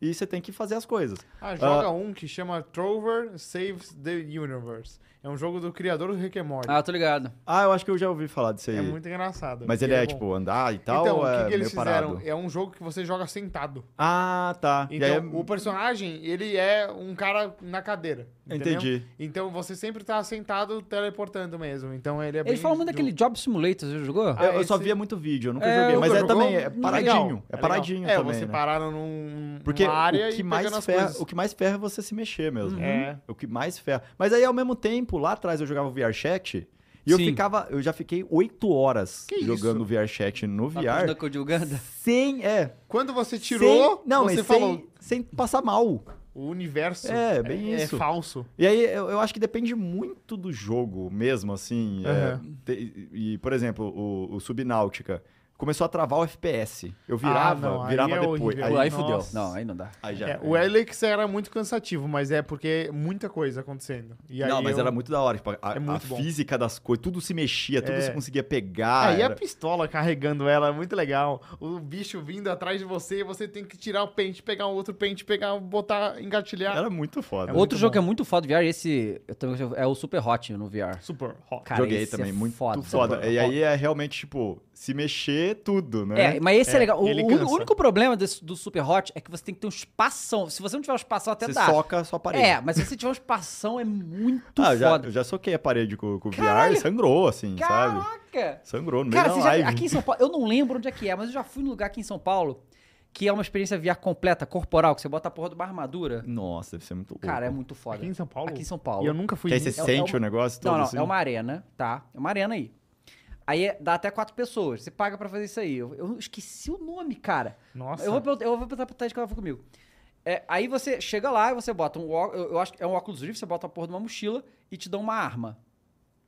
S3: e você tem que fazer as coisas.
S2: Ah, joga um que chama Trover Saves the Universe. É um jogo do criador do Rick and Morty.
S1: Ah, tô ligado.
S3: Ah, eu acho que eu já ouvi falar disso aí.
S2: é muito engraçado.
S3: Mas ele
S2: porque
S3: é,
S2: bom.
S3: tipo, andar e tal?
S2: Então,
S3: ou
S2: o
S3: é
S2: que, que eles
S3: meio parado?
S2: fizeram? É um jogo que você joga sentado.
S3: Ah, tá. E
S2: Então,
S3: aí é-
S2: o personagem, ele é um cara na cadeira. entendeu?
S3: Entendi.
S2: Então, você sempre tá sentado teleportando mesmo. Então, ele é bem...
S1: Eles falam muito daquele Job Simulator, você já jogou?
S2: Ah,
S3: eu, eu só
S2: esse-
S3: via muito vídeo, eu nunca
S1: É,
S3: joguei.
S1: eu
S3: Mas é
S2: jogou?
S3: também, é
S2: Legal,
S3: paradinho. É
S2: legal.
S3: paradinho
S2: É,
S3: também,
S2: você
S3: né?
S2: parado num,
S3: Porque
S2: numa área
S3: o, que
S2: e pegando
S3: mais
S2: as
S3: ferra,
S2: coisas.
S3: o que mais ferra é você se mexer mesmo.
S2: É.
S3: O que Hum? mais ferra. Mas aí, ao mesmo tempo, lá atrás eu jogava o VR Chat e eu
S1: Sim.
S3: ficava. Eu já fiquei oito horas
S2: Que
S3: jogando o VR Chat no
S1: Lá
S3: VR.
S1: com o Uganda.
S3: Sem. É.
S2: Quando você tirou,
S3: sem- não,
S2: você
S3: mas
S2: falou,
S3: sem, sem passar mal.
S2: o universo
S3: É, bem isso.
S2: é falso.
S3: E aí, eu, eu acho que depende muito do jogo mesmo, assim. é,
S2: Aham.
S3: te- e, por exemplo, o, o Subnáutica começou a travar o FPS. Eu virava,
S2: Ah, não, aí
S3: virava
S2: é
S3: depois.
S2: horrível.
S1: Aí,
S3: Aí,
S1: fudeu.
S2: nossa.
S1: Não, aí não dá.
S3: aí já.
S2: É, o Alex era muito cansativo, mas é porque muita coisa acontecendo. E aí
S3: não, mas
S2: eu- é
S3: era muito da hora. tipo, a, a
S2: muito bom.
S3: física das coisas, tudo se mexia, tudo
S2: É.
S3: você conseguia
S1: Ah,
S3: pegar.
S2: Aí é
S3: era-
S2: a pistola carregando ela é muito legal. O bicho vindo atrás de você, e você tem que tirar o pente, pegar um outro pente, pegar, botar, engatilhar.
S3: era muito foda.
S2: É
S1: Outro
S2: muito
S1: jogo
S2: bom.
S1: que é muito foda VR, esse eu também, é o Super Hot no VR.
S2: Super
S1: é
S2: hot.
S1: Cara,
S3: Joguei
S1: esse é
S3: também, muito
S1: foda.
S3: foda. E aí é realmente, tipo, se mexer tudo, né?
S1: É, mas esse é,
S2: É,
S1: legal. O,
S2: ele
S1: o
S2: cansa.
S1: único problema desse- do Super Hot é que você tem que ter um espação. Se você não tiver um espação, até
S3: você
S1: dá.
S3: soca a sua parede.
S1: É, mas se você tiver um espação, é muito
S3: ah, eu já,
S1: foda.
S3: eu já soquei a parede com, com o VR
S1: Caralho!
S3: e sangrou, assim, sabe?
S1: Caraca!
S3: Sangrou no meio
S1: Cara,
S3: da
S1: você
S3: live.
S1: já, aqui em São Paulo, eu não lembro onde é que é, mas eu já fui num lugar aqui em São Paulo que é uma experiência VR completa, corporal, que você bota a porra de uma armadura.
S3: Nossa, deve ser muito louco.
S1: Cara, é muito foda.
S2: Aqui em São Paulo?
S1: Aqui em São Paulo.
S2: E eu nunca fui
S3: Que aí você
S2: nisso.
S1: é
S3: sente
S1: uma-
S3: o negócio todo
S1: Não, não,
S3: assim.
S1: é uma arena, tá? É uma arena aí. Aí é- dá até quatro pessoas. Você paga pra fazer isso aí. Eu, eu esqueci o nome, cara.
S2: Nossa.
S1: Eu vou, perguntar- eu vou perguntar pra Thaís que ela foi comigo. É, aí você chega lá e você bota um óculos. Eu eu acho que é um óculos rift, você bota a porra de uma mochila e te dão uma arma.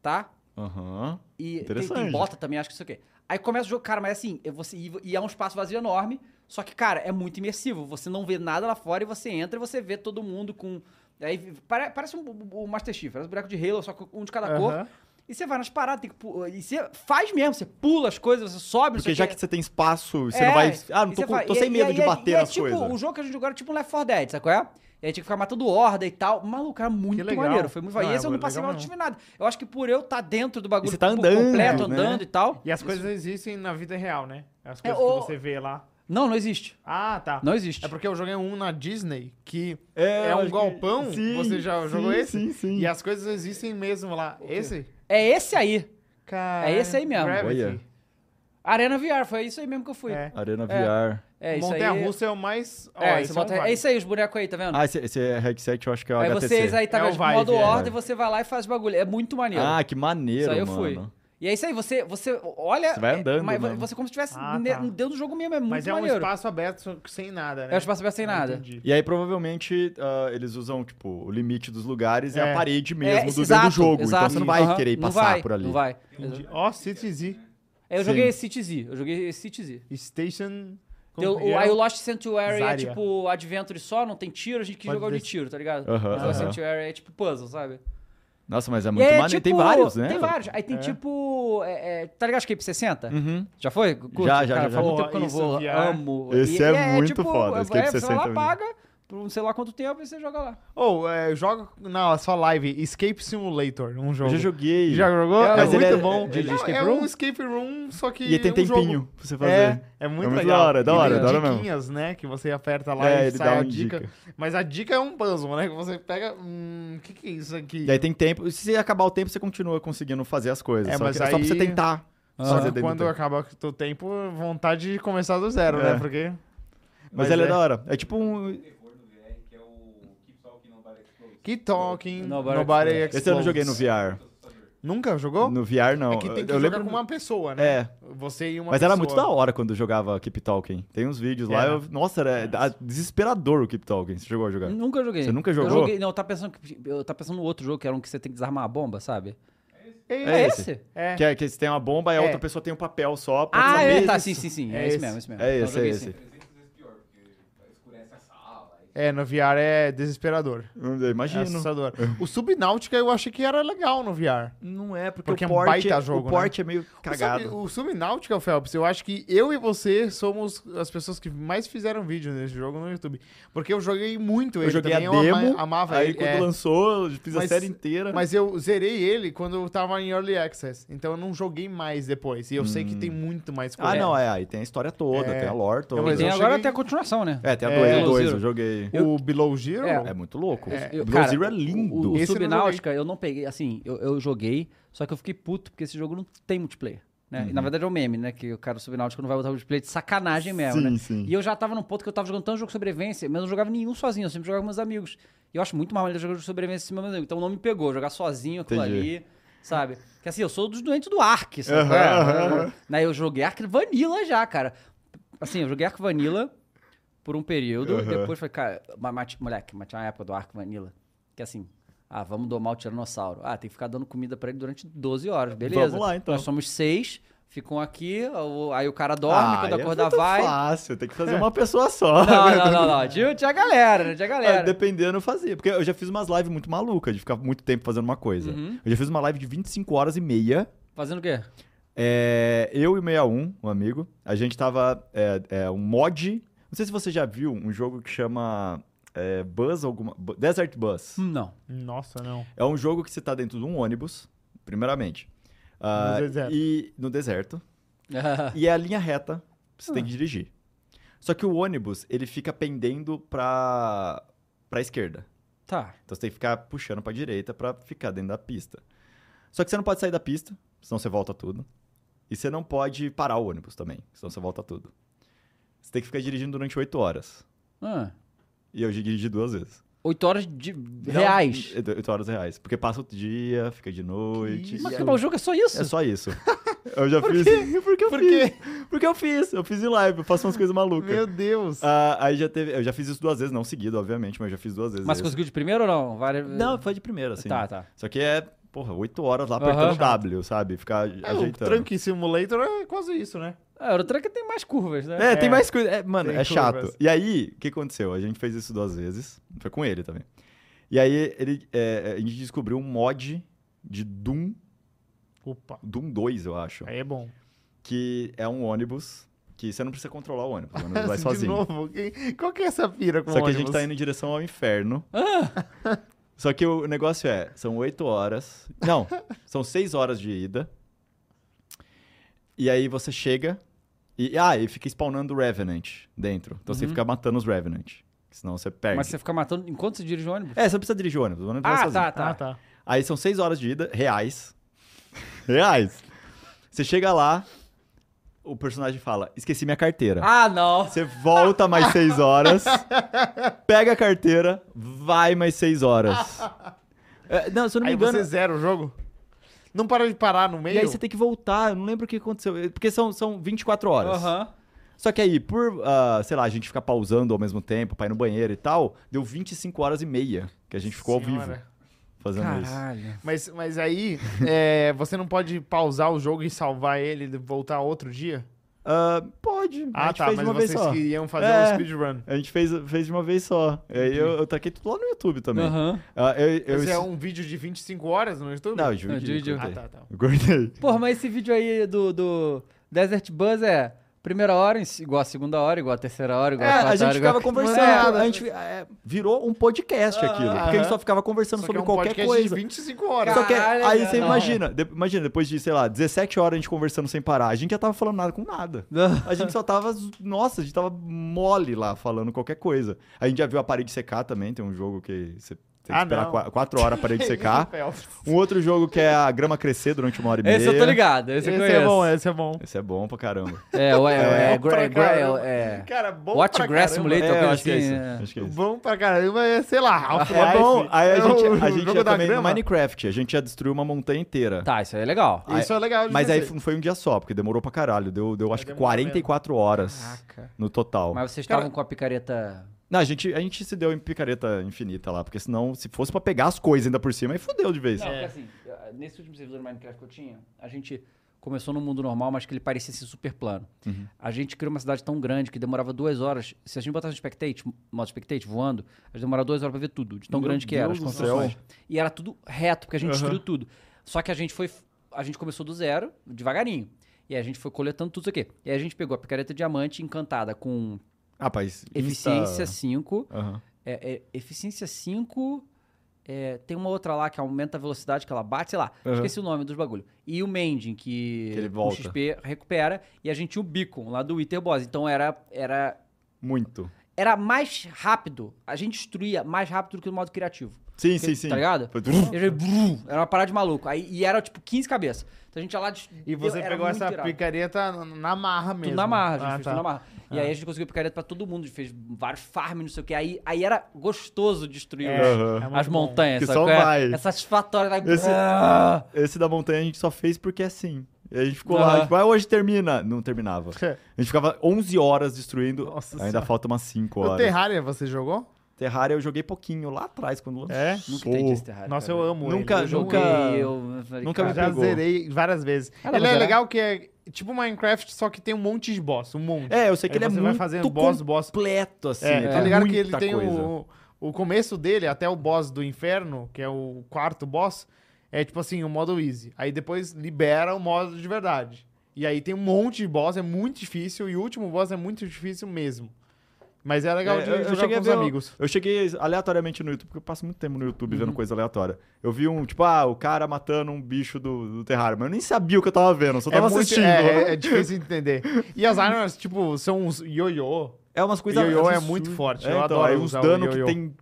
S1: Tá?
S3: Aham.
S1: E tem- tem,
S3: Interessante.
S1: bota também, acho que isso aqui. Aí começa o jogo, cara, mas assim, eu- você, e- e é um espaço vazio enorme, só que, cara, é muito imersivo. Você não vê nada lá fora e você entra e você vê todo mundo com. Aí, pare- parece um, o Master Chief, parece um buraco de Halo, só que um de cada cor.
S2: Aham.
S1: E você vai nas paradas, tem que. pu- E você faz mesmo, você pula as coisas, você sobe, não sei
S3: Porque
S1: o
S3: já
S1: quê.
S3: que você tem espaço, você
S1: É,
S3: não vai. Ah, não
S1: e
S3: tô,
S1: você
S3: com-
S1: fala-
S3: tô
S1: e-
S3: sem
S1: e-
S3: medo
S1: e-
S3: de bater
S1: e é
S3: nas
S1: tipo, O
S3: coisas.
S1: jogo que a gente jogou era tipo um Left 4 Dead, sabe qual é? E aí tinha que ficar matando horda e tal. Maluco, era muito
S2: legal.
S1: maneiro. Foi muito...
S2: Não,
S1: e
S2: é
S1: esse eu não
S2: muito
S1: passei mal,
S2: legal
S1: não tive nada. Eu acho que por eu estar dentro do
S3: E
S1: bagulho
S3: você tá
S1: por
S3: andando,
S1: completo,
S3: né?
S1: andando e tal.
S2: E as coisas existem na vida real, né? As
S1: É,
S2: coisas
S1: o-
S2: que você vê lá.
S1: Não, não existe.
S2: Ah, tá.
S1: Não existe.
S2: É porque eu joguei um na Disney que
S3: É,
S2: é,
S3: eu
S2: um
S3: acho que-
S2: galpão.
S3: Sim,
S2: Você já
S3: sim,
S2: jogou esse?
S3: sim, sim.
S2: E as coisas existem mesmo lá. Esse?
S1: É esse aí.
S2: Cara,
S1: É esse aí mesmo.
S2: Gravity.
S3: Olha.
S1: Arena VR, foi isso aí mesmo que eu fui. É,
S2: É.
S3: Arena VR.
S1: isso
S2: Montanha
S1: aí.
S2: Russa é o mais. Ó,
S1: É,
S2: esse
S1: você bota-
S2: um
S1: é
S2: vale.
S1: isso aí, os bonecos aí, tá vendo?
S3: Ah, esse, esse headset eu acho que é o
S1: aí
S3: HTC.
S1: vocês aí
S2: É
S1: tá
S2: o
S1: de
S2: Vive,
S1: modo
S2: é,
S1: horda
S3: Vive.
S1: e você vai lá e faz bagulho. É muito maneiro.
S3: Ah, que maneiro,
S1: Isso aí eu
S3: mano.
S1: fui. E é isso aí, você, você olha.
S3: Você vai
S1: é,
S3: andando,
S1: Mas
S3: mano.
S1: você como se estivesse
S2: Ah,
S1: ne-
S2: tá.
S1: dentro do jogo mesmo. É muito
S2: Mas é um
S1: maneiro.
S2: espaço aberto sem nada, né?
S1: É um espaço aberto sem
S2: Ah,
S1: nada.
S2: Entendi.
S3: E aí, provavelmente, ah, eles usam, tipo, o limite dos lugares é, a
S2: É.
S3: parede mesmo do
S1: isso,
S3: dentro do jogo. então você não vai
S1: aham,
S3: querer
S1: não
S3: passar
S1: vai,
S3: por ali.
S1: Não vai.
S2: Entendi. Ó, CityZ.
S1: É, eu
S3: Sim.
S1: joguei City Z. Eu joguei City Z.
S2: Station.
S1: Tem o- o- aí o Lost Sanctuary é
S2: é? Zarya.
S1: tipo Adventure só, não tem tiro, a gente quis
S2: Pode
S1: jogar o de
S2: descer.
S1: tiro, tá ligado?
S3: Aham,
S1: Mas o Lost
S3: aham.
S1: Sanctuary é tipo puzzle, sabe?
S3: Nossa, mas é
S1: E
S3: muito
S1: aí é
S3: maneiro. tem
S1: tipo-
S3: vários, né?
S1: Tem vários. Aí tem
S2: É.
S1: tipo. é, é, tá ligado Escape 60?
S3: Uhum.
S1: Já foi? Curte?
S3: Já, já, já,
S1: cara,
S3: já.
S1: Faz muito
S2: Porra,
S1: tempo que eu não
S2: isso,
S1: vou.
S2: VR.
S1: Amo.
S3: Esse é muito foda,
S1: É,
S3: Escape né?
S1: você vai lá,
S3: 60
S1: paga, por um sei lá quanto tempo, e você joga lá.
S2: Ou é, joga. Não, é só live. Escape Simulator, um
S3: Eu
S2: jogo.
S3: já joguei.
S2: Já jogou?
S3: É,
S2: É,
S3: mas ele
S2: muito
S3: é-
S2: bom.
S3: de- de
S2: Não,
S3: escape
S2: é
S3: room?
S2: um escape room, só que.
S3: E aí tem
S2: um jogo.
S3: tempinho pra você fazer.
S2: É, é muito
S3: É muito
S2: legal.
S3: da hora, da
S2: E
S3: hora,
S2: tem
S3: da hora mesmo.
S2: diquinhas, né? Que você aperta lá
S3: É,
S2: e
S3: ele
S2: sai
S3: dá
S2: a
S3: uma
S2: dica.
S3: dica.
S2: Mas a dica é um puzzle, né? Que você pega. Hum, o que, que é isso aqui?
S3: E aí tem tempo. Se acabar o tempo, você continua conseguindo fazer as coisas.
S2: É,
S3: só,
S2: mas
S3: que- só pra
S2: aí-
S3: você tentar.
S2: Só
S3: fazer
S2: que
S3: dentro do
S2: quando
S3: tempo.
S2: acabar o teu tempo, vontade de começar do zero,
S3: É.
S2: né? Porque.
S3: Mas,
S2: Mas
S3: ela é.
S2: é.
S3: da hora. É tipo um.
S2: Keep talking.
S1: Nobody
S2: Nobody,
S1: explodes.
S3: Esse eu não joguei no
S2: explodes.
S3: VR.
S2: Nunca jogou?
S3: No VR, não.
S2: É que tem que
S3: eu
S2: jogar
S3: lembro.
S2: com uma pessoa, né?
S3: É.
S2: Você e uma
S3: Mas era muito da
S2: pessoa.
S3: hora quando eu jogava Keep Talking. Tem uns vídeos lá.
S2: Era.
S3: eu- Nossa, era da- desesperador o Keep Talking. Você jogou a jogar?
S1: Nunca joguei.
S3: É. Você nunca
S1: Eu
S3: jogou?
S1: joguei- não, eu tava pensando, que- eu tava pensando no outro jogo, que era um que você tem que desarmar a bomba, sabe?
S2: É,
S1: É
S3: esse.
S1: esse?
S2: é.
S3: Que, é, que você tem uma bomba e a
S2: É.
S3: outra pessoa tem um papel só pra
S1: Ah,
S3: saber.
S1: é, tá,
S3: se-
S1: sim, sim, sim.
S2: É
S1: É esse
S2: esse.
S1: mesmo, é esse mesmo.
S3: É
S1: Eu
S3: esse, é
S1: joguei
S3: esse.
S1: sim.
S2: É, no VR é desesperador.
S3: Eu
S2: É
S3: imagino.
S2: assustador. O Subnáutica eu achei que era legal no VR.
S3: Não é, porque,
S2: Porque
S3: o
S2: é um
S3: porte,
S2: baita jogo,
S3: o
S2: né?
S3: porte é meio
S2: Sabe,
S3: cagado.
S2: o Subnáutica, Phelps, eu acho que eu e você somos as pessoas que mais fizeram vídeo nesse jogo no YouTube. Porque eu joguei muito ele
S3: Eu joguei a
S2: também, eu ama-
S3: demo,
S2: amava
S3: aí
S2: ele.
S3: quando
S2: é.
S3: lançou, eu fiz a
S2: Mas-
S3: série inteira.
S2: Mas eu zerei ele quando eu tava em Early Access. Então eu não joguei mais depois. E eu sei que tem muito mais coisa.
S3: Hum. ah, não, é, aí tem a história toda,
S2: É.
S3: tem a lore toda.
S2: Não, mas
S1: Tem
S2: eu
S1: agora
S2: cheguei-
S1: até a continuação, né?
S3: É, tem a
S2: É.
S3: 2,
S1: Below
S3: eu
S1: Zero.
S3: joguei.
S2: O Below Zero?
S3: É
S1: É.
S3: muito louco.
S1: Eu-
S3: o Below
S1: cara,
S3: Zero é
S1: O,
S3: lindo.
S1: o
S2: Esse eu não
S1: Subnáutica, eu não peguei, assim, eu, eu joguei, só que eu fiquei puto porque esse jogo não tem multiplayer. Né?
S3: Uhum.
S1: E, na verdade é um meme, né? Que o cara do Subnáutica não vai botar multiplayer de sacanagem mesmo,
S3: Sim,
S1: né?
S3: sim.
S1: E eu já tava num ponto que eu tava jogando tanto jogo de sobrevivência, mas eu não jogava nenhum sozinho, eu sempre jogava com meus amigos. E eu acho muito mais maneiro jogar jogo de sobrevivência assim, meu amigo. Então não me pegou, jogar sozinho aquilo
S3: Entendi.
S1: ali, sabe? Que assim, eu sou dos doentes do Ark, sabe?
S3: Aham,
S1: qual é?
S3: aham.
S1: Né? Eu joguei Ark Vanilla já, cara. Assim, eu joguei Ark Vanilla por um período.
S3: Aham.
S1: Depois foi, cara, mas, mas, tipo, moleque, mas tinha uma época do Arco Vanilla. Que assim, ah, vamos domar o tiranossauro. Ah, tem que ficar dando comida pra ele durante 12 horas, beleza.
S3: Vamos lá, então.
S1: Nós somos seis, ficam aqui, o- aí o cara dorme, quando
S3: aí é
S1: acordar
S3: muito
S1: vai.
S3: fácil, tem que fazer uma pessoa só.
S1: Não, não, não, não. Tinha, tinha galera, né? Tinha
S3: Ah,
S1: galera.
S3: Dependendo, eu fazia. Porque eu já fiz umas lives muito malucas, de ficar muito tempo fazendo uma coisa.
S1: Uhum.
S3: Eu já fiz uma live de 25 horas e meia.
S1: Fazendo o quê?
S3: É, eu e o 61, um amigo, a gente tava. É, é, um mod. Não sei se você já viu um jogo que chama. É, Buzz alguma. Bu- Desert Bus.
S1: Hum, Não.
S2: Nossa, não.
S3: É um jogo que você tá dentro de um ônibus, primeiramente. Ah,
S2: deserto.
S3: E, no deserto. E é a linha reta que você tem que
S2: Ah.
S3: dirigir. Só que o ônibus, ele fica pendendo pra, pra esquerda.
S1: tá.
S3: Então você tem que ficar puxando pra direita pra ficar dentro da pista. Só que você não pode sair da pista, senão você volta tudo. E você não pode parar o ônibus também, senão você volta tudo. Você tem que ficar dirigindo durante 8 horas.
S1: Ah,
S3: E eu dirigi duas vezes. Então,
S1: 8 horas de reais. é
S3: 8 horas reais. Porque passa o dia, fica de noite.
S2: isso?
S1: Mas
S3: e
S1: que bom, o jogo é só isso?
S3: é só isso. Eu já fiz. Porque eu
S2: Por
S3: fiz.
S2: quê?
S3: Porque eu fiz. Eu fiz em live, eu faço umas coisas malucas.
S2: Meu Deus.
S3: Ah, aí já teve. Eu já fiz isso duas vezes, não seguido, obviamente, mas já fiz duas vezes.
S1: Mas
S3: isso.
S1: conseguiu de primeiro ou não? Várias...
S3: Não, foi de primeira, assim.
S1: Tá, tá.
S3: Só que é, porra, oito horas lá
S1: Aham.
S3: apertando W, sabe? Ficar
S2: É, o
S3: ajeitando.
S2: Trunk Simulator é quase isso, né?
S1: Ah, Eurotruck tem mais curvas, né?
S3: É, tem
S2: É.
S3: mais coisa. é, mano,
S2: Tem
S3: é chato.
S2: curvas.
S3: E aí, o que aconteceu? A gente fez isso duas vezes. Foi com ele também. E aí, ele, é, a gente descobriu um mod de Doom,
S2: Opa.
S3: Doom 2, eu acho.
S2: Aí é bom.
S3: Que é um ônibus que você não precisa controlar o ônibus. O ônibus vai
S2: De
S3: sozinho.
S2: novo, quem- qual que é essa pira com
S3: Só que a
S2: ônibus?
S3: gente tá indo em direção ao inferno.
S1: Ah!
S3: Só que o negócio é, são oito horas. Não, são seis horas de ida. E aí você chega e. Ah, e fica spawnando Revenant dentro. Então você fica matando os Revenant. Senão você perde.
S1: Uhum. Mas você fica matando enquanto você dirige o ônibus?
S3: É, você não precisa dirigir o ônibus. O ônibus vai
S1: É, Ah,
S3: sozinho.
S1: tá, tá.
S2: Ah, tá.
S3: Aí são seis horas de ida, reais. reais. Você chega lá, o personagem fala: esqueci minha carteira.
S1: Ah, não.
S3: Você volta mais seis horas, pega a carteira, vai mais seis horas. É, não, se eu não me
S2: Aí
S3: engano.
S2: você zera o jogo? Não para de parar no meio?
S3: E aí você tá- tem que voltar, eu não lembro o que aconteceu. Porque são, são 24 horas.
S1: Aham.
S3: Só que aí, por, ah, sei lá, a gente ficar pausando ao mesmo tempo pra ir no banheiro e tal, deu 25 horas e meia que a gente ficou ao
S2: Senhora.
S3: vivo fazendo isso.
S1: Caralho.
S2: Mas, mas aí, é, você não pode pausar o jogo e salvar ele e voltar outro dia?
S3: Ah, pode. a
S2: Ah,
S3: gente
S2: tá,
S3: fez
S2: mas
S3: uma vez
S2: vocês
S3: só.
S2: queriam fazer
S3: É.
S2: um speedrun.
S3: A gente fez, fez de uma vez só. E aí eu, eu taquei tudo lá no YouTube também.
S1: Aham.
S3: Ah, eu, eu,
S2: Mas é um vídeo de 25 horas no YouTube?
S3: Não, eu
S1: Não,
S3: dividi,
S1: dividi.
S2: Ah,
S3: cortei.
S2: tá, tá.
S3: Eu cortei.
S1: Porra, mas esse vídeo aí do, do Desert Buzz é primeira hora, igual a segunda hora, igual a terceira hora, igual
S3: É,
S1: a quarta
S3: a gente
S1: hora, igual-
S3: ficava conversando.
S2: Mano,
S3: a gente, é, virou um podcast aquilo. Porque a gente só ficava conversando
S2: Só que
S3: sobre
S2: é um
S3: qualquer
S2: podcast
S3: coisa.
S2: de 25 horas.
S3: Só que
S1: Caralho,
S3: aí
S1: cara.
S3: você
S1: Não.
S3: imagina, de- imagina, depois de, sei lá, 17 horas a gente conversando sem parar, a gente já tava falando nada com nada. A gente só tava, nossa, a gente tava mole lá falando qualquer coisa. A gente já viu a parede secar também, tem um jogo que você tem que
S2: Ah,
S3: esperar
S2: não.
S3: 4 quatro horas a parede secar.
S2: Phelps.
S3: Um outro jogo que é a grama crescer durante uma hora e meia.
S1: Esse eu tô ligado, esse,
S2: Esse
S1: eu
S2: é bom,
S1: conheço.
S2: esse é bom.
S3: Esse é bom pra caramba.
S1: É, o- é,
S3: um
S1: é, é,
S2: Bom pra
S1: gra- gra-
S2: caramba.
S1: é,
S2: Cara, bom
S1: Watch
S2: pra
S1: Grass
S2: caramba.
S1: Simulator,
S3: é, eu
S1: coisa
S3: acho que é
S1: assim,
S3: isso.
S1: é.
S3: Acho que é isso.
S2: Bom pra caramba é, sei lá, Half-Life.
S3: É bom, aí a
S2: É
S3: gente,
S2: o-
S3: a
S2: o
S3: gente
S2: jogo
S3: já
S2: da
S3: também no
S2: grama.
S3: Minecraft, a gente já destruiu uma montanha inteira.
S1: Tá, isso aí é legal.
S3: Aí-
S2: Isso é legal de
S3: Mas aí
S2: fazer.
S3: não foi um dia só, porque demorou pra caralho. Deu, deu acho que
S2: demorou
S3: 44 horas
S2: Caraca.
S3: no total.
S1: Mas vocês
S2: Cara-
S1: estavam com a picareta...
S3: Não, a gente, a gente se deu em picareta infinita lá, porque senão, se fosse pra pegar as coisas ainda por cima, aí fudeu de vez.
S1: Não, porque assim, eu- nesse último servidor do Minecraft que eu tinha, a gente começou no mundo normal, mas que ele parecia ser super plano. A gente criou uma cidade tão grande que demorava duas horas. Se a gente botasse um spectate, modo spectate, voando, a gente demorava duas horas pra ver tudo, de tão
S3: Meu
S1: grande que
S3: Deus
S1: era, as
S3: do
S1: construções.
S3: céu.
S1: E era tudo reto, porque a gente destruiu tudo. Só que a gente foi. A gente começou do zero, devagarinho. E a gente foi coletando tudo isso aqui. E aí a gente pegou a picareta diamante encantada com
S3: Ah, Rapaz, Insta-
S1: eficiência 5.
S3: Aham.
S1: É, é, eficiência 5. é, tem uma outra lá que aumenta a velocidade que ela bate, sei lá.
S3: Aham.
S1: Esqueci o nome dos bagulho. E o Mending, que,
S3: Que ele
S1: com
S3: volta.
S1: XP recupera. E a gente tinha o Beacon lá do Wither Boss. Então era, era,
S3: Muito.
S1: era mais rápido. A gente destruía mais rápido do que o modo criativo.
S3: Sim,
S1: Porque-
S3: sim, sim.
S1: Tá ligado?
S3: Foi-
S1: E a gente, brum, Era uma parada de maluco. Aí, e era tipo 15 cabeças. Então a gente ia lá. des-
S2: E você
S1: era
S2: pegou
S1: muito
S2: essa
S1: irado.
S2: picareta na marra mesmo.
S1: Tudo na marra, a gente
S2: Ah,
S1: fez
S2: tá.
S1: tudo na marra. E aí a gente conseguiu picareta pra todo mundo, a gente fez vários farms, não sei o que. Aí, aí era gostoso destruir
S2: É,
S1: os-
S3: Aham.
S2: é muito
S1: as
S2: bom.
S1: montanhas.
S3: Que
S1: sabe
S3: só
S1: qual é?
S3: vai.
S1: É satisfatório. Vai...
S3: Esse-
S1: Ah!
S3: Esse da montanha a gente só fez porque é assim. E A gente ficou lá,
S1: Aham.
S3: tipo, ah, hoje termina. Não terminava. A gente ficava 11 horas destruindo,
S2: Nossa
S3: ainda
S2: Senhora.
S3: falta umas 5
S2: O
S3: horas.
S2: Terraria você jogou?
S3: Terraria eu joguei pouquinho lá atrás, quando lançou.
S2: É?
S1: Nunca entendi esse terrário.
S2: Nossa,
S1: cara.
S2: eu amo
S3: Nunca-
S2: ele.
S1: Eu
S2: Eu
S1: joguei,
S3: nunca-
S1: eu falei,
S3: nunca me
S1: cara,
S2: já
S3: pegou.
S2: zerei várias vezes.
S1: Ah, dá
S2: ele
S1: pra
S2: é
S1: zerar?
S2: legal que é tipo Minecraft, só que tem um monte de boss, um monte.
S3: É, eu sei que
S2: Aí
S3: ele é
S2: você
S3: muito
S2: vai fazendo boss, boss.
S3: completo, assim.
S2: É,
S3: tem
S2: tá ligado que ele
S3: muita
S2: tem
S3: coisa.
S2: o, o começo dele, até o boss do inferno, que é o quarto boss, é tipo assim, o modo easy. Aí depois libera o modo de verdade. E aí tem um monte de boss, é muito difícil, e o último boss é muito difícil mesmo. Mas é legal
S3: É,
S2: de
S3: eu- eu
S2: jogar
S3: cheguei
S2: com
S3: a
S2: os
S3: ver o-
S2: amigos.
S3: Eu cheguei aleatoriamente no YouTube, porque eu passo muito tempo no YouTube vendo coisa aleatória. Eu vi um, tipo, ah, o cara matando um bicho do, do terrário, mas eu nem sabia o que eu tava vendo, eu só
S2: É,
S3: tava
S2: muito-
S3: assistindo.
S2: é, é-
S3: É,
S2: é difícil de entender. E as armas, tipo, são uns ioiô.
S3: umas coisas
S2: Ioiô é
S3: absurdas.
S2: muito forte.
S3: É,
S2: eu
S3: então,
S2: adoro
S3: aí uns
S2: usar
S3: dano
S2: o
S3: que
S2: ioiô.
S3: tem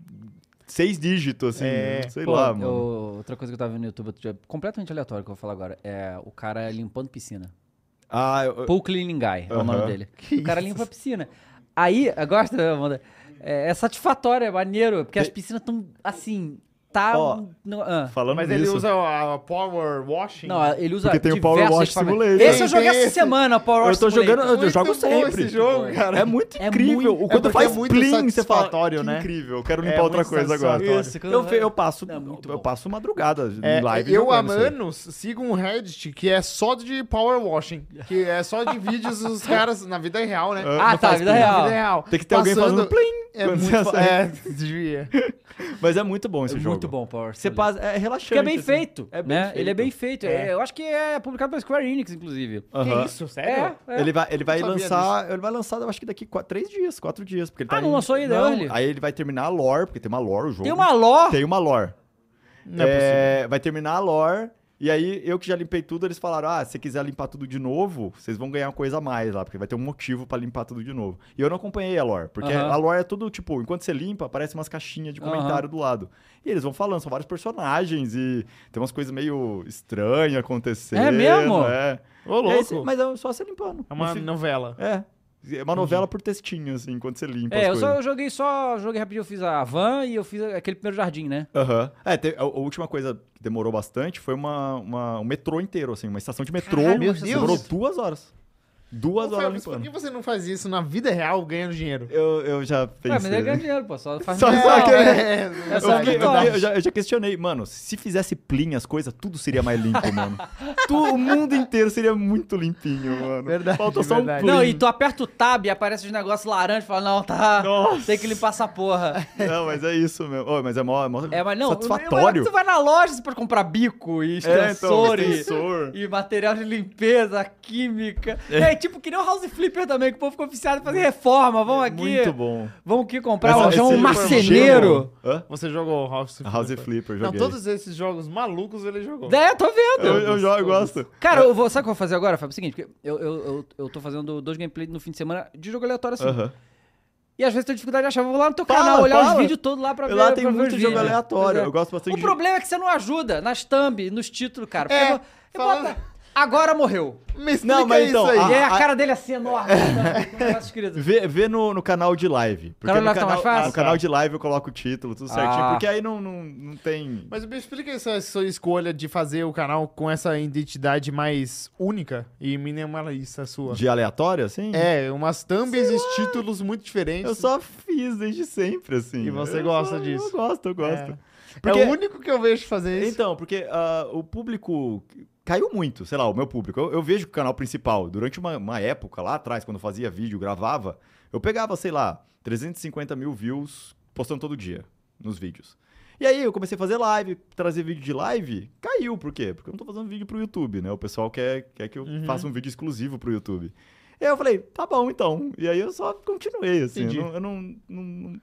S3: seis dígitos, assim,
S2: É.
S3: sei
S1: pô,
S3: lá,
S1: eu-
S3: mano.
S1: Outra coisa que eu tava vendo no YouTube outro dia, completamente aleatório que eu vou falar agora, é o cara limpando piscina.
S3: Ah, eu- eu-
S1: Paul Cleaning Guy é o nome
S3: Aham.
S1: dele. o cara limpa a piscina. né, Aí, eu gosto, Amanda. É, é satisfatório, é maneiro, porque as piscinas estão assim. tá.
S3: Ó,
S1: um- no- ah.
S3: Falando
S2: Mas
S3: nisso,
S2: ele usa a a power washing.
S1: Não, é ele usa.
S3: Porque tem o Power
S1: diversos
S3: Wash
S1: equipamentos.
S3: Simulator.
S1: Esse eu joguei
S2: Tem
S1: essa
S2: esse.
S1: semana, Power
S3: eu
S1: Wash
S3: tô jogando,
S1: Simulator.
S3: eu
S2: Muito
S3: jogo
S2: bom
S3: sempre.
S2: esse jogo, cara.
S3: É muito
S1: É
S3: incrível.
S1: muito- né?
S3: o quanto
S2: é porque
S3: faz
S2: é muito
S3: plim, você fala.
S2: satisfatório,
S3: "Que
S2: né?"
S3: Incrível, eu quero
S2: É
S3: limpar outra
S2: muito
S3: coisa agora.
S2: satisfatório.
S1: Isso, quando
S3: eu,
S1: vai-
S3: ve- eu passo,
S1: É muito
S3: eu
S1: bom.
S3: passo madrugada
S2: É,
S3: em live.
S2: eu há
S3: jogando isso aí.
S2: anos sigo um Reddit que é só de power washing, que é só de vídeos dos caras na vida real, né?
S1: Ah,
S3: Não
S1: tá,
S3: faz
S1: vida
S3: plim.
S1: real.
S2: Na vida real.
S3: Tem que ter alguém
S2: Passando-
S3: fazendo plim.
S2: É
S3: quando
S2: muito
S3: você
S2: fa-
S3: acende.
S2: é, devia.
S3: Mas é muito bom esse
S1: É
S3: jogo.
S1: muito bom, o Power Wash
S3: Você
S1: Simulator.
S3: passa, é relaxante.
S1: Porque é bem
S3: assim.
S1: feito.
S3: É bem
S1: né?
S3: feito.
S1: Ele é bem feito.
S2: É.
S1: Eu acho que é publicado pela Square Enix, inclusive.
S3: Aham.
S2: Que isso, sério?
S1: É, é.
S3: Ele vai, ele vai
S2: Não sabia
S3: lançar, ele vai lançar, eu acho que daqui quatro, três dias, quatro dias, porque ele tá
S1: Ah, não
S3: em-
S1: lançou ainda,
S3: Não,
S1: early?
S3: Aí ele vai terminar a lore, porque tem uma lore o jogo.
S1: Tem uma lore.
S3: é Tem uma lore.
S2: Não é possível.
S3: É, vai terminar a lore. E aí, eu que já limpei tudo, eles falaram: ah, se quiser limpar tudo de novo, vocês vão ganhar coisa a mais lá, porque vai ter um motivo pra limpar tudo de novo. E eu não acompanhei a lore, porque
S1: Aham.
S3: a lore é tudo tipo: enquanto você limpa, aparece umas caixinhas de comentário do lado. E eles vão falando, são vários personagens e tem umas coisas meio estranhas acontecendo.
S1: É mesmo?
S3: É.
S2: Ô,
S3: E aí,
S2: louco.
S3: você- mas é só você limpando.
S2: É uma
S3: Não fi-
S2: novela.
S3: É. É uma novela por textinho, assim, enquanto você limpa. as
S1: É, eu
S3: coisas.
S1: só eu joguei só. Joguei rapidinho, eu fiz a van e eu fiz aquele primeiro jardim, né?
S3: Aham. É, te- a, a última coisa que demorou bastante foi uma, uma- um metrô inteiro, assim, uma estação de metrô.
S2: Caralho, meu
S3: demorou
S2: Deus.
S3: duas horas.
S2: Ô,
S3: Duas horas
S2: Felps, por
S3: limpando.
S2: que você não faz isso na vida real ganhando dinheiro?
S3: Eu, eu já
S1: Ué,
S3: pensei.
S1: mas ele ganha dinheiro, pô. Só faz
S3: Só-
S1: não,
S3: só que-
S1: né?
S2: é,
S1: Essa então.
S3: Eu, fiquei- eu-
S1: vitória.
S3: eu já, eu já questionei, mano, se fizesse plim as coisas, tudo seria mais limpo, mano. Tu- o mundo inteiro seria muito limpinho, mano.
S2: Verdade,
S3: Faltou só
S2: verdade.
S3: um plim.
S1: Não, e tu aperta o tab e aparece os negócios laranja e fala, não, tá.
S3: Nossa.
S1: Tem que limpar essa porra.
S3: Não, mas é isso mesmo. Ô, mas é mó, é mó
S1: É, mas não,
S3: satisfatório.
S1: Tu vai na loja, você pode comprar bico e
S3: É,
S1: extensor e-
S3: extensor.
S1: e, material de limpeza, química. É. tipo que nem o House Flipper também, que o povo ficou oficiado em fazer reforma. Vamos aqui.
S3: Muito bom.
S1: Vamos aqui comprar,
S3: Essa-
S1: vamos chamar um
S3: esse-
S1: marceneiro.
S3: Hã?
S2: Você jogou House Flipper?
S3: House Flipper,
S2: Não,
S3: joguei.
S2: todos esses jogos malucos ele jogou.
S1: É, eu tô vendo.
S3: Eu, eu jogo, eu gosto.
S1: Cara, eu vou, sabe o que eu vou fazer agora, Fábio? É o seguinte, porque eu, eu, eu, eu tô fazendo dois gameplays no fim de semana de jogo aleatório assim.
S3: Aham.
S1: E às vezes eu tenho dificuldade de achar. Eu vou lá no teu
S3: Fala,
S1: canal, olhar os
S3: fala.
S1: vídeos todos lá pra ver.
S3: Lá tem
S1: pra ver
S3: muito
S1: os
S3: jogo
S1: vídeos.
S3: aleatório.
S1: Pois é.
S3: Eu gosto bastante
S1: O
S3: de-
S1: problema é que você não ajuda nas thumb, nos títulos, cara. Porque
S2: É,
S1: eu- eu
S2: falando-
S1: bota, agora morreu.
S2: Me explica
S3: Não, mas então,
S2: isso aí.
S3: a-
S1: e aí a,
S3: a-
S1: cara dele é assim, enorme. com o negócio escrito.
S3: Vê, vê no, no canal de live. Porque
S1: Canal
S3: no,
S1: de live tá mais
S3: canal,
S1: fácil?
S3: no canal de live eu coloco o título, tudo certinho.
S1: Ah.
S3: Porque aí não, não, não tem.
S2: Mas me explica essa sua escolha de fazer o canal com essa identidade mais única e minimalista sua.
S3: De aleatório, assim?
S2: É, umas thumbs e títulos muito diferentes.
S3: Eu só fiz desde sempre, assim.
S2: E você
S3: Eu
S2: gosta
S3: só-
S2: disso?
S3: Eu gosto, eu gosto.
S2: É.
S3: Porque-
S2: É o único que eu vejo fazer isso.
S3: Então, porque ah, o público caiu muito, sei lá, o meu público. Eu, eu vejo que o canal principal, durante uma, uma época lá atrás, quando eu fazia vídeo, gravava, eu pegava, sei lá, 350 mil views postando todo dia nos vídeos. E aí eu comecei a fazer live, trazer vídeo de live, caiu, por quê? Porque eu não tô fazendo vídeo pro YouTube, né? O pessoal quer, quer que eu
S2: Uhum.
S3: faça um vídeo exclusivo pro YouTube. E aí eu falei, tá bom então. E aí eu só continuei, assim.
S2: Entendi.
S3: Eu não, eu não, não, não...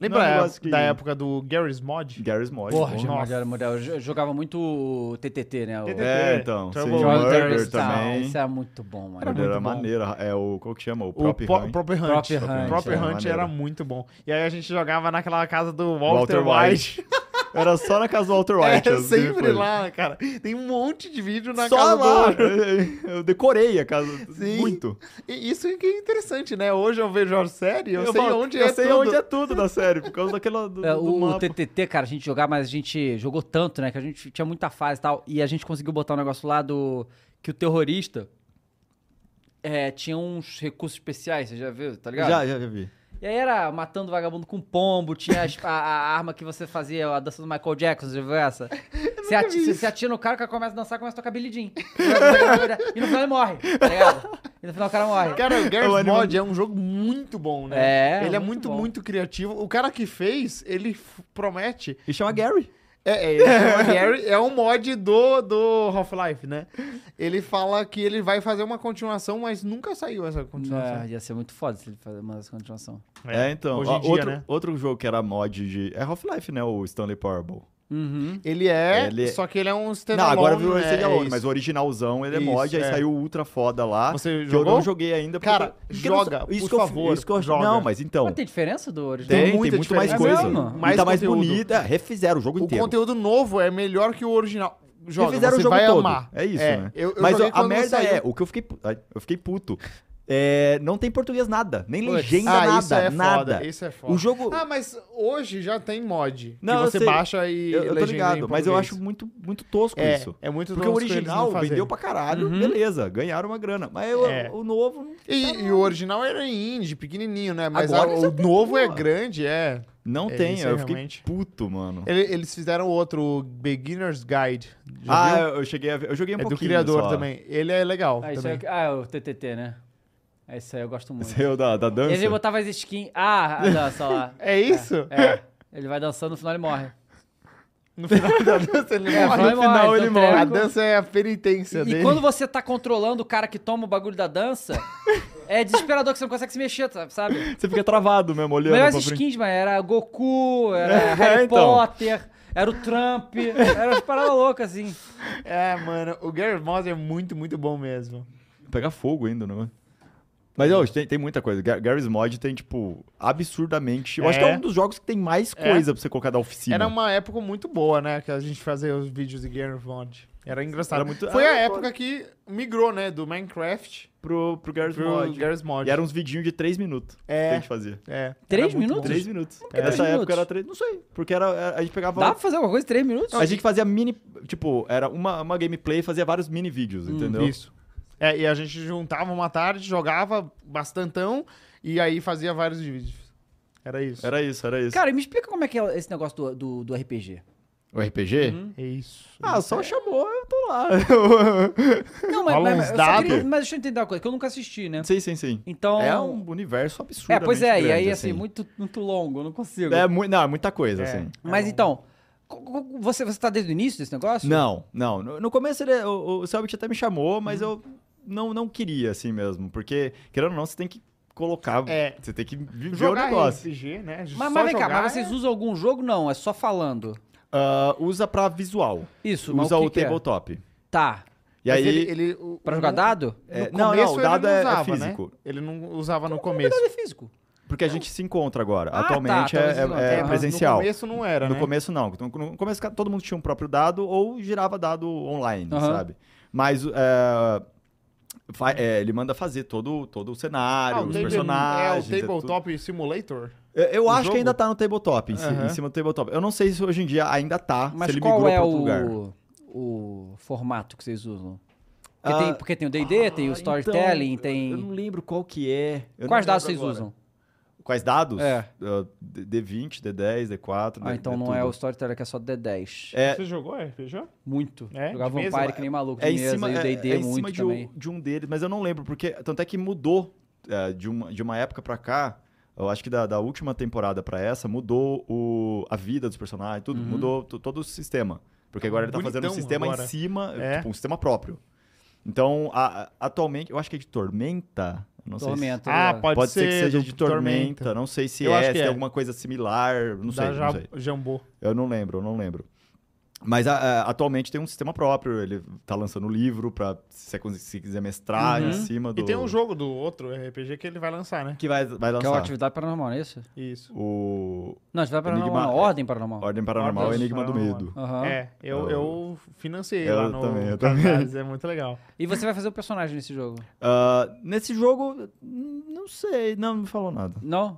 S2: Lembra
S3: não é um
S2: a-
S3: negócio que-
S2: da época do Garry's Mod?
S3: Garry's Mod.
S1: Porra,
S3: bom.
S1: de
S2: nossa.
S1: Modelo, Modelo. Eu jo- jogava muito o TTT, né? O...
S2: TTT.
S3: É, então.
S2: Trouble
S3: Serial
S1: Modern
S2: Murder
S1: Terrorist Town.
S3: também.
S1: Isso é muito bom, mano.
S3: Era, era
S2: muito bom.
S3: maneiro, é o. Qual que chama? O
S2: O
S3: próprio.
S2: po- Proper Hunt.
S1: Proper Hunt,
S2: O Proper
S1: é,
S2: Hunt era
S3: maneiro.
S2: muito bom. E aí a gente jogava naquela casa do
S3: Walter
S2: Walter, White.
S3: Era só na casa do Walter White.
S2: é
S3: assim,
S2: sempre
S3: foi.
S2: lá, cara. Tem um monte de vídeo na
S3: só
S2: casa
S3: lá.
S2: do...
S3: Eu decorei a casa.
S2: Sim.
S3: Muito.
S2: E Isso que é interessante, né? Hoje eu vejo a série, eu, sei
S3: falo,
S2: onde
S3: eu
S2: é
S3: sei
S2: tudo.
S3: onde é tudo da série, por causa daquela. Do,
S1: É,
S3: do
S1: o, o
S3: mapa.
S1: TTT, cara, a gente jogava, mas a gente jogou tanto, né? Que a gente tinha muita fase e tal. E a gente conseguiu botar um negócio lá do. Que o terrorista. é, tinha uns recursos especiais, você já viu, tá ligado?
S3: Já, já, já vi.
S1: E aí era matando vagabundo com pombo, tinha as- a, a arma que você fazia, a dança do Michael Jackson, já viu essa? Você ati- você- você atira no cara, o cara começa a dançar, começa a tocar Billy Jean. e no final ele morre, tá ligado? E no final o cara morre.
S2: Cara, o Garry's
S3: É o anime-
S2: Mod é um jogo muito bom, né?
S1: É,
S2: Ele é
S1: muito
S2: muito,
S1: bom.
S2: muito criativo. O cara que fez, ele f- promete.
S3: E chama Gary.
S2: É, é, ele chama Gary, é um mod do, do Half-Life, né? Ele fala que ele vai fazer uma continuação, mas nunca saiu essa
S1: Ah,
S2: continuação.
S1: ia ser muito foda se ele fazer uma continuação.
S3: É, então.
S2: Hoje
S3: ó,
S2: em dia,
S3: outro,
S2: né?
S3: outro jogo que era mod de. É Half-Life, né? O Stanley Parable.
S1: Uhum.
S2: Ele é,
S3: Ele-
S2: só que ele é um
S3: Não,
S2: standalone.
S3: agora virou
S2: né?
S3: esse
S2: É
S3: mas
S2: isso.
S3: o originalzão ele é
S2: Isso,
S3: mod, aí
S2: é.
S3: saiu o ultra foda lá.
S2: Você
S3: que Eu
S2: jogou?
S3: não joguei ainda. porque
S2: Cara,
S3: eu tô- porque eu não
S2: joga,
S3: sou- isso
S2: por
S3: que eu-
S2: favor,
S3: isso que eu-
S2: joga.
S3: Não, mas então.
S1: Mas tem diferença do original?
S3: Tem, tem,
S2: muita
S3: muito mais
S1: diferença.
S3: coisa.
S1: É mesmo?
S3: Mais tá
S2: Mais
S3: mais
S2: conteúdo.
S3: bonita. Refizeram o jogo
S2: O
S3: inteiro.
S2: conteúdo novo é melhor que o original. Joga,
S3: Refizeram
S2: você
S3: o jogo
S2: vai
S3: todo.
S2: amar.
S3: É isso, né?
S2: eu- eu
S3: Mas
S2: joguei
S3: a
S2: quando
S3: merda
S2: saiu.
S3: é, o que eu fiquei, pu- ai, eu fiquei puto é, não tem português nada, nem
S1: Putz.
S3: legenda
S2: ah,
S3: nada,
S2: isso é
S3: nada.
S2: foda. Isso é foda.
S3: O jogo
S2: Ah, mas hoje já tem mod.
S3: Não, eu
S2: que você
S3: sei.
S2: baixa e.
S3: eu, eu tô
S2: legenda em
S3: ligado, mas eu
S2: português.
S3: acho muito muito tosco
S2: é,
S3: isso.
S2: É muito
S3: Porque o
S2: tosco eles não
S3: original
S2: fazerem.
S3: vendeu pra caralho,
S1: Uhum.
S3: beleza, ganharam uma grana. Mas o-
S2: É.
S3: o novo
S2: E, e o original era indie, pequenininho, né? Mas
S3: Agora
S2: a-
S3: já
S2: o
S3: tem,
S2: novo é
S3: pô.
S2: grande, é.
S3: não
S2: É,
S3: tem.
S2: isso
S3: Eu
S2: é
S3: fiquei
S2: realmente. É,
S3: puto, mano.
S2: Ele- Eles fizeram outro, o Beginner's Guide. Já
S3: ah,
S2: viu?
S3: eu- eu cheguei a ver. Eu joguei um
S2: é do
S3: pouquinho.
S2: criador
S3: só.
S2: também. Ele é legal
S1: Ah, isso aí,
S2: também.
S1: eu- ah, é o TTT, né? É isso aí, eu gosto muito.
S3: Seu da, da dança.
S1: Ele é botava as skins. Ah, a dança lá.
S2: É isso?
S1: É. Ele vai dançando, no final ele morre.
S2: No final da dança ele
S1: É,
S2: morre.
S1: vai
S2: No final
S1: morrer,
S2: ele
S1: então
S2: morre. A
S1: teórico-
S2: dança é a penitência
S1: E
S2: dele.
S1: quando você tá controlando o cara que toma o bagulho da dança, é desesperador que você não consegue se mexer, tá- sabe?
S3: Você fica travado mesmo, olhando
S1: Melhores
S3: pra frente.
S1: skins, mano. Era Goku, era
S3: É,
S1: Harry
S3: então.
S1: Potter, era o Trump, era as paradas loucas, assim.
S2: É, mano, o Gary Moss é muito, muito bom mesmo.
S3: Pegar fogo ainda, não é? Mas ó, tem, tem muita coisa. Ga- Garry's Mod tem, tipo, absurdamente. Eu acho que
S2: É.
S3: é um dos jogos que tem mais coisa pra você colocar da oficina.
S2: Era um uma época muito boa, né? Que a gente fazia os vídeos de Gary Moss. Era engraçado.
S3: Era muito-
S2: Foi
S3: Ah,
S2: a
S3: foda.
S2: época que migrou, né? Do Minecraft
S3: pro, pro Garry's
S2: pro
S3: Mod. um
S2: Garry's Mod.
S3: E eram uns vidinhos de 3 minutos que a
S2: É,
S3: gente fazia.
S2: é.
S1: Três
S2: Era muito
S1: minutos?
S2: bom.
S3: 3 minutos.
S1: que três
S3: Nessa
S1: minutos?
S3: época era 3. Não sei. Porque era, era- a gente pegava.
S1: Dá pra fazer alguma coisa em três minutos?
S3: a gente fazia mini. Tipo, era uma, uma gameplay e fazia vários mini vídeos, entendeu?
S2: Isso. É, e a gente juntava uma tarde, jogava bastantão e aí fazia vários vídeos. Era isso.
S3: Era isso, era isso.
S1: Cara, e me explica como é que é esse negócio do, do, do RPG.
S3: o RPG?
S2: É isso.
S3: Ah, só chamou, eu tô lá.
S1: Não, mas,
S2: Rola
S1: mas,
S2: uns
S1: mas, eu só
S2: dados.
S1: queria- mas deixa eu entender uma coisa, que eu nunca assisti, né?
S3: sim, sim, sim.
S1: Então.
S3: É um universo absurdo.
S1: É, pois é, e aí, assim, muito, muito longo, eu não consigo.
S3: É, mu- não, é muita coisa,
S2: É.
S3: assim.
S1: mas então, co- co- você, você tá desde o início desse negócio?
S3: Não, não. No, no começo ele, é, o, o Selbit até me chamou, mas
S1: Uhum.
S3: eu não, não queria, assim mesmo. Porque, querendo ou não, você tem que colocar.
S2: É.
S3: Você tem que viver
S2: Jogar
S3: o negócio.
S2: RPG, né?
S1: Mas,
S2: Só
S1: mas vem cá,
S2: jogar
S1: mas vocês usam algum jogo? Não, é só falando.
S3: Ah, usa pra visual.
S1: Isso, mas
S3: Usa
S1: o
S3: o,
S1: que que é?
S3: tabletop.
S1: Tá.
S3: E
S2: Mas
S3: aí.
S2: ele, ele, o-
S1: Pra
S2: no-
S1: jogar dado?
S2: no
S3: é, não,
S2: começo
S3: não, o
S2: ele
S3: dado é- é
S2: usava, né?
S3: físico.
S2: Ele não usava no
S1: Dado
S2: começo.
S1: é físico.
S3: Porque a gente se encontra agora.
S1: Ah,
S3: Atualmente
S1: tá,
S3: é-
S1: talvez
S3: é,
S1: não,
S3: é
S1: tá. Aham.
S3: presencial.
S2: No começo não era,
S3: No
S2: né?
S3: começo, não. No no começo, ca- todo mundo tinha um próprio dado ou girava dado online,
S1: Aham.
S3: sabe? Mas é, fa- é, ele manda fazer todo, todo o cenário,
S2: o
S3: Ah, os
S2: table-
S3: personagens.
S2: É
S3: é
S2: o Tabletop Simulator.
S3: tudo. É, Eu
S2: o
S3: acho
S2: jogo?
S3: que ainda tá no tabletop, em, ci-
S2: Aham.
S3: em cima do tabletop. Eu não sei se hoje em dia ainda tá, se
S1: Mas
S3: ele
S1: qual
S3: migrou
S1: é
S3: pra outro lugar.
S1: o, o formato que vocês usam? Porque,
S3: Ah,
S1: tem, porque tem o D&D, tem o
S3: Ah,
S1: Storytelling,
S3: então,
S1: tem...
S3: Eu não lembro qual que é. eu não
S1: Quais dados
S3: lembro
S1: vocês
S3: agora.
S1: usam?
S3: Quais dados?
S1: É.
S3: Ah, D- D20, D10, D4.
S1: Ah,
S3: D-
S1: então
S3: D
S1: não
S3: tudo.
S1: é o Storytelling, que é só D10.
S3: É,
S2: Você jogou RPG?
S1: Muito.
S2: É,
S1: Jogava
S2: de mesa?
S1: Vampire que nem maluco de
S3: É em
S1: mesa,
S3: cima,
S1: e o
S3: é,
S1: D&D
S3: é em
S1: muito
S3: cima de,
S1: também.
S3: um, de um deles, mas eu não lembro, porque tanto é que mudou é, de, uma, de uma época pra cá, eu acho que da, da última temporada pra essa, mudou o, a vida dos personagens, tudo, mudou to- todo o sistema. Porque agora ele tá fazendo um
S2: Bonitão
S3: sistema
S2: agora.
S3: em cima,
S2: É.
S3: tipo, um sistema próprio. Então, a- a- atualmente, eu acho que é de Tormenta, não sei se-
S1: Tormento.
S2: Ah,
S1: né?
S2: pode,
S3: Pode ser que seja
S2: do
S3: de tormenta, não sei se
S2: Eu
S3: é,
S2: acho
S3: se
S2: que
S3: tem
S2: é.
S3: alguma coisa similar, não sei,
S2: da
S3: não sei.
S2: Ja- Jambô.
S3: Eu não lembro, eu não lembro. Mas a- a- atualmente tem um sistema próprio, ele tá lançando livro pra se você cons- se quiser mestrar
S1: Uhum.
S3: em cima do.
S2: E tem um jogo do outro RPG que ele vai lançar, né?
S3: que vai, vai
S1: Que é o
S3: lançar.
S1: Atividade Paranormal, não é isso?
S2: Isso.
S3: o
S1: Não, Atividade Paranormal,
S3: Enigma-
S1: não, Ordem Paranormal.
S3: Ordem Paranormal
S2: Ordem
S3: e Enigma do
S2: Paranormal.
S3: Medo.
S1: Aham.
S2: É, eu, eu financei
S3: Ah. Eu
S2: lá no
S3: também, eu
S2: Catarse, é muito legal.
S1: E você vai fazer o personagem nesse jogo?
S3: Ah, nesse jogo, n- não sei, não me falou nada.
S1: Não?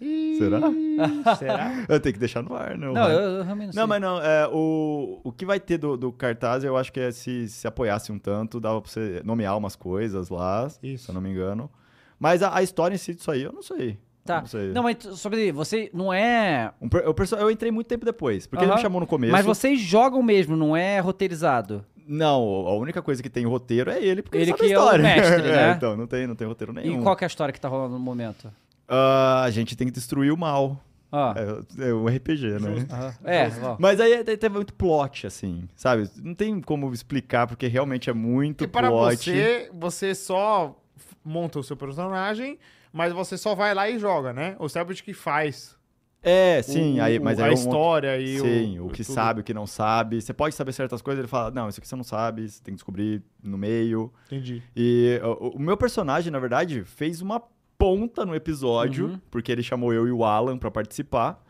S2: Ih,
S3: Será?
S2: Será?
S3: Eu tenho que deixar no ar, não.
S1: Não, eu, eu realmente não
S3: Não,
S1: sei.
S3: mas não, é, o, o que vai ter do, do cartaz, eu acho que é se, se apoiasse um tanto, dava pra você nomear umas coisas lá, se eu
S2: Isso.
S3: não me engano. Mas a, a história em si disso aí, eu não sei.
S1: Tá.
S3: Não sei.
S1: Não, mas tu- sobre você não é.
S3: Um per- eu, perso- eu entrei muito tempo depois, porque ele
S1: Aham.
S3: me chamou no começo.
S1: Mas vocês jogam mesmo, não é roteirizado.
S3: Não, a única coisa que tem roteiro é ele, porque ele,
S1: Ele
S3: sabe a
S1: que é o
S3: história.
S1: mestre,
S3: É,
S1: né?
S3: então, não tem, não tem roteiro nenhum.
S1: E qual que é a história que tá rolando no momento?
S3: Ah, a gente tem que destruir o mal.
S1: Ó.
S3: É, é um RPG, né?
S1: Aham. É, ó.
S3: Mas aí te- teve muito plot, assim, sabe? Não tem como explicar, porque realmente é muito
S2: Porque para
S3: plot.
S2: você, você só f- monta o seu personagem, mas você só vai lá e joga, né? O Selbit que faz.
S3: É, sim,
S2: o-
S3: aí,
S2: o-
S3: mas
S2: a
S3: aí eu monto-
S2: história e o.
S3: Sim, o que
S2: tudo.
S3: sabe, o que não sabe. Você pode saber certas coisas, ele fala, não, isso aqui você não sabe, você tem que descobrir no meio.
S2: Entendi.
S3: E o, o meu personagem, na verdade, fez uma ponta no episódio,
S1: Uhum.
S3: porque ele chamou eu e o Alan pra participar.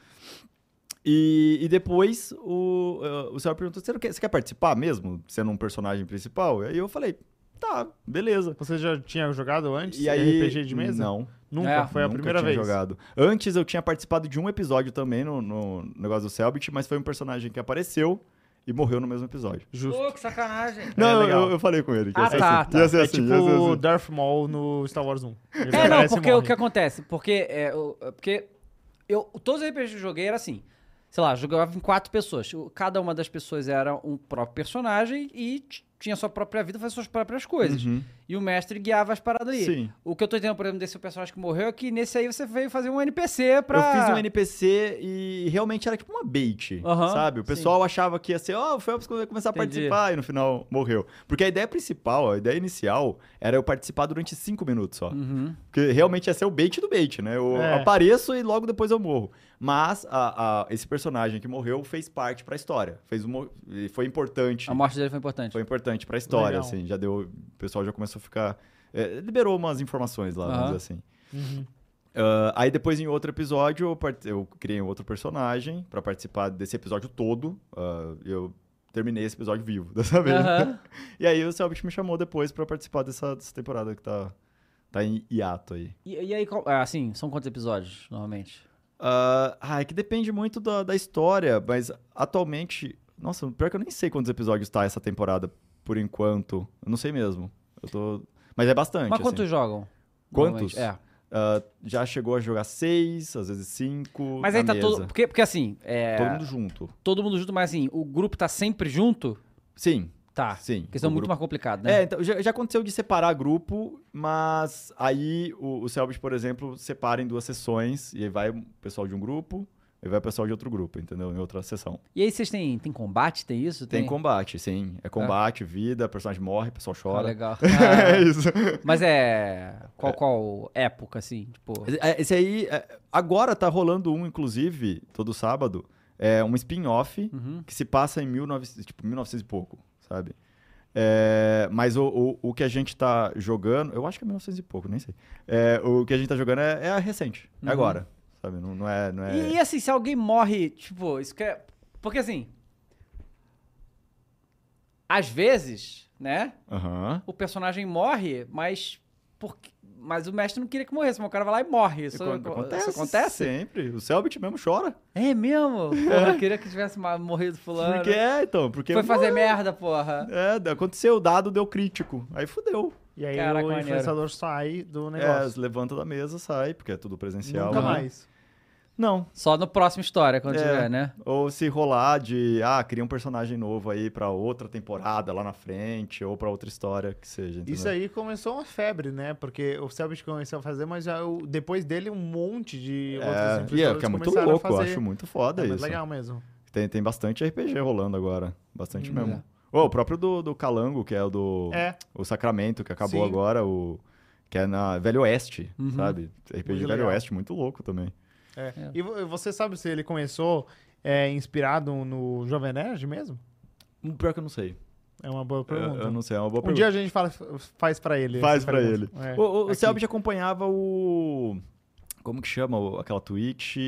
S3: E, e depois o, eh, o senhor perguntou: você, não quer, você quer participar mesmo, sendo um personagem principal? E aí eu falei: tá, beleza.
S2: Você já tinha jogado antes
S3: E aí,
S2: RPG de mesa?
S3: Não.
S2: Nunca,
S1: É.
S2: foi a
S3: Nunca
S2: primeira
S3: tinha
S2: vez.
S3: jogado. Antes eu tinha participado de um episódio também no, no negócio do Selbit, mas foi um personagem que apareceu e morreu no mesmo episódio. É
S2: Justo.
S1: que sacanagem.
S3: Não,
S2: legal.
S3: eu, eu falei com ele. que ia
S1: Ah,
S3: ser
S1: tá,
S3: assim.
S1: tá.
S3: Ia ser
S2: É
S3: assim, ia ser
S2: tipo
S3: assim.
S2: Darth Maul no Star Wars 1. Ele
S1: É, não,
S2: aparece e
S1: porque o
S2: morre.
S1: que acontece? Porque, é, o- é porque eu, todos os RPGs que eu joguei era assim. Sei lá, jogava em quatro pessoas. O- Cada uma das pessoas era um próprio personagem e t- tinha sua própria vida, fazia suas próprias coisas.
S3: Uhum.
S1: E o mestre guiava as paradas aí.
S3: Sim.
S1: O que eu tô entendendo, por exemplo, desse personagem que morreu é que nesse aí você veio fazer um NPC pra.
S3: Eu fiz um NPC e realmente era tipo uma bait,
S1: Aham,
S3: sabe? O pessoal achava que ia ser, ó, o Phelps vai começar a
S1: Entendi.
S3: participar e no final morreu. Porque a ideia principal, a ideia inicial, era eu participar durante cinco minutos só.
S1: Uhum.
S3: Porque realmente ia ser o bait do bait, né? Eu
S2: É.
S3: apareço e logo depois eu morro. Mas a- a- esse personagem que morreu fez parte pra história. Fez um, foi importante.
S1: A morte dele foi importante.
S3: Foi importante pra história,
S2: Legal.
S3: assim. Já deu. O pessoal já começou a ficar. é, liberou umas informações lá, vamos
S1: Aham. Uhum.
S3: dizer assim. Ah, aí depois, em outro episódio, eu, part- eu criei um outro personagem pra participar desse episódio todo. Ah, eu terminei esse episódio vivo dessa vez.
S1: Aham.
S3: E aí o Selbit me chamou depois pra participar dessa, dessa temporada que tá, tá em hiato aí.
S1: E, e aí, qual- ah, assim, são quantos episódios, normalmente?
S3: Ah, ah, é que depende muito da, da história, mas atualmente. Nossa, pior que eu nem sei quantos episódios tá essa temporada por enquanto. Eu não sei mesmo. Eu tô. Mas é bastante.
S1: Mas
S3: assim.
S1: quantos jogam?
S3: Quantos?
S1: normalmente? É.
S3: Ah, já chegou a jogar seis, às vezes cinco.
S1: Mas
S3: na
S1: aí tá
S3: mesa.
S1: todo. Porque, porque assim, é,
S3: Todo mundo junto.
S1: todo mundo junto, mas assim, o grupo tá sempre junto?
S3: Sim,
S1: Tá.
S3: sim.
S1: Porque senão é
S3: o
S1: muito
S3: grupo-
S1: mais complicado, né?
S3: É, então, já, já aconteceu de separar grupo, mas aí o, o Selbit, por exemplo, separa em duas sessões, e aí vai o pessoal de um grupo, e vai o pessoal de outro grupo, entendeu? Em outra sessão.
S1: E aí vocês têm, tem combate, tem isso?
S3: Tem combate, sim. É combate, vida, personagem morre, o pessoal
S1: Ah,
S3: chora.
S1: legal.
S3: é
S1: Ah,
S3: isso.
S1: mas é. Qual, qual época, assim? Tipo.
S3: É, Esse aí, é, agora tá rolando um, inclusive, todo sábado, é um spin-off
S1: Uhum.
S3: que se passa em 1900, tipo, 1900 e pouco, sabe? É, mas o, o, o que a gente tá jogando, eu acho que é 1900 e pouco, nem sei. É, o que a gente tá jogando é, é a recente, é
S1: Uhum.
S3: agora, sabe? Não, não é... Não é...
S1: E, e assim, se alguém morre, tipo, isso que é. Porque assim. Às vezes, né?
S3: Aham.
S1: O personagem morre, mas. Porque... Mas o mestre não queria que morresse, mas o cara vai lá e morre. Isso,
S3: Quando
S1: isso acontece?
S3: Sempre. O Selbit mesmo chora.
S1: É mesmo? Porra, eu queria que tivesse ma- morrido fulano.
S3: Porque é, então. Porque
S1: Foi fazer merda, porra.
S3: É, aconteceu, o dado deu crítico. Aí fudeu.
S2: E aí
S1: Caraca,
S2: o
S1: maneiro.
S2: influenciador sai do
S3: É,
S2: Um negócio.
S3: levanta da mesa, sai, porque é tudo presencial.
S2: Nunca
S3: né?
S2: mais.
S3: Não.
S1: Só no próximo história, quando
S3: É.
S1: tiver, né?
S3: Ou se rolar de, ah, cria um personagem novo aí pra outra temporada lá na frente, ou pra outra história que seja. entendeu?
S2: Isso aí começou uma febre, né? Porque o Selbit começou a fazer, mas já o- depois dele um monte de outros
S3: É, e é,
S2: influenciadores
S3: que é muito
S2: começaram a
S3: louco, eu
S2: fazer.
S3: acho muito foda
S2: É, mas
S3: isso.
S2: legal mesmo.
S3: Tem, tem bastante RPG rolando agora. Bastante
S2: Hum,
S3: mesmo.
S1: é.
S3: Ô, o próprio do, do Calango, que é o do.
S2: É,
S3: O Sacramento, que acabou
S2: Sim. Uhum.
S3: agora, o. Que é na Velho Oeste, sabe? RPG
S2: Muito
S3: Velho
S2: legal.
S3: Oeste, muito louco também.
S2: é.
S1: É.
S2: E vo- você sabe se ele começou é, inspirado no Jovem Nerd mesmo? Hum,
S3: Pior que eu não sei.
S2: É uma boa
S3: Eu,
S2: pergunta.
S3: eu não sei, é uma boa
S2: Um
S3: pergunta.
S2: dia a gente fala- faz pra ele.
S3: Faz
S2: essa
S3: pra ele.
S2: pergunta. É,
S3: O, o, o
S2: aqui.
S3: Selbit acompanhava o. Como que chama? o- Aquela Twitch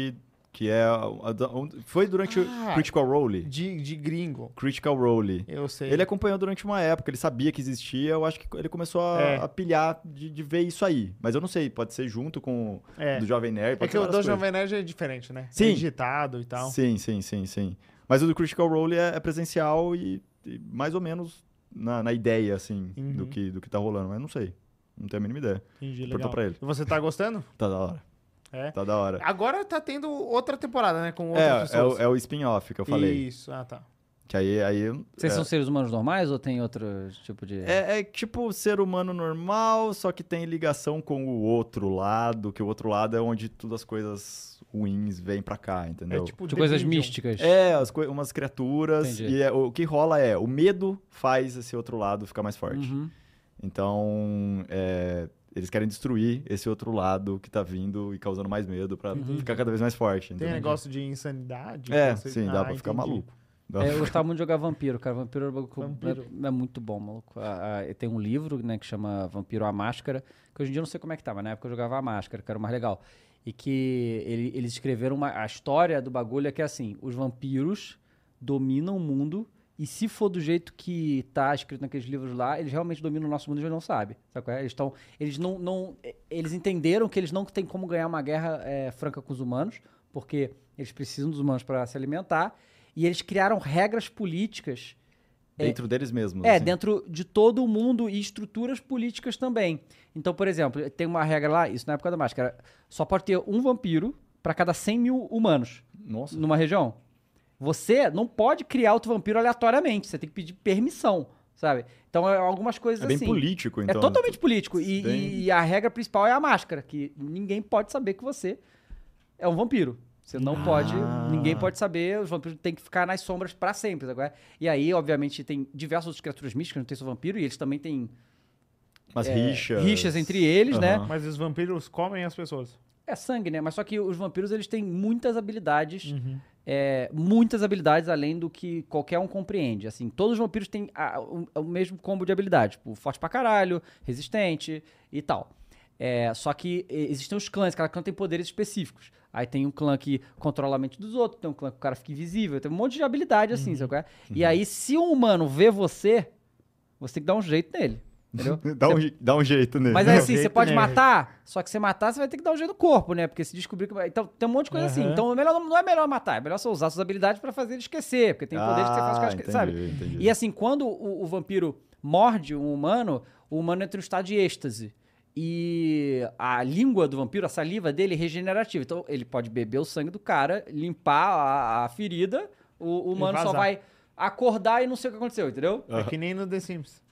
S3: que é. a- a da- um- Foi durante
S2: Ah.
S3: o Critical Role.
S2: De, de gringo.
S3: Critical Role.
S2: Eu sei.
S3: Ele é acompanhou durante uma época, ele sabia que existia, eu acho que ele começou a,
S2: É.
S3: a pilhar de, de ver isso aí. Mas eu não sei, pode ser junto com
S2: É.
S3: o do Jovem Nerd.
S2: É
S3: Pode
S2: que
S3: ser
S2: o do
S3: várias coisas.
S2: Jovem Nerd é diferente, né?
S3: Sim.
S2: É digitado e tal.
S3: Sim, sim, sim, sim. Mas o do Critical Role é, é presencial e, e mais ou menos na, na ideia, assim,
S2: Uhum.
S3: do, que, do que tá rolando. Mas não sei. Não tenho a mínima ideia.
S2: Entendi,
S3: Pergunta
S2: legal.
S3: pra ele.
S2: E você tá gostando?
S3: Tá da hora.
S2: É.
S3: Tá da hora.
S2: Agora tá tendo outra temporada, né? Com outras
S3: É, é,
S2: pessoas.
S3: o, é o spin-off que eu falei.
S2: Isso, ah tá.
S3: Que aí, aí eu-
S1: Vocês
S3: é,
S1: são seres humanos normais ou tem outro tipo de.
S3: é, é tipo ser humano normal, só que tem ligação com o outro lado, que o outro lado é onde todas as coisas ruins vêm pra cá, entendeu?
S2: É tipo
S1: de
S2: The
S1: coisas
S2: Medium.
S1: místicas?
S3: É, as coi- umas criaturas.
S1: Entendi.
S3: E é- o que rola é, o medo faz esse outro lado ficar mais forte.
S1: Uhum.
S3: Então, é, eles querem destruir esse outro lado que tá vindo e causando mais medo pra
S1: Uhum.
S3: ficar cada vez mais forte.
S2: Tem
S3: entendeu?
S2: negócio de insanidade?
S3: É,
S2: que você-
S3: sim, dá
S2: Ah,
S3: pra ficar
S2: entendi.
S3: maluco. Dá
S1: É, eu gostava muito de jogar vampiro, cara. Vampiro, é um bagulho que eu-
S2: Vampiro.
S1: É, é muito bom, maluco. Ah, ah, e tem um livro, né, que chama Vampiro a Máscara, que hoje em dia eu não sei como é que tá, mas na época eu jogava a máscara, que era o mais legal. E que ele- é eles escreveram uma, a história do bagulho é que assim, os vampiros dominam o mundo E se for do jeito que tá escrito naqueles livros lá, eles realmente dominam o nosso mundo e a gente não sabe. Sabe qual é? Eles estão. Eles não, não. eh, Eles entenderam que eles não têm como ganhar uma guerra eh, franca com os humanos, porque eles precisam dos humanos para se alimentar. E eles criaram regras políticas
S3: Dentro deles mesmos.
S1: é,
S3: assim.
S1: dentro de todo o mundo e estruturas políticas também. Então, por exemplo, tem uma regra lá, isso na época da máscara, só pode ter um vampiro para cada 100 mil humanos
S3: Nossa.
S1: numa região. Você não pode criar outro vampiro aleatoriamente, você tem que pedir permissão, sabe? Então, é algumas coisas
S3: É bem
S1: assim.
S3: político, então.
S1: é totalmente político. E,
S3: Bem-
S1: e- e a regra principal é a máscara, que ninguém pode saber que você é um vampiro. Você não pode,
S3: Ah.
S1: ninguém pode saber, os vampiros têm que ficar nas sombras pra sempre, sabe? qual é? E aí, obviamente, tem diversas outras criaturas místicas, não tem só vampiro, e eles também têm
S3: Mas
S1: é,
S3: rixas.
S1: rixas entre eles, né?
S3: Aham.
S2: Mas os vampiros comem as pessoas.
S1: É sangue, né? Mas só que os vampiros, eles têm muitas habilidades,
S3: Uhum.
S1: é, muitas habilidades além do que qualquer um compreende. Assim, todos os vampiros têm a- o, o mesmo combo de habilidades, tipo, forte pra caralho, resistente e tal. É, só que e- existem os clãs, cada clã tem poderes específicos. Aí tem um clã que controla a mente dos outros, tem um clã que o cara fica invisível, tem um monte de habilidade assim, sabe qual é? E aí, se um humano vê você, você tem que dar um jeito nele, entendeu?
S3: Dá um, je- dá um jeito nele.
S1: É. Mas aí
S2: Não,
S1: assim, você
S2: jeito
S1: pode
S2: nenhum.
S1: matar, só que você matar, você vai ter que dar um jeito no corpo, né? Porque se descobrir que. vai- Então tem um monte de coisa assim.
S2: Aham.
S1: Então é melhor, não- não é melhor matar, é melhor você usar suas habilidades pra fazer ele esquecer, porque tem poderes que você faz com as
S3: entendi,
S1: que-
S2: Ah,
S1: sabe?
S3: Ah, Entendi.
S1: E assim, quando o, o vampiro morde um humano, o humano entra em um estado de êxtase. E a língua do vampiro, a saliva dele é regenerativa. Então ele pode beber o sangue do cara, limpar a, a ferida, o, o humano só
S2: vazar.
S1: vai acordar e não sei o que aconteceu, entendeu?
S2: É que nem no The Sims.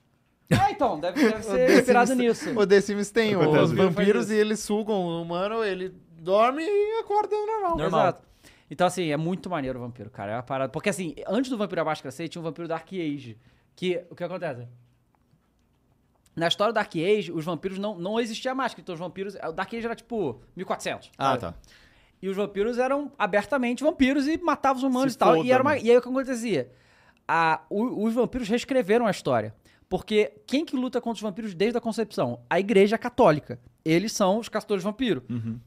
S1: Ah, então, deve, deve
S2: O The
S1: ser
S2: Sims-
S1: inspirado nisso.
S2: O The Sims tem
S3: Acontece.
S2: os
S3: O
S1: vampiro faz
S2: vampiros
S1: isso.
S2: e eles sugam o humano, ele dorme e acorda normal.
S1: Exato. Então, assim, é muito maneiro o vampiro, cara. É uma parada. Porque, assim, antes do vampiro da máscara ser, tinha um vampiro Dark Age. Que o que acontece? Na história do Dark Age, os vampiros não, não existia máscara. Então, os vampiros. O Dark Age era tipo 1400.
S3: Ah,
S1: sabe?
S3: tá.
S1: E os vampiros eram abertamente vampiros e matavam os humanos
S2: Se
S1: e tal. E,
S2: foda,
S1: era uma-
S2: né?
S1: e aí o que acontecia? A, o- os vampiros reescreveram a história. Porque quem que luta contra os vampiros desde a concepção? A igreja católica. Eles são os caçadores vampiro.
S2: Uhum.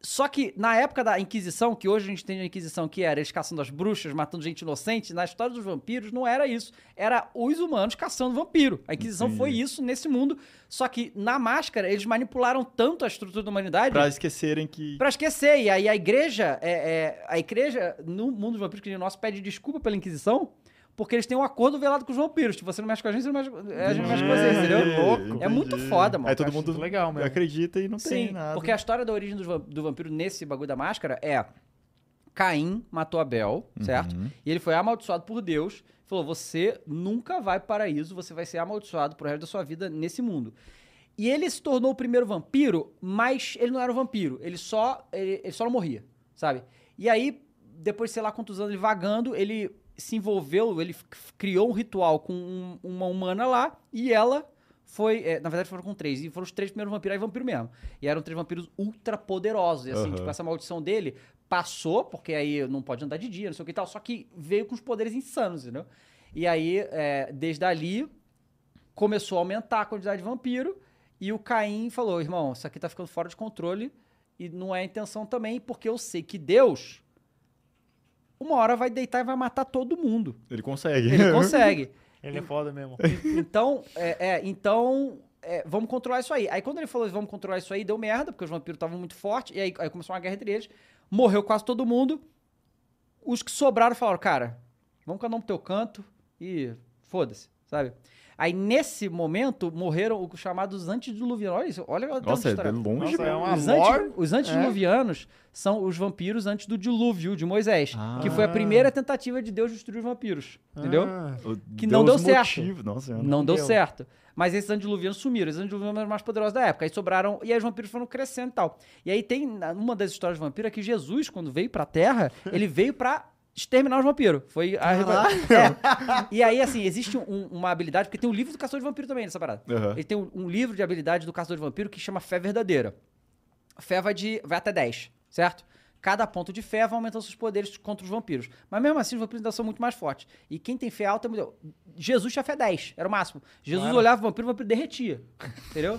S1: Só que na época da Inquisição, que hoje a gente tem a Inquisição, que era eles caçando as bruxas, matando gente inocente, na história dos vampiros não era isso. Era os humanos caçando vampiro. A Inquisição foi isso nesse mundo. Só que na máscara, eles manipularam tanto a estrutura da humanidade
S3: Pra esquecerem que.
S1: Pra esquecer. E aí a igreja, é, é- a igreja no mundo dos vampiros que nem o nosso pede desculpa pela Inquisição, porque eles têm um acordo velado com os vampiros. Tipo, você não mexe com a gente, você não mexe, com- a gente não mexe com vocês,
S2: Entendi.
S1: entendeu?
S2: Louco.
S1: É muito foda, mano.
S3: É todo
S2: Acho
S3: mundo
S2: legal mesmo.
S3: acredita e não tem
S1: Sim,
S3: nada.
S1: porque é- a história da origem do, do vampiro nesse bagulho da máscara é Caim matou Abel,
S3: Uhum.
S1: certo? E ele foi amaldiçoado por Deus. Falou, você nunca vai para o paraíso, você vai ser amaldiçoado pro resto da sua vida nesse mundo. E ele se tornou o primeiro vampiro, mas ele não era um vampiro. Ele só, ele, ele só não morria, sabe? E aí, depois, sei lá quantos anos, ele vagando, ele se envolveu, ele f- criou um ritual com um- uma humana lá, e ela foi... é, na verdade, foram com três. E foram os três primeiros vampiros, aí vampiro mesmo. E eram três vampiros ultra poderosos. E assim,
S3: Aham.
S1: tipo, essa maldição dele passou, porque aí não pode andar de dia, não sei o que e tal. Só que veio com os poderes insanos, entendeu? E aí, é, desde ali, começou a aumentar a quantidade de vampiro. E o Caim falou: irmão, isso aqui tá ficando fora de controle. E não é a intenção também, porque eu sei que Deus, uma hora, vai deitar e vai matar todo mundo.
S3: Ele consegue.
S1: Ele consegue.
S2: Ele é foda mesmo.
S1: Então, é, é, então é, vamos controlar isso aí. Aí quando ele falou vamos controlar isso aí, deu merda, porque os vampiros estavam muito fortes, e aí, aí começou uma guerra entre eles, morreu quase todo mundo. Os que sobraram falaram, cara, vamos cada um pro teu canto e foda-se, sabe? Aí nesse momento morreram os chamados antediluvianos. Olha isso, olha o tanto de
S3: Nossa, é
S1: história.
S3: longe.
S2: Nossa, é uma
S1: Os,
S2: lore.
S1: anti, os antediluvianos são os vampiros antes do dilúvio de Moisés,
S3: Ah.
S1: que foi a primeira tentativa de Deus destruir os vampiros, entendeu?
S2: Ah,
S3: O-
S1: que não deu
S3: os
S1: certo.
S3: motivos, Nossa, é Senhora.
S1: Não deu
S2: deu.
S1: certo. Mas esses antediluvianos sumiram. Esses antediluvianos eram os mais poderosos da época. Aí sobraram. E aí os vampiros foram crescendo e tal. E aí tem na- uma das histórias de vampiro é que Jesus, quando veio pra terra, ele veio pra exterminar os vampiros. Foi a. É. E aí, assim, existe um- uma habilidade. Porque tem um livro do caçador de vampiro também nessa parada.
S3: Aham.
S1: Ele tem um, um livro de habilidade do caçador de vampiro que chama Fé Verdadeira. Fé vai, de, vai até 10, certo? Cada ponto de fé vai aumentando seus poderes contra os vampiros. Mas mesmo assim, os vampiros ainda são muito mais fortes. E quem tem fé alta é muito. Jesus tinha fé 10, era o máximo. Jesus
S2: Cara.
S1: olhava o vampiro, o vampiro derretia. Entendeu?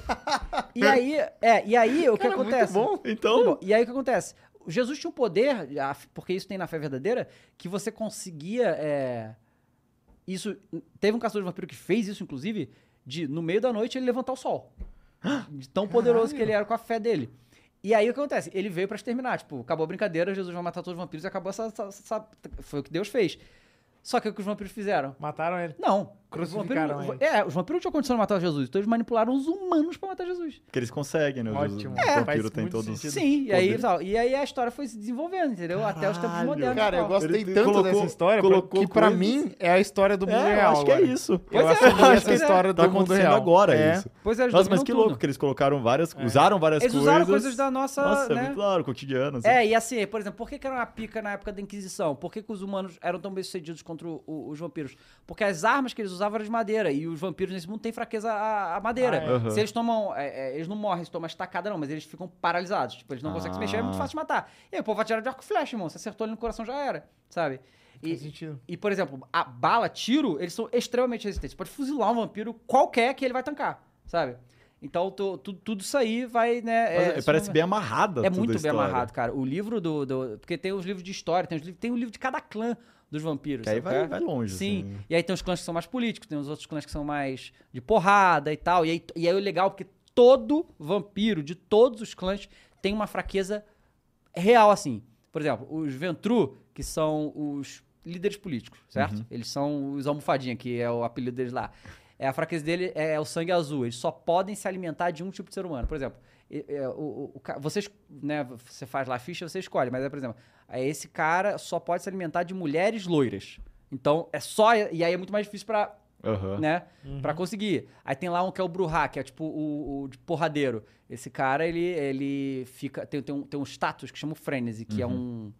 S1: e aí, é, e aí o que
S2: Cara, muito
S1: acontece?
S2: bom.
S3: Então,
S1: Bom, E aí o que acontece? O Jesus tinha um poder, a- porque isso tem na fé verdadeira, que você conseguia é, Isso. Teve um caçador de vampiro que fez isso, inclusive, de no meio da noite ele levantar o sol. De tão poderoso que ele era com a fé dele. E aí o que acontece? Ele veio pra exterminar. Tipo, acabou a brincadeira, Jesus vai matar todos os vampiros e acabou essa. essa- essa- foi o que Deus fez. Só que o que os vampiros fizeram?
S2: Mataram ele.
S1: Não.
S2: Crucificaram
S1: Os vampiros-
S2: ele.
S1: É, os vampiros não tinham condição de matar Jesus, então eles manipularam os humanos pra matar Jesus.
S3: Porque eles conseguem, né? Os-
S2: Ótimo.
S3: O
S2: É.
S3: vampiro
S2: Faz
S3: tem
S2: muito
S3: todos
S2: sentido.
S1: Sim, e aí,
S3: poderes.
S1: tal. e aí a história foi se desenvolvendo, entendeu? Até os tempos
S3: Caralho.
S1: modernos.
S2: Cara, eu
S1: tal.
S2: gostei
S3: Ele
S2: tanto
S3: colocou-
S2: dessa história pra-
S3: colocou
S2: que pra
S3: coisas-
S2: mim é a história do mundo
S3: É, eu
S2: real.
S3: acho que é
S2: agora.
S3: isso.
S2: Eu
S1: Pois é,
S2: assumi
S1: acho
S2: essa
S1: que é.
S2: história
S3: Tá
S2: do mundo
S3: acontecendo
S2: real.
S3: agora
S2: É.
S3: isso.
S1: Pois é, eles
S3: Nossa, mas
S1: dominam
S3: que
S1: tudo.
S3: louco que eles colocaram várias,
S1: É.
S3: usaram várias
S1: Eles
S3: coisas.
S1: usaram coisas da nossa,
S3: Nossa, é
S1: né?
S3: muito da hora, cotidiano. assim.
S1: É, e assim, por exemplo, por que, que era uma pica na época da Inquisição? Por que, que os humanos eram tão bem sucedidos contra o- o- os vampiros? Porque as armas que eles usavam eram de madeira, e os vampiros nesse mundo têm fraqueza à, à madeira.
S2: Ah,
S3: é. Aham.
S1: Se eles tomam. é, é, eles não morrem se tomam estacada, não, mas eles ficam paralisados. Tipo, eles não conseguem se mexer, é muito
S3: Ah.
S1: fácil de matar. E aí, o povo atira de arco e flecha, irmão. Se acertou ele no coração, já era, sabe?
S2: Faz
S1: E,
S2: sentido.
S1: e, por exemplo, a bala, tiro, eles são extremamente resistentes. Você pode fuzilar um vampiro qualquer que ele vai tancar, sabe? Então, tu- tu- tudo isso aí vai, né?
S3: Mas,
S1: é,
S3: é, parece
S1: soma-
S3: bem amarrada.
S1: é
S3: toda a
S1: muito bem
S3: história.
S1: amarrado, cara. O livro do, do- Porque tem os livros de história, tem, os livros, tem o livro de cada clã dos vampiros.
S3: Que aí
S1: sabe
S3: vai-
S1: qual é?
S3: vai longe,
S1: Sim.
S3: assim.
S1: E aí tem os clãs que são mais políticos, tem os outros clãs que são mais de porrada e tal. E aí, e aí o legal é porque todo vampiro de todos os clãs tem uma fraqueza real, assim. Por exemplo, os Ventru, que são os líderes políticos, certo?
S3: Uhum.
S1: Eles são os almofadinha, que é o apelido deles lá. É, a fraqueza dele é o sangue azul. Eles só podem se alimentar de um tipo de ser humano. Por exemplo, e- é, o- o- o ca- você, es- né, você faz lá a ficha, você escolhe. Mas, é, por exemplo, é, esse cara só pode se alimentar de mulheres loiras. Então, é só... E aí é muito mais difícil pra
S3: Aham.
S1: né? Pra conseguir. Aí tem lá um que é o Bruhá, que é tipo o, o de porradeiro. Esse cara, ele, ele fica. Tem, tem, um, tem um status que chama o Frenzy,
S3: Uhum.
S1: que é um,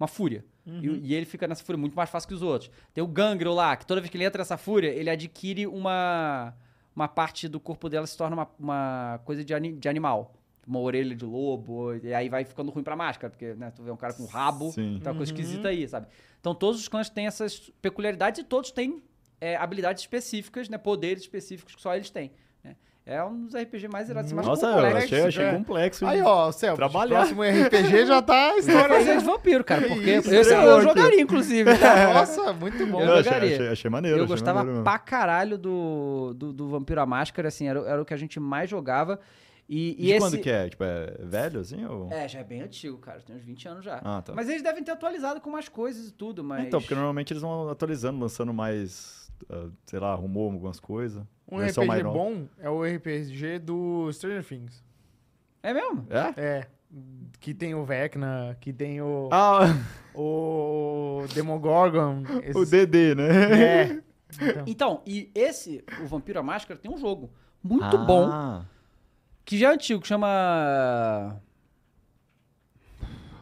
S1: uma fúria. E, o- e ele fica nessa fúria muito mais fácil que os outros. Tem o Gangrel lá, que toda vez que ele entra nessa fúria, ele adquire uma. Uma parte do corpo dela se torna uma, uma coisa de, ani- de animal. Uma orelha de lobo, e aí vai ficando ruim pra máscara, porque né, tu vê um cara com rabo,
S3: Sim.
S1: tem uma coisa esquisita aí, sabe? Então todos os clãs têm essas peculiaridades e todos têm é, habilidades específicas, né? Poderes específicos que só eles têm. né? É um dos RPG mais irados. mais
S3: Nossa, eu
S1: complexos.
S3: achei, achei
S2: é.
S3: complexo.
S2: Aí,
S3: hein?
S2: ó, Celso,
S3: Trabalhar.
S2: próximo RPG já tá a história
S1: Fazer
S2: aí.
S1: de vampiro, cara, porque
S2: isso, né?
S1: eu, eu,
S2: Trevor.
S1: jogaria, inclusive. tá?
S2: Nossa, muito bom.
S1: Eu
S3: Eu achei,
S1: jogaria.
S3: achei- achei maneiro.
S1: Eu
S3: achei
S1: gostava
S3: maneiro mesmo.
S1: pra caralho do, do, do Vampiro à Máscara, assim, era, o- era o que a gente mais jogava. E, e
S3: De
S1: esse...
S3: quando que é? Tipo, é velho assim? Ou...
S1: É, já é bem antigo, cara, tem uns 20 anos já.
S3: Ah, tá.
S1: Mas eles devem ter atualizado com mais coisas e tudo, mas...
S3: Então, porque normalmente eles vão atualizando, lançando mais, ah, sei lá, arrumou algumas coisas.
S2: Um
S3: Versão
S2: RPG
S3: Myron.
S2: bom é o RPG do Stranger Things.
S1: É mesmo?
S3: É?
S2: É. Que tem o Vecna, que tem o,
S3: Ah,
S2: o Demogorgon.
S3: o
S2: esses-
S3: DD, né?
S2: É.
S1: Então, e esse, o Vampiro à Máscara, tem um jogo muito
S3: Ah,
S1: bom, que já é antigo, que chama.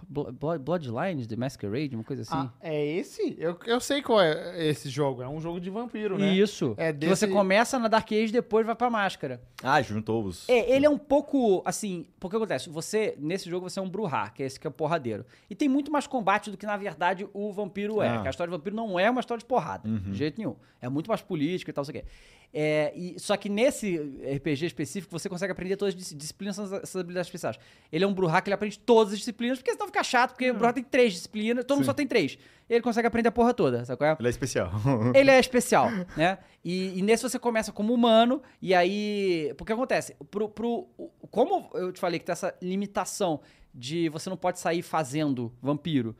S1: Blo- Blo- Bloodlines, The Masquerade, uma coisa assim.
S2: Ah, é esse? Eu, eu sei qual é esse jogo. É um jogo de vampiro, né?
S1: Isso.
S2: É
S1: que você
S2: desse-
S1: começa na Dark Age depois vai pra máscara.
S3: Ah, juntou os.
S1: É, ele é um pouco assim. Porque acontece, você, nesse jogo, você é um Bruhá, que é esse que é o porradeiro. E tem muito mais combate do que, na verdade, o vampiro é.
S3: Ah.
S1: Que a história de vampiro não é uma história de porrada, de jeito nenhum. É muito mais política e tal, não sei o quê. É, e, só que nesse RPG específico, você consegue aprender todas as dis- disciplinas, essas essas habilidades especiais. Ele é um Bruhá que ele aprende todas as disciplinas, porque senão fica chato, porque o Bruhá tem três disciplinas, todo mundo só tem três. Ele consegue aprender a porra toda, sabe qual é?
S3: Ele é especial.
S1: Ele é especial, né? E, e nesse você começa como humano, e aí. Porque acontece, pro, pro, o- como eu te falei que tem essa limitação de você não pode sair fazendo vampiro.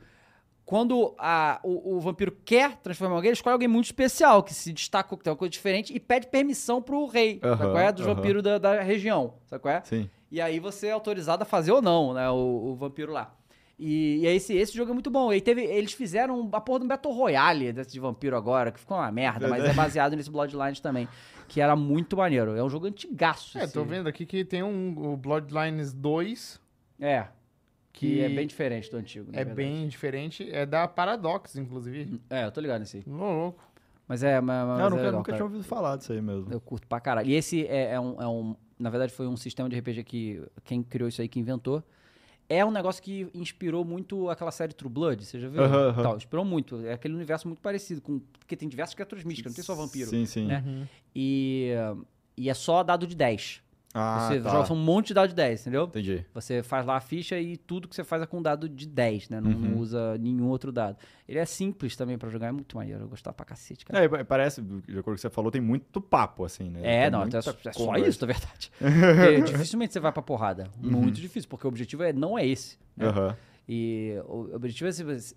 S1: Quando a, o, o vampiro quer transformar alguém, ele escolhe alguém muito especial, que se destacou, que tem uma coisa diferente, e pede permissão pro rei,
S3: Aham,
S1: sabe qual é? Dos
S3: aham.
S1: vampiros da, da região, sabe qual é?
S3: Sim.
S1: E aí você é autorizado a fazer ou não, né? O, o vampiro lá. E, e aí esse, esse jogo é muito bom. E aí teve, eles fizeram a porra de um Battle Royale desse de vampiro agora, que ficou uma merda, mas é baseado nesse Bloodlines também. Que era muito maneiro. É um jogo antigaço.
S2: É,
S1: esse.
S2: tô vendo aqui que tem um o Bloodlines 2,
S1: É. Que,
S2: que,
S1: é bem diferente do antigo. na
S2: é
S1: verdade.
S2: bem diferente. É da Paradox, inclusive.
S1: É, eu tô ligado nesse. aí.
S2: Ô, louco.
S1: Mas é. Mas, mas
S3: eu
S1: é
S3: nunca,
S1: legal,
S3: nunca
S1: cara.
S3: tinha ouvido falar disso aí mesmo.
S1: Eu curto pra caralho. E esse é, é um, é um- Na verdade, foi um sistema de RPG que. Quem criou isso aí, que inventou. É um negócio que inspirou muito aquela série True Blood, você já viu?
S3: Aham, aham.
S1: Tal, inspirou muito. É aquele universo muito parecido, com, porque tem né? Uhum. diversas criaturas místicas, não tem só vampiro.
S3: Sim, sim.
S1: né? E, e é só dado de 10.
S3: Ah,
S1: você
S3: tá.
S1: joga são um monte de dado de 10, entendeu?
S3: Entendi.
S1: Você faz lá a ficha e tudo que você faz é com dado de 10, né? Não, não
S3: Uhum.
S1: usa nenhum outro dado. Ele é simples também pra jogar, é muito maneiro. Eu gostava pra cacete, cara.
S3: É, e pa- parece, de acordo com o que você falou, tem muito papo, assim, né?
S1: É,
S3: Tem
S1: não,
S3: muita
S1: é só, é só
S3: conversa.
S1: isso, na verdade. Porque dificilmente você vai pra porrada. Muito difícil, porque o objetivo é, não é esse. né?
S3: Aham.
S1: E o objetivo é se você-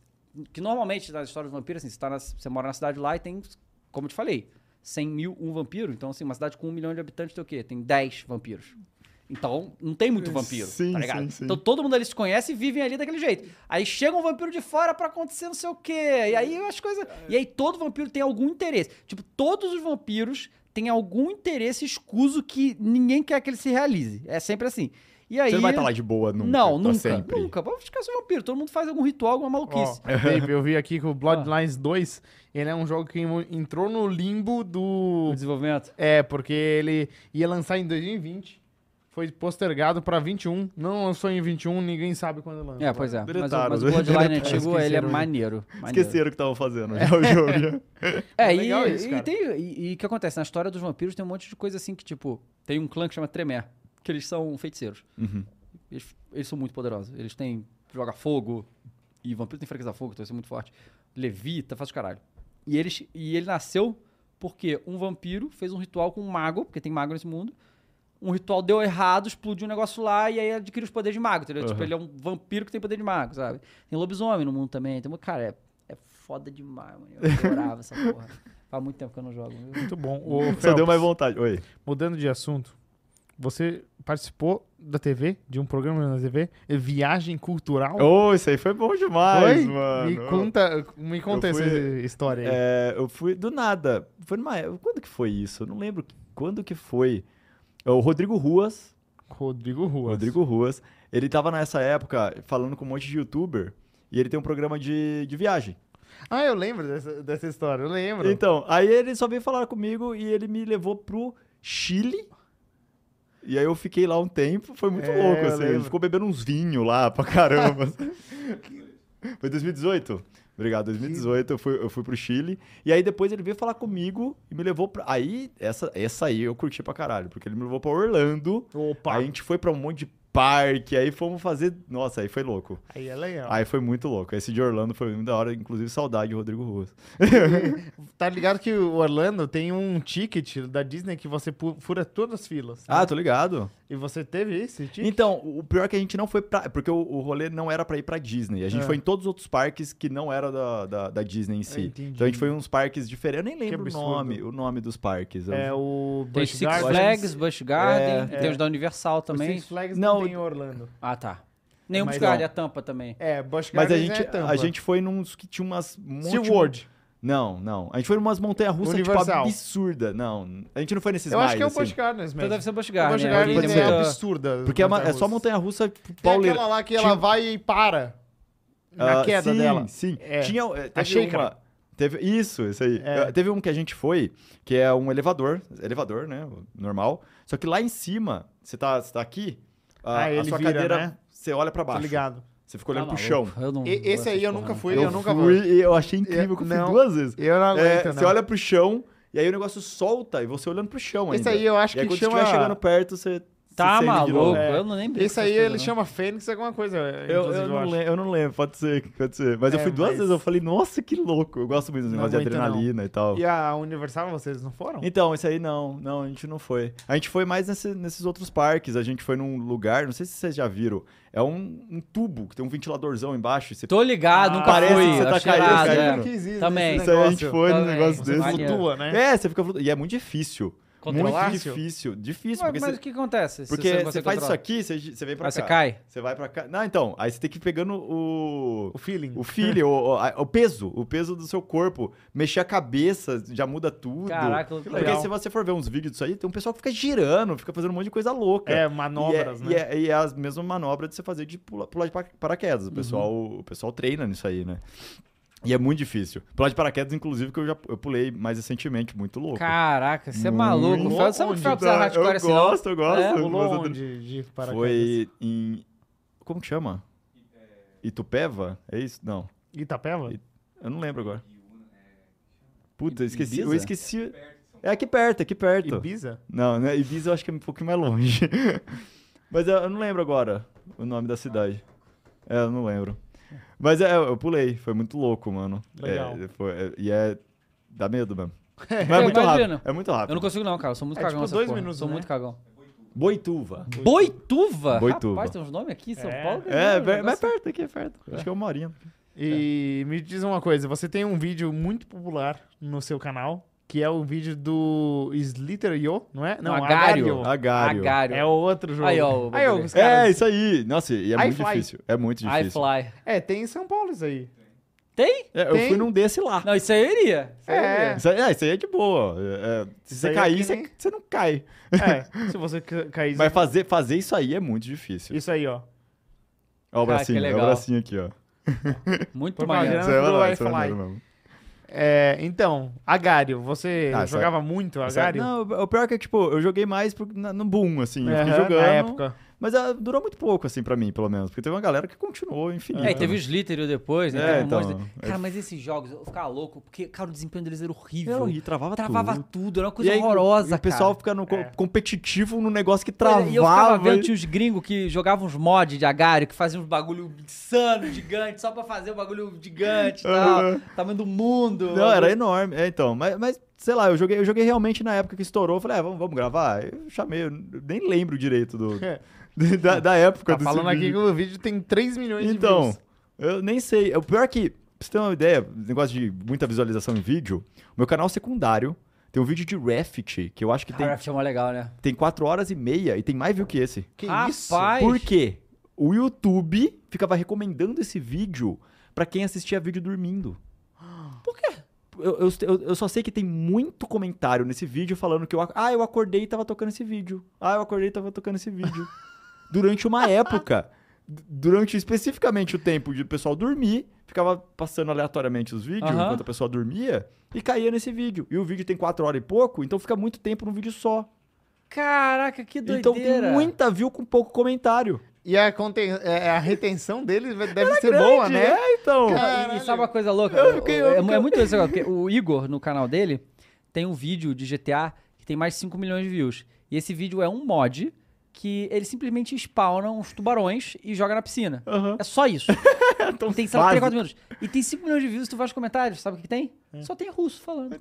S1: que normalmente nas histórias do vampiro, assim, você, tá na- você mora na cidade lá e tem, como eu te falei, 100 mil, um vampiro. Então, assim, uma cidade com um milhão de habitantes tem o quê? Tem 10 vampiros. Então, não tem muito vampiro,
S3: Sim,
S1: tá ligado?
S3: sim, sim.
S1: Então, todo mundo ali se conhece e vivem ali daquele jeito. Aí chega um vampiro de fora pra acontecer não sei o quê. E aí as coisas... E aí todo vampiro tem algum interesse. Tipo, todos os vampiros têm algum interesse escuso que ninguém quer que ele se realize. É sempre assim. E aí...
S3: Você não vai estar lá de boa nunca.
S1: Não,
S3: pra
S1: nunca.
S3: sempre.
S1: Nunca. Vamos ficar sem vampiro. Todo mundo faz algum ritual, alguma
S2: Ó,
S1: maluquice.
S2: Dave, eu vi aqui que o Bloodlines 2, ele é um jogo que entrou no limbo do...
S1: O desenvolvimento.
S2: É, porque ele ia lançar em 2020, foi postergado pra 21, não lançou em 21, ninguém sabe quando lança.
S1: É, pois é. Mas, o- mas
S3: Deletaram,
S1: o
S3: né?
S1: Bloodline antigo,
S2: Esqueceram,
S1: ele é
S2: né?
S1: maneiro. maneiro.
S3: Esqueceram o que estavam fazendo. Já o jogo né? já.
S1: É,
S2: Legal
S1: e,
S2: isso,
S1: e
S2: cara.
S1: tem- e- e o que acontece? Na história dos vampiros tem um monte de coisa assim que, tipo, tem um clã que chama Tremé, que eles são feiticeiros.
S3: Uhum.
S1: Eles, eles são muito poderosos. Eles têm... Joga fogo. E vampiro tem fraqueza a fogo, então isso é muito forte. Levita, faz o caralho. E, eles, e ele nasceu porque um vampiro fez um ritual com um mago, porque tem mago nesse mundo. Um ritual deu errado, explodiu um negócio lá e aí adquiriu os poderes de mago, entendeu? Tipo,
S3: Aham.
S1: ele é um vampiro que tem poder de mago, sabe? Tem lobisomem no mundo também. Tem, uma- cara, é, é foda demais, mano. Eu adorava essa porra. Faz muito tempo que eu não jogo. viu?
S2: Muito bom. Ô,
S3: Só deu
S2: Phelps,
S3: mais vontade. Oi.
S2: Mudando de assunto, você participou da TV, de um programa na TV, eh, Viagem Cultural?
S3: Ô, isso aí foi bom demais,
S2: Foi?
S3: mano.
S2: Me conta, me conta
S3: Eu fui-
S2: essa história aí.
S3: É, eu fui do nada. Foi numa época- Quando que foi isso? Eu não lembro que- quando que foi. É, O Rodrigo Ruas.
S2: Rodrigo Rua.
S3: Rodrigo Ruas. Ele tava nessa época falando com um monte de youtuber. E ele tem um programa de, de viagem.
S2: Ah, eu lembro dessa, dessa história, eu lembro.
S3: Então, aí ele só veio falar comigo e ele me levou pro Chile. E aí eu fiquei lá um tempo, foi muito
S2: É,
S3: louco,
S2: eu
S3: assim. Ele
S2: lembro.
S3: ficou bebendo uns vinhos lá pra caramba. foi 2018. Obrigado, 2018 eu fui, eu fui pro Chile. E aí depois ele veio falar comigo e me levou pra. Aí, essa, essa aí eu curti pra caralho, porque ele me levou pra Orlando.
S2: Opa,
S3: Aí a
S2: aí,
S3: gente foi pra um monte de parque, aí fomos fazer. Nossa, aí foi louco.
S2: é legal.
S3: Aí foi muito louco. Esse de Orlando foi muito da hora, inclusive saudade de Rodrigo Ruas.
S2: Tá ligado que o Orlando tem um ticket da Disney que você pu- fura todas as filas. né?
S3: Ah, tô ligado.
S2: E você teve esse ticket?
S3: Então, o pior é que a gente não foi pra. Porque o, o rolê não era pra ir pra Disney. A gente
S2: É.
S3: foi em todos os outros parques que não era da, da, da Disney em si.
S2: entendi.
S3: Então a gente foi em uns parques diferentes. Eu nem lembro o
S2: absurdo.
S3: nome, o nome dos parques. Eu-
S2: É o
S1: Tem
S2: Busch
S1: Six
S2: Gardens.
S1: Flags, Busch Garden,
S2: É,
S1: tem
S2: é.
S1: os da Universal
S2: O
S1: também.
S2: Six Flags um.
S3: Não,
S2: não, tem em Orlando.
S1: Ah, tá. Nenhum
S2: Mas
S1: Busch Garden,
S3: não.
S1: é tampa também.
S2: É, Busch
S3: Mas a
S2: Gardens
S3: gente,
S2: é Tampa.
S3: a gente foi num que tinha umas. um monte-
S2: SeaWorld.
S3: Não, não. A gente foi em umas montanhas russas tipo,
S2: Universal.
S3: absurda. Não. A gente não foi nesses
S2: Eu acho que é o
S3: mais,
S2: Busch
S3: assim.
S2: Gardens
S1: Então
S2: mesmo.
S1: deve ser Busch
S2: O
S1: Garden.
S2: Busch
S1: né?
S2: Gardens
S1: Ele tem
S2: é
S1: muita-
S2: absurda.
S3: Porque é, uma- é
S2: montanha-russa.
S3: só montanha russa
S2: Tem
S3: pauleira.
S2: aquela lá que
S3: Tinha-
S2: ela vai e para na
S3: Ah,
S2: queda
S3: sim,
S2: dela.
S3: Sim,
S2: É.
S3: Tinha, eh, teve
S2: xícara.
S3: uma- teve- isso, isso aí.
S2: É.
S3: Eh, Teve um que a gente foi, que é um elevador, elevador, né, o normal. Só que lá em cima, você tá, você tá aqui, a,
S2: Ah,
S3: a
S2: ele
S3: sua
S2: vira,
S3: cadeira,
S2: né?
S3: você olha pra
S2: Tá
S3: baixo.
S2: ligado?
S3: Você fica olhando
S1: Ah,
S3: pro chão.
S1: maluco, eu não
S2: E-
S1: vou
S2: esse aí
S1: essas
S2: eu
S1: porra,
S2: nunca
S1: não.
S2: fui, eu, nunca vou. É,
S3: fui e eu achei incrível que eu fui
S2: não.
S3: duas vezes.
S2: Eu não
S3: É,
S2: aguento,
S3: você olha pro chão e aí o negócio solta e você olhando pro chão
S2: Esse
S3: ainda.
S2: aí eu acho
S3: e aí,
S2: que
S3: quando
S2: chama...
S3: você estiver chegando perto, você... você
S1: Tá
S3: sente de
S1: maluco,
S3: novo.
S2: É.
S1: eu não lembro.
S2: Esse aí ele chama Fênix alguma coisa,
S3: né? Eu,
S2: inclusive,
S3: eu,
S2: eu
S3: não
S2: acho.
S3: lembro, eu não lembro, pode ser, pode ser. Mas eu
S2: É,
S3: fui duas
S2: mas-
S3: vezes, eu falei, nossa, que louco. Eu gosto muito dos
S2: Não
S3: negócios de
S2: aguento, não.
S3: adrenalina e tal.
S2: E a Universal, vocês não foram?
S3: Então, isso aí não, não, a gente não foi. A gente foi mais nesse- nesses outros parques, a gente foi num lugar, não sei se vocês já viram, é um, um tubo que tem um ventiladorzão embaixo. e Você...
S1: Tô ligado,
S2: Ah,
S1: nunca
S3: parece
S1: fui.
S3: que você tá
S1: acho
S3: caindo,
S1: irado,
S3: caindo.
S1: é.
S2: Sempre quis né? ir nesse
S1: Também.
S3: Isso aí a gente
S2: negócio.
S3: foi num
S1: Também.
S3: negócio
S1: Você
S2: Você
S3: desse.
S1: maneiro.
S2: flutua, né?
S3: É, você fica flutuando. E é muito difícil.
S1: Controlar?
S3: Muito difícil. Difícil,
S1: Mas,
S3: porque
S1: mas
S3: você,
S1: o que acontece? se
S3: porque
S1: não
S3: você
S1: consegue
S3: faz isso
S1: controlar?
S3: aqui, você, você vem pra
S1: Aí
S3: cá.
S1: você cai?
S3: Você vai pra cá. Não, então, aí você tem que ir pegando o...
S2: O feeling.
S3: O filho, o, o- a- o peso, o peso do seu corpo. Mexer a cabeça, já muda tudo.
S1: Caraca, que
S3: Porque
S1: legal.
S3: se você for ver uns vídeos disso aí, tem um pessoal que fica girando, fica fazendo um monte de coisa louca.
S2: É, manobras,
S3: e é,
S2: né?
S3: E é, e é as mesmas manobras de você fazer de pula- pular, de pa- paraquedas.
S1: Uhum.
S3: O pessoal, o pessoal treina nisso aí, né? E é muito difícil. Pular de paraquedas, inclusive, que eu já eu pulei mais recentemente, muito louco.
S1: Caraca, você é
S3: Muito
S1: maluco.
S2: louco,
S1: Fala- Sabe o que
S2: onde
S1: Phelps é
S3: Tá,
S1: hardcore
S3: eu
S1: assim, não?
S3: gosto, eu gosto.
S1: É,
S2: Pulou
S3: Mas eu-
S2: onde? De paraquedas?
S3: tá Foi em... Como que chama? Itupeva? É isso? Não.
S2: Itapeva?
S3: Eu não lembro agora. Puta, eu esqueci.
S1: Ibiza?
S3: Eu esqueci. É aqui perto, aqui perto.
S2: Ibiza?
S3: Não, né? Ibiza eu acho que é um pouquinho mais longe. Mas eu, eu não lembro agora o nome da cidade. É, eu não lembro. Mas é, eu pulei, foi muito louco, mano. É,
S2: Legal.
S3: foi- é- e é. dá medo mesmo. Mas é muito
S1: imagino.
S3: rápido. É muito rápido.
S1: Eu não consigo não, cara. Eu sou muito
S2: É,
S1: cagão
S2: tipo,
S1: nessa
S2: dois
S1: porra.
S2: minutos,
S1: Sou
S2: né?
S1: muito cagão.
S3: Boituva.
S1: Boituva?
S3: Boituva.
S1: Rapaz, tem uns nomes aqui em São
S2: É.
S1: Paulo. que
S3: É,
S1: um
S3: é, mas é
S1: negócio-
S3: perto aqui, é perto. Acho que é uma horinha. É.
S2: E me diz uma coisa, você tem um vídeo muito popular no seu canal, que é o vídeo do Slither Yo, não é?
S1: Não, Agario.
S2: Agario.
S3: Agário.
S1: Agário.
S2: É o outro jogo.
S1: Aí, ó, o
S2: Aí, ó,
S1: bagulho.
S2: os
S3: É,
S2: caras...
S3: isso aí. Nossa, e é muito
S2: iFly.
S3: difícil. É muito
S1: I
S3: difícil.
S1: fly.
S2: é, tem em São Paulo isso aí.
S1: Tem?
S3: É, eu
S2: Tem.
S3: fui num desse lá.
S1: Não, isso aí eu iria.
S2: É.
S3: Isso aí, é, isso aí é de boa. É, é, se
S2: Isso
S3: você
S2: aí é
S3: cair,
S2: que
S3: você,
S2: nem-
S3: você não cai.
S2: É, se você ca- cair...
S1: é
S3: Mas fazer, fazer isso aí é muito difícil.
S2: Isso aí, ó.
S3: Ó o
S1: Cara,
S3: bracinho,
S1: que
S3: ó o
S1: legal.
S3: bracinho aqui, ó.
S1: Muito
S2: Foi
S1: maneiro.
S2: maneiro.
S3: Isso aí é
S2: do
S3: maneiro, isso é
S2: iFly.
S3: maneiro mesmo.
S2: É, então, Agário, você
S3: Ah, isso
S2: jogava
S1: Tá
S2: muito
S3: Essa-
S2: Agário?
S3: Não, o pior que, tipo, eu joguei mais pro- na- no boom, assim. Eu
S2: Aham,
S3: fiquei jogando.
S2: Na época.
S3: Mas ah, durou muito pouco, assim, pra mim, pelo menos. Porque teve uma galera que continuou infinito. né?
S1: É, e teve o Slitter depois, né?
S3: É,
S1: Teve um
S3: então,
S1: monte de- Cara, mas esses jogos, eu ficava louco, porque, cara, o desempenho deles era horrível.
S3: Era horrível, travava
S1: Travava
S3: tudo.
S1: tudo. era uma coisa
S3: E aí,
S1: horrorosa,
S3: e O pessoal
S1: cara.
S3: fica no co-
S2: É.
S3: competitivo num negócio que
S1: Pois
S3: travava.
S1: é, E eu ficava vendo,
S3: e-
S1: tinha uns gringos que jogavam uns mods de agário, que faziam uns bagulho insano, gigante, só pra fazer um bagulho gigante e tal.
S3: Aham.
S1: Tamanho do mundo.
S3: Não, era enorme. É, então, mas, mas, sei lá, eu joguei, eu joguei realmente na época que estourou. Eu falei, ah, vamos, vamos gravar? Eu chamei, eu nem lembro direito do, da, da época
S2: É. Tá
S3: desse
S2: falando aqui
S3: vídeo.
S2: que o vídeo tem 3 milhões de
S3: Então,
S2: views.
S3: eu nem sei. O pior é que, pra você ter uma ideia, negócio de muita visualização em vídeo, o meu canal secundário tem um vídeo de Raft, que eu acho que tem,
S1: Cara, Raft é mó legal, né?
S3: tem 4 horas e meia e tem mais view que esse.
S2: Que isso?
S1: Rapaz!
S3: Por quê? O YouTube ficava recomendando esse vídeo pra quem assistia vídeo dormindo.
S1: Por quê?
S3: Eu, eu- eu- eu só sei que tem muito comentário nesse vídeo falando que eu, ac- ah, eu acordei e tava tocando esse vídeo. Ah, eu acordei e tava tocando esse vídeo. durante uma época, d- durante especificamente o tempo de o pessoal dormir, ficava passando aleatoriamente os vídeos
S1: Aham.
S3: enquanto a pessoa dormia e caía nesse vídeo. E o vídeo tem quatro horas e pouco, então fica muito tempo num vídeo só.
S1: Caraca, que
S3: Então tem muita view com pouco comentário.
S2: E a, conten- é, a retenção deles deve ser
S3: Grande,
S2: boa, né?
S3: É, então.
S1: E- E sabe uma coisa louca?
S3: Eu fiquei- eu
S1: é,
S3: fiquei-
S1: é muito isso, porque o Igor, no canal dele, tem um vídeo de GTA que tem mais de 5 milhões de views. E esse vídeo é um mod que ele simplesmente spawna uns tubarões e joga na piscina.
S3: Aham.
S1: É só isso.
S3: Tão
S1: tem, sabe, 3,
S3: básico.
S1: 4 minutos. E tem 5 milhões de views, tu vai nos comentários, sabe o que, que tem? Só tem russo falando.
S3: O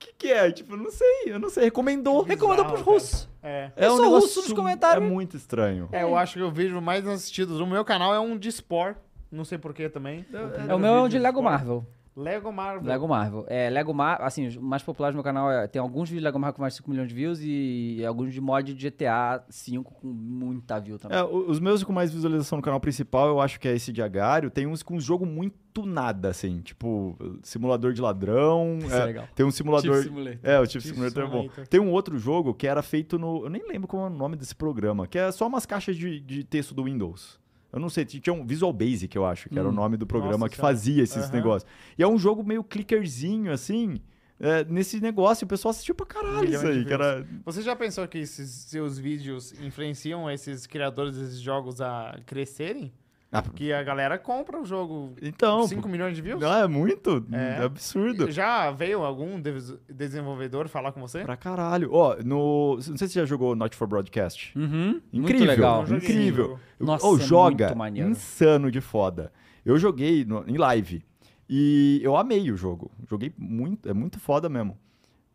S3: que, que é? Tipo, eu não sei, eu não sei. Recomendou.
S1: Recomendou pros
S2: cara.
S1: russos.
S2: É.
S1: É só
S3: um negócio
S1: russo nos
S3: su-
S1: comentários.
S3: É muito estranho.
S2: É, eu acho que o vídeo mais assistido do meu canal é um de Sport. Não sei porquê também.
S1: É o meu é um de Lego Marvel.
S2: Lego Marvel.
S1: Lego Marvel. É, Lego Marvel, assim, os mais populares do meu canal é, tem alguns vídeos de Lego Marvel com mais de 5 milhões de views e alguns de mod de GTA V com muita view
S2: Tá
S1: também.
S3: É, o- os meus com mais visualização no canal principal, eu acho que é esse de Agário. Tem uns com um jogo muito nada, assim. Tipo, simulador de ladrão.
S1: Isso
S3: é,
S1: é legal.
S3: Tem um simulador.
S1: Simulator.
S3: É, o Chip
S2: Chip
S3: Simulator é bom.
S2: Simulator.
S3: Tem um outro jogo que era feito no. Eu nem lembro qual é o nome desse programa, que é só umas caixas de, de texto do Windows. Eu não sei, tinha um Visual Basic, eu acho, que era o nome do programa
S2: Hum. Nossa
S3: que
S2: Senhora.
S3: fazia esses
S2: Aham.
S3: negócios. E é um jogo meio clickerzinho, assim, é, nesse negócio. O pessoal assistiu pra caralho
S2: Milhões
S3: isso
S2: de
S3: aí, que
S2: views.
S3: era.
S2: Você já pensou que esses seus vídeos influenciam esses criadores desses jogos a crescerem?
S3: Ah,
S2: Que a galera compra o jogo
S3: Então.
S2: 5
S3: pô,
S2: milhões de views?
S3: Não, é muito.
S2: É.
S3: É absurdo.
S2: Já veio algum des- desenvolvedor falar com você?
S3: Pra caralho. Ó, no. Não sei se você já jogou Not for Broadcast.
S1: Uhum.
S3: Incrível.
S1: Muito legal.
S2: Não joguei
S3: incrível.
S2: esse jogo.
S1: Nossa,
S3: Ou
S1: é
S3: joga,
S1: muito maneiro.
S3: insano de foda. Eu joguei no- em live e eu amei o jogo. Joguei muito, é muito foda mesmo.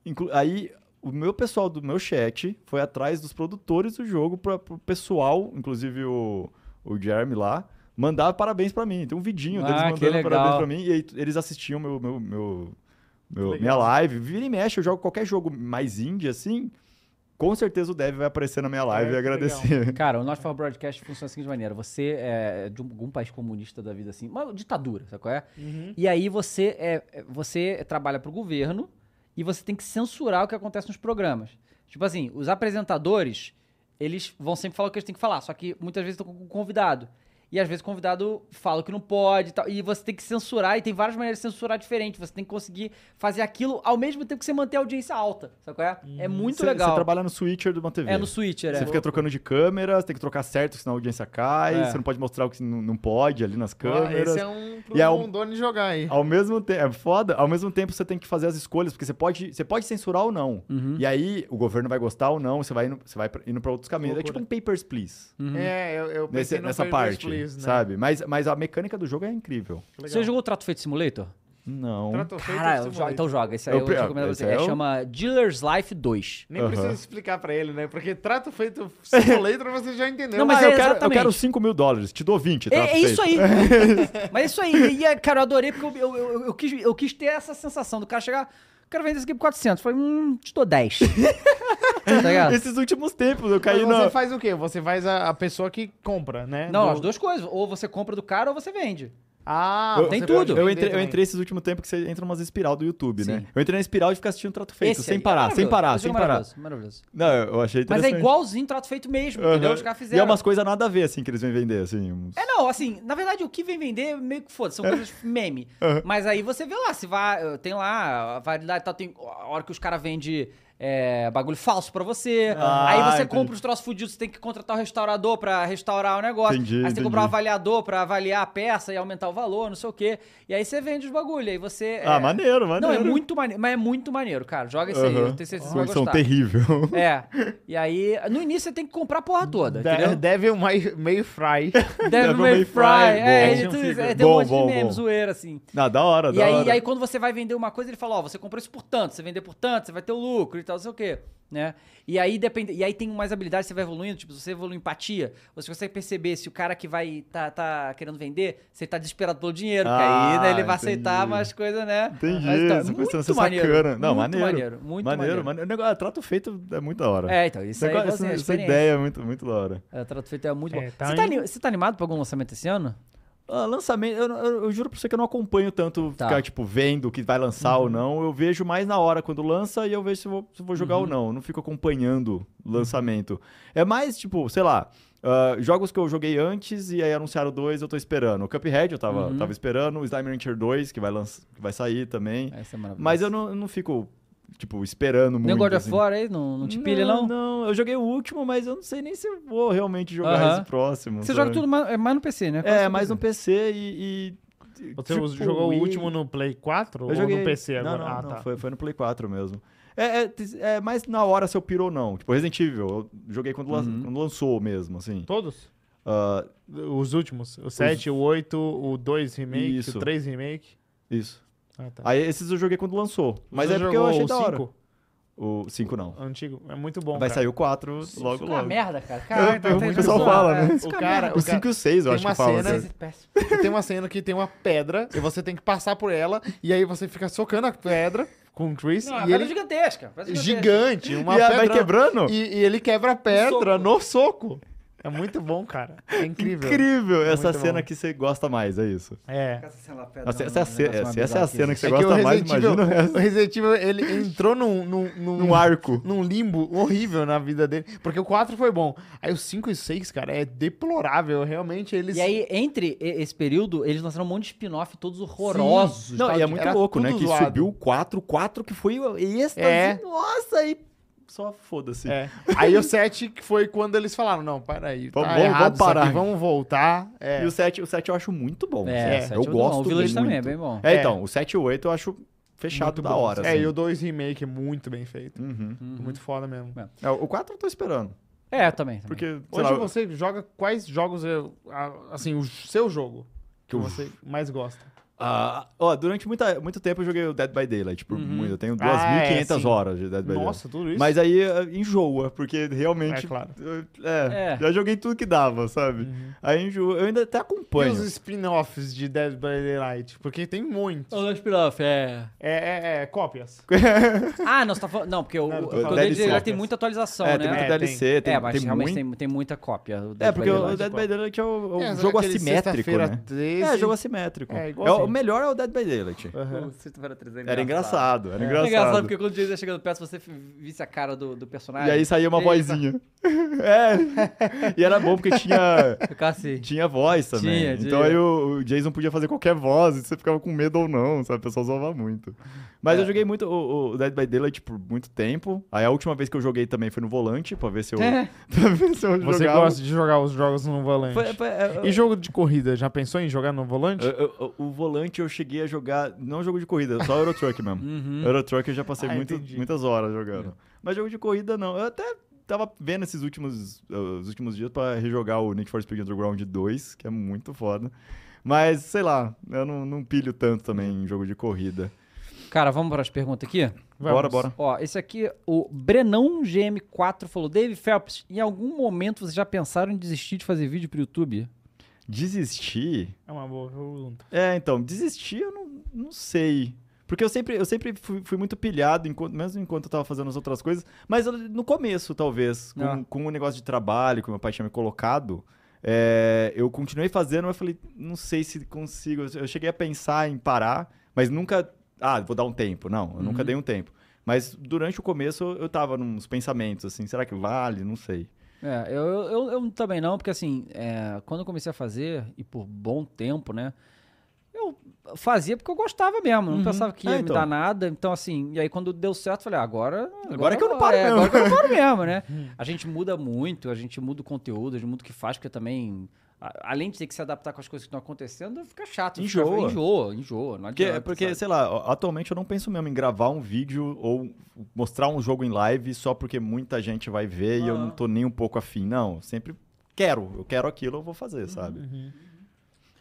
S3: Inclu- aí o meu pessoal do meu chat foi atrás dos produtores do jogo para o pessoal, inclusive o, o Jeremy lá, mandar parabéns pra mim. Tem um vidinho deles
S1: Ah, que
S3: mandando
S1: legal.
S3: parabéns pra mim e aí eles assistiam meu meu, meu- meu-
S2: Legal.
S3: minha live. Vira e mexe, eu jogo qualquer jogo mais indie assim. Com certeza o Dev vai aparecer na minha live
S2: É, que
S3: e
S2: legal.
S3: agradecer.
S1: Cara, o Not For Broadcast funciona da seguinte maneira. Você é de algum país comunista da vida assim, uma ditadura, sabe qual é?
S2: Uhum.
S1: E aí você, é, é- você trabalha pro governo e você tem que censurar o que acontece nos programas. Tipo assim, os apresentadores, eles vão sempre falar o que eles têm que falar, só que muitas vezes estão com o um convidado. E às vezes o convidado fala o que não pode e tal. E você tem que censurar, e tem várias maneiras de censurar diferente. Você tem que conseguir fazer aquilo ao mesmo tempo que você manter a audiência alta. Sabe qual é? é muito
S3: Você-
S1: legal.
S3: Você trabalha no switcher de uma TV.
S1: É no switcher, é.
S3: Você fica trocando de câmera, você tem que trocar certo, senão a audiência cai.
S1: É.
S3: Você não pode mostrar o que não, não pode ali nas câmeras.
S2: Esse é um pro
S3: E é um-
S2: Rondoni jogar aí.
S3: Ao mesmo tempo, é foda, ao mesmo tempo você tem que fazer as escolhas, porque você pode, você pode censurar ou não.
S1: Uhum.
S3: E aí o governo vai gostar ou não, você vai indo, você vai pra- indo pra outros caminhos. É
S2: Loucura.
S3: tipo um papers, please.
S2: É, eu, eu
S3: Nesse-
S2: pensei no
S3: nessa
S2: Papers,
S3: parte,
S2: Please, né?
S3: sabe? Mas, mas a mecânica do jogo é incrível.
S2: Legal.
S1: Você jogou o Trato Feito Simulator?
S3: Não.
S2: Então, Trato feito,
S1: Cara,
S2: eu
S1: jo-
S2: simulei.
S1: então joga. Isso aí
S3: Eu
S1: eu, te
S3: pre-
S1: recomendo pra
S3: esse
S1: você.
S3: aí
S1: É,
S3: eu-
S1: chama Dealer's Life 2.
S2: Nem
S3: Aham.
S2: precisa explicar pra ele, né? Porque trato feito simulator você já entendeu.
S1: Não, mas
S3: ah,
S1: é
S3: eu, quero, eu
S1: exatamente.
S3: quero 5 mil dólares, te dou 20,
S1: É,
S3: trato
S1: é isso
S3: feito.
S1: aí. Mas é isso aí. E, é, cara, eu adorei porque eu, eu- eu- eu quis, eu quis ter essa sensação do cara chegar. Quero vender isso aqui por 400. Falei, hum, te dou 10. tá ligado?
S3: Esses últimos tempos eu
S2: Mas
S3: caí
S2: você
S3: na...
S2: faz o quê? Você faz a, a pessoa que compra,
S3: é
S2: né?
S1: Não,
S2: Do-
S1: as duas coisas. Ou você compra do cara ou você vende.
S2: Ah,
S3: Eu-
S2: você
S1: tem
S2: pode
S1: tudo.
S3: Eu
S2: vender
S3: entrei, eu
S2: também.
S3: entrei esses últimos tempos que você entra umas espiral do YouTube,
S1: Sim.
S3: né? Eu entrei na espiral de ficar assistindo trato feito,
S1: Esse
S3: sem
S1: aí é
S3: parar, sem
S1: maravilhoso.
S3: parar,
S1: Esse
S3: sem
S1: jogo é
S3: parar.
S1: Maravilhoso, maravilhoso.
S3: Não, eu achei
S1: Mas
S3: interessante.
S1: é igualzinho trato feito mesmo, entendeu?
S3: Aham.
S1: Os caras
S3: E é
S1: fizeram.
S3: umas coisas nada a ver, assim, que eles vêm vender, assim. uns-
S1: É, não, assim, na verdade o que vem vender meio que foda,
S3: É.
S1: são coisas meme. Mas aí você vê lá, se vai, tem lá a variedade e tal, tem a hora que os caras vendem é, bagulho falso pra você.
S3: Ah,
S1: aí você
S3: entendi.
S1: compra os troços fudidos, você tem que contratar o restaurador pra restaurar o negócio.
S3: Entendi,
S1: aí você tem que
S3: entendi.
S1: comprar um avaliador pra avaliar a peça e aumentar o valor, não sei o quê. E aí você vende os bagulho, aí você.
S3: Ah,
S1: é-
S3: maneiro,
S1: Não,
S3: maneiro.
S1: é muito maneiro, mas é muito maneiro, cara. Joga isso aí,
S3: Aham.
S1: eu tenho certeza que você vai
S3: Condição
S1: gostar.
S3: terrível.
S1: É. E aí, no início você tem que comprar a porra toda,
S2: De
S1: entendeu?
S2: Devil May, May Fry.
S1: Devil May Fry. É,
S3: bom.
S1: ele, tudo isso, é, tem um
S3: Bom,
S1: monte
S3: bom,
S1: de meme,
S3: bom.
S1: zoeira, assim.
S3: Ah, da hora,
S1: E
S3: da
S1: aí,
S3: hora.
S1: e aí quando você vai vender uma coisa, ele fala, ó, você comprou isso por tanto, você vender por tanto, você vai ter o lucro e tal, não sei o quê. Né? E aí depende. E aí tem mais habilidades que você vai evoluindo, tipo, se você evolui empatia, você consegue perceber se o cara que vai tá, tá querendo vender, você tá desesperado pelo dinheiro, porque aí
S3: Ah,
S1: né, ele vai
S3: entendi.
S1: aceitar umas coisas, né? Mas
S3: Entendi,
S1: tá,
S3: essa questão de
S1: muito
S3: ser
S1: maneiro,
S3: sacana. é, né? Não,
S1: muito
S3: maneiro.
S1: maneiro, muito maneiro.
S3: maneiro. O negócio, trato feito é muito da hora.
S1: É, então, isso aí é
S3: Negócio-
S1: igualzinho, a
S3: essa, essa
S1: experiência.
S3: ideia é muito, muito da hora.
S1: É, o Trato feito é muito
S2: É,
S1: bom.
S2: tá
S1: você, tá,
S2: indo-
S1: ani- você tá animado pra algum lançamento esse ano?
S3: Ah, lançamento, eu, eu- eu juro pra você que eu não acompanho tanto
S1: Tá. Uhum.
S3: ficar, tipo, vendo o que vai lançar ou não. Eu vejo mais na hora quando lança e eu vejo se eu vou, se eu vou
S1: Uhum.
S3: jogar ou não. Eu não fico acompanhando o lançamento. É mais, tipo, sei lá, ah, jogos que eu joguei antes e aí anunciaram dois, eu tô esperando. O Cuphead eu tava,
S1: Uhum.
S3: tava esperando, o Slime Rancher 2, que vai, lança, que vai sair também.
S1: Essa é maravilhosa.
S3: Mas eu não, eu não fico, tipo, esperando muito.
S1: Nem God of
S3: assim.
S1: War aí? é Não, não te pilha, não?
S3: Não, eu joguei o último, mas eu não sei nem se eu vou realmente jogar
S1: Aham.
S3: esse próximo.
S1: Você
S3: sabe?
S1: joga tudo mais, é mais no PC, né? Quase
S3: É,
S1: tudo
S3: mais no
S1: no
S3: PC e. e
S2: Você
S3: tipo,
S2: jogou
S3: Wii.
S2: o último no Play 4
S3: eu
S2: ou
S3: joguei...
S2: no PC agora?
S3: Não, não,
S2: ah,
S3: não,
S2: tá.
S3: foi, foi no Play 4 mesmo. É, é, t- é mais na hora se eu piro ou não. Tipo, Resident Evil, eu joguei quando, lan-
S2: Uhum.
S3: quando lançou mesmo, assim.
S2: Todos?
S3: Ah,
S2: Os últimos? O 7, o 8, o 2 remake,
S3: Isso.
S2: o 3 remake.
S3: isso.
S2: Ah, tá.
S3: Aí esses eu joguei quando lançou. Mas
S2: Você
S3: é porque eu
S2: jogou
S3: achei
S2: o
S3: da hora.
S2: cinco?
S3: O 5 não.
S2: Antigo. É muito bom.
S3: Vai
S2: cara.
S3: sair o 4 logo
S1: Isso é uma
S3: logo.
S1: merda, cara. Caralho, tá-
S3: o
S1: tá-
S3: pessoal
S1: tá-
S3: fala,
S1: é,
S3: né?
S1: isso é
S2: O
S1: uma
S2: cara-
S1: merda.
S3: O
S2: o ca-
S3: 5 e o 6 eu
S2: tem
S3: acho
S2: uma
S3: que fala.
S2: cena-
S3: né?
S2: Que tem uma cena que tem uma pedra e você tem que passar por ela e aí você fica socando a pedra com o Chris
S1: Não, a
S2: e
S1: pedra é
S2: ele
S1: gigantesca. parece gigantesca.
S2: gigante, uma
S3: E a-
S2: pedra
S3: vai quebrando?
S2: E, e ele quebra a pedra
S1: soco.
S2: no soco. É muito bom, cara. É incrível.
S3: Incrível essa
S2: Muito
S3: cena
S2: bom.
S3: que você gosta mais, é isso.
S2: É.
S3: Nossa, essa, é a ce-
S1: Nossa,
S3: se essa é a cena que você
S2: É que
S3: gosta
S2: o
S3: mais,
S2: Resident, Evil,
S3: imagina o resto.
S2: o Resident Evil, ele entrou num, num, num,
S3: Num arco.
S2: num limbo horrível na vida dele. Porque o 4 foi bom. Aí o 5 e 6, cara, é deplorável. Realmente eles.
S1: E aí, entre e- esse período, eles lançaram um monte de spin-off todos horrorosos.
S3: Não,
S1: tal,
S3: e é
S1: de-
S3: muito
S2: era
S3: louco, né?
S2: tudo
S3: Que
S2: zoado.
S3: subiu o 4, 4 que foi o êxtase.
S2: É.
S3: Nossa, aí só foda-se.
S2: É. Aí o 7 que foi quando eles falaram: não, peraí. Tá
S3: Vamos- vamos-
S2: errado
S3: vamos
S2: isso aqui,
S3: parar.
S2: vamos voltar. É.
S3: E o 7, o 7 eu acho muito bom.
S1: É,
S3: assim.
S1: o 7 é
S3: eu
S1: muito
S3: gosto
S1: bom. O Village
S3: dele
S1: também é
S3: muito.
S1: bem bom.
S3: É,
S2: É.
S3: então, o 7 e o 8 eu acho fechado
S2: Muito
S3: da
S2: bom.
S3: hora.
S2: É,
S3: assim.
S2: e o 2 remake é muito bem feito.
S3: Uhum.
S2: Muito foda mesmo.
S3: É, o 4 eu tô esperando.
S1: É, também. também.
S3: Porque, sei
S2: Hoje
S3: lá,
S2: você joga quais jogos, é, a- assim, o seu jogo que
S3: Eu-
S2: você mais gosta?
S3: ah, ó, durante muita, muito tempo eu joguei o Dead by Daylight. Por muito, eu tenho 2.500
S2: Uhum. é, sim.
S3: horas de Dead by Daylight.
S2: Nossa, tudo isso?
S3: Mas aí eh, enjoa, porque realmente.
S2: É, claro. Uhum.
S3: eu- é,
S1: É.
S3: já joguei tudo que dava, sabe? Aí enjoa. Eu ainda até
S2: e
S3: acompanho.
S2: os spin-offs de Dead by Daylight? Porque tem muito.
S1: O spin-off, é.
S2: É, é, é, cópias.
S1: Ah, não, você tá falando. Não, porque o,
S2: Não, eu
S1: o,
S2: tô
S1: o
S3: falando
S1: Dead
S3: DLC.
S1: Island tem muita atualização,
S3: É,
S1: né?
S3: tem muito
S2: É,
S3: DLC, tem,
S1: é, mas
S3: tem
S1: realmente
S3: muito.
S1: tem, tem muita cópia. o
S3: É,
S1: Dead
S3: porque
S1: by
S3: o
S1: Daylight.
S3: Dead by Daylight é o, é o
S2: É,
S3: jogo
S2: aquele
S3: assimétrico,
S2: sexta-feira
S3: né?
S2: 13.
S3: É, jogo assimétrico.
S2: É,
S3: o-
S2: igualzinho.
S3: melhor é o Dead by Daylight.
S1: O Street Fighter 3 é
S3: Era engraçado, era
S1: É
S3: engraçado.
S1: engraçado porque quando o Jason ia chegando perto, você visse a cara do, do personagem.
S3: E aí saía uma
S1: Eita.
S3: vozinha. É. E era bom porque tinha,
S1: Ficar assim.
S3: tinha voz também.
S1: Tinha,
S3: então
S1: tinha.
S3: aí o, o Jason podia fazer qualquer voz e você ficava com medo ou não, sabe? O pessoal zoava muito. Mas eu joguei muito o, o Dead by Daylight por muito tempo. Aí a última vez que eu joguei também foi no volante, pra ver se eu, pra ver se eu
S2: Você
S3: jogava.
S2: gosta de jogar os jogos no volante.
S3: Foi- É, foi-
S1: é,
S3: eu-
S2: E jogo de corrida, já pensou em jogar no volante?
S3: eu- eu- eu- o volante eu cheguei a jogar, não jogo de corrida, só Euro Truck mesmo. Euro Truck eu já passei
S2: Uhum. Ah,
S3: muito-
S2: entendi. É.
S3: muitas horas jogando. Mas jogo de corrida não. Eu até tava vendo esses últimos, uh, os últimos dias pra rejogar o Need for Speed Underground 2, que é muito foda. Mas, sei lá, eu não, não pilho tanto também
S2: Uhum.
S3: em jogo de corrida.
S1: Cara, vamos para as perguntas aqui?
S2: Vamos.
S3: Bora, bora.
S1: Ó, esse aqui, o Brenão GM4 falou: Dave Phelps, em algum momento vocês já pensaram em desistir de fazer vídeo pro YouTube?
S3: Desistir?
S2: É uma boa pergunta.
S3: É, então, desistir eu não, não sei. Porque eu sempre, eu sempre fui, fui muito pilhado, enquanto, mesmo enquanto eu tava fazendo as outras coisas. Mas eu- no começo, talvez, com,
S1: Ah.
S3: com o negócio de trabalho que meu pai tinha me colocado, é, eu continuei fazendo, mas eu falei, não sei se consigo. Eu cheguei a pensar em parar, mas nunca. Ah, vou dar um tempo. Não, eu nunca dei um tempo. Mas durante o começo eu tava nos pensamentos assim, será que vale? Não sei.
S1: É, eu, eu, eu- eu também não, porque assim, é, quando eu comecei a fazer, e por bom tempo, né? Eu fazia porque eu gostava mesmo, não pensava que ia
S3: É, então.
S1: me dar nada. Então, assim, e aí quando deu certo, eu falei, ah, agora.
S3: Agora que eu não paro
S1: é,
S3: mesmo. Uhum.
S1: Agora que eu não paro mesmo, né? A gente muda muito, a gente muda o conteúdo, a gente muda o que faz, porque também. a- Além de ter que se adaptar com as coisas que estão acontecendo, fica chato. fica-
S3: Enjoa.
S1: enjoa, enjoa. Não
S3: Porque,
S1: adianta,
S3: porque,
S1: sabe?
S3: sei lá, atualmente eu não penso mesmo em gravar um vídeo ou mostrar um jogo em live só porque muita gente vai ver e eu não tô nem um pouco afim. Não, eu sempre quero. Eu quero aquilo, eu vou fazer, sabe?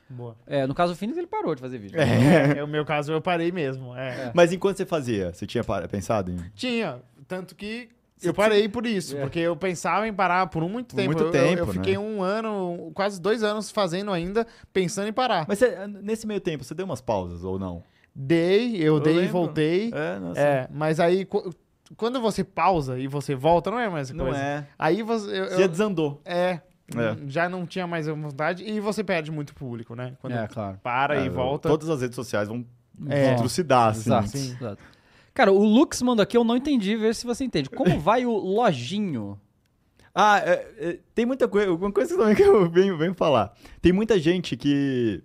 S2: Boa.
S1: É, no caso do Phoenix, ele parou de fazer vídeo.
S2: É, no meu caso, eu parei mesmo. é.
S3: Mas enquanto você fazia, você tinha pa- pensado em.
S2: Tinha. Tanto que eu parei por isso. Porque eu pensava em parar por um muito
S3: Por
S2: tempo.
S3: muito
S2: Eu- eu- Eu,
S3: tempo, né?
S2: fiquei um ano, quase dois anos fazendo ainda, pensando em parar.
S3: Mas você- nesse meio tempo, você deu umas pausas ou não?
S2: Dei, eu, dei e
S3: lembro.
S2: voltei.
S3: É, nossa.
S2: É, mas aí qu- quando você pausa e você volta, não é mais
S3: Não
S2: coisa.
S3: é.
S2: Aí você. eu-
S3: Você já
S2: eu-
S3: desandou.
S2: é,
S3: É.
S2: Já não tinha mais a vontade. E você perde muito público, né? Quando
S1: claro.
S2: para
S3: É,
S2: e volta.
S3: Todas as redes sociais vão
S2: É.
S3: trucidar, assim.
S1: Exato, exato. Cara, o Lux mandou aqui, eu não entendi, ver se você entende. Como vai o lojinho?
S3: Ah, é, é, tem muita coisa. Uma coisa também que eu venho, venho falar. Tem muita gente que,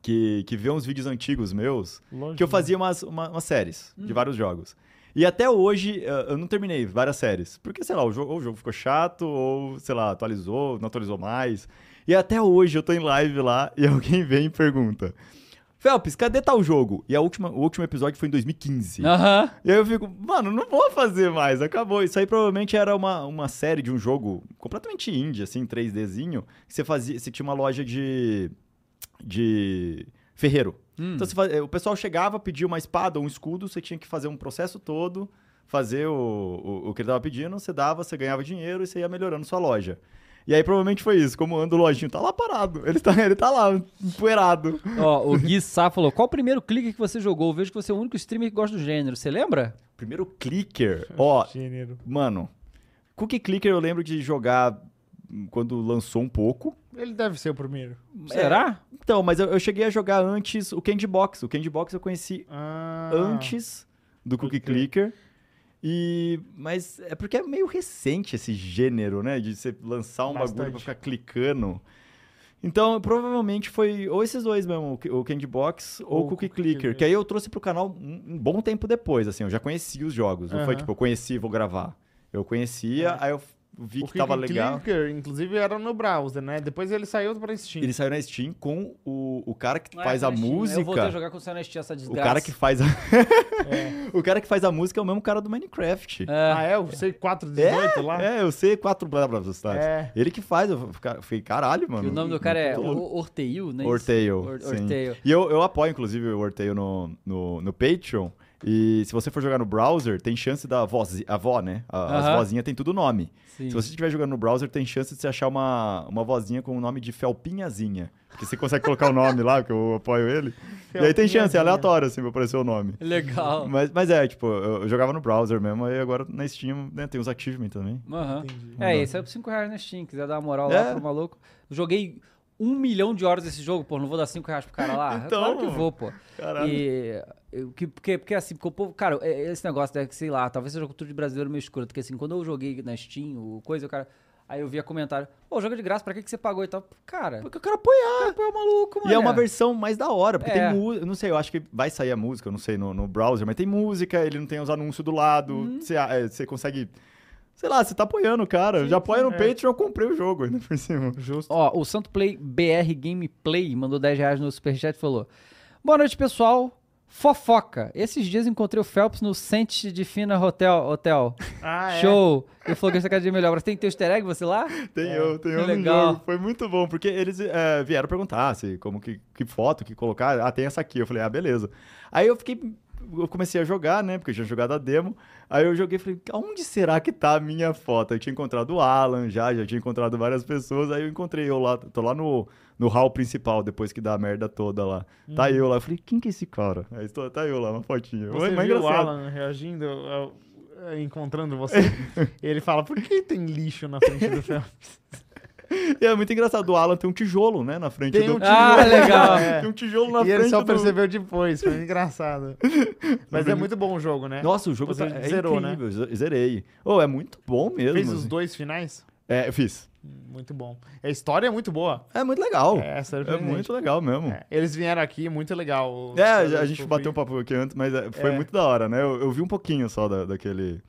S3: que, que vê uns vídeos antigos meus que
S2: Uhum.
S3: eu fazia umas, uma- umas séries de vários jogos. E até hoje eh, eu não terminei várias séries. Porque, sei lá, o jogo, ou o jogo ficou chato, ou, sei lá, atualizou, não atualizou mais. E até hoje eu tô em live lá e alguém vem e pergunta: Felps, cadê tal jogo? E a última, o último episódio foi em 2015.
S1: Aham.
S3: E aí eu fico, mano, não vou fazer mais, acabou. Isso aí provavelmente era uma, uma série de um jogo completamente indie, assim, 3Dzinho, que você fazia, você tinha uma loja de. de. ferreiro. Então você fazia- o pessoal chegava, pedia uma espada ou um escudo, você tinha que fazer um processo todo, fazer o, o, o que ele tava pedindo, você dava, você ganhava dinheiro e você ia melhorando sua loja. E aí provavelmente foi isso, como anda o lojinho, tá lá parado, ele tá, ele tá lá, empoeirado.
S1: Ó, o Gui Sá falou: qual o primeiro clique que você jogou? Eu vejo que você é o único streamer que gosta do gênero. Você lembra?
S3: Primeiro clicker, ó,
S2: Gênero.
S3: Mano, Cookie Clicker eu lembro de jogar hum, quando lançou um pouco.
S2: Ele deve ser o primeiro.
S1: É. Será?
S3: Então, mas eu, eu cheguei a jogar antes o Candy Box. O Candy Box eu conheci
S2: Ah,
S3: antes do Cookie
S2: crer.
S3: Clicker. E, mas é porque é meio recente esse gênero, né? De você lançar um bagulho pra
S2: Bastante.
S3: ficar clicando. Então, provavelmente foi ou esses dois mesmo, o Ca- o Candy Box ou o Cookie Clicker. Que aí eu trouxe pro canal um, um bom tempo depois, assim. Eu já conhecia os jogos. Não foi
S2: Aham.
S3: tipo, eu conheci e vou gravar. Eu conhecia, aí eu f- vi
S2: O
S3: que tava
S2: Click
S3: legal.
S2: Clicker, inclusive, era no browser, né? Depois ele saiu pra Steam.
S3: Ele saiu na Steam com o, o cara que faz a música.
S1: é né? Eu voltei a jogar com o Celestia essa
S3: O
S1: desgraça.
S3: cara que faz a... o cara que faz a música é o mesmo cara do Minecraft.
S2: Ah, é? O C418 lá?
S3: É, eu sei quatro blá blá blá. blá.
S2: É.
S3: Ele que faz, eu fica- fiquei, caralho, mano.
S1: o nome do cara é
S3: Tô louco.
S1: O- Orteil, né?
S3: Orteio.
S1: Or-
S3: sim.
S1: Orteio.
S3: E eu, eu apoio, inclusive, o Orteio no, no, no Patreon. E se você for jogar no browser, tem chance da voz, a avó, né? A, As
S1: Aham.
S3: vozinhas tem tudo nome.
S1: Sim.
S3: Se você estiver jogando no browser, tem chance de você achar uma, uma vozinha com o nome de Felpinhazinha. Porque você consegue colocar o nome lá, que eu apoio ele. E aí tem chance, é
S2: Felpinhazinha.
S3: aleatório, assim, pra aparecer o nome.
S1: Legal.
S3: Mas, mas é, tipo, eu eu jogava no browser mesmo, aí agora na Steam né, tem os achievements também.
S1: Aham. É, esse é por 5 reais na Steam, quiser dar uma moral
S3: É.
S1: lá pro maluco. Joguei um milhão de horas desse jogo, pô, não vou dar cinco reais pro cara lá?
S3: Então,
S1: claro que
S3: mano.
S1: vou, pô.
S3: Caralho.
S1: E, eu- que, porque, porque assim, porque o povo, cara, é- é esse negócio, né, que, sei lá, talvez seja a cultura de brasileiro meio escura, porque assim, quando eu joguei na Steam, o coisa, o cara, aí eu via comentário, pô, joga de graça, pra que, que você pagou e tal? Cara,
S3: Porque eu quero apoiar.
S1: pô, é o maluco, mano.
S3: E é uma versão mais da hora, porque
S1: É.
S3: tem música. Não sei, eu acho que vai sair a música, eu não sei, no, no browser, mas tem música, ele não tem os anúncios do lado. Você é, você consegue. Sei lá, você tá apoiando o cara. Já apoia no Patreon, eu comprei o jogo ainda por cima. Justo.
S1: Ó, o Santo Play BR Gameplay mandou 10 reais no superchat e falou: Boa noite, pessoal. Fofoca. Esses dias encontrei o Phelps no Sente de Fina Hotel. hotel.
S2: Ah, é.
S1: Show. Ele falou que essa academia é melhor. Mas tem teu easter egg você lá?
S3: Tem
S2: É.
S3: eu, tem
S1: que
S3: eu no
S1: legal.
S3: jogo. Foi muito bom, porque eles é, vieram perguntar se, como que, que foto que colocar. Ah, tem essa aqui. Eu falei, ah, beleza. Aí eu fiquei. Eu comecei a jogar, né? Porque eu tinha jogado a demo. Aí eu joguei e falei, onde será que tá a minha foto? Eu tinha encontrado o Alan já, já tinha encontrado várias pessoas. Aí eu encontrei eu lá, tô lá no, no hall principal, depois que dá a merda toda lá. Tá eu lá. Eu falei, quem que é esse cara? Aí tô- tá eu lá, uma fotinha.
S2: Uhum. Você
S3: Mas é
S2: viu o
S3: engraçado.
S2: Alan reagindo, ao- ao- encontrando você. ele fala, por que tem lixo na frente do ferro?
S3: E é muito engraçado. O Alan tem um tijolo, né? Na frente
S2: Tem
S3: do.
S2: um tijolo.
S1: Ah, legal.
S2: É.
S3: Tem um tijolo na
S2: e
S3: frente
S2: ele só
S3: do- Tá
S2: percebeu depois, foi engraçado. Mas é muito bom o jogo, né?
S3: Nossa, o jogo
S2: Você
S3: tá, é
S2: zerou, né?
S3: incrível, né? Zerei. Oh, é muito bom mesmo.
S2: Fez os
S3: assim.
S2: dois finais?
S3: É, eu fiz.
S2: Muito bom. A história é muito boa.
S3: É muito legal. É,
S2: É, sério,
S3: muito legal mesmo. É.
S2: É, eles vieram aqui, muito legal. Os-
S3: a gente
S2: os-
S3: bateu um papo aqui antes, mas é, foi
S2: É.
S3: muito da hora, né? Eu, eu vi um pouquinho só da- daquele,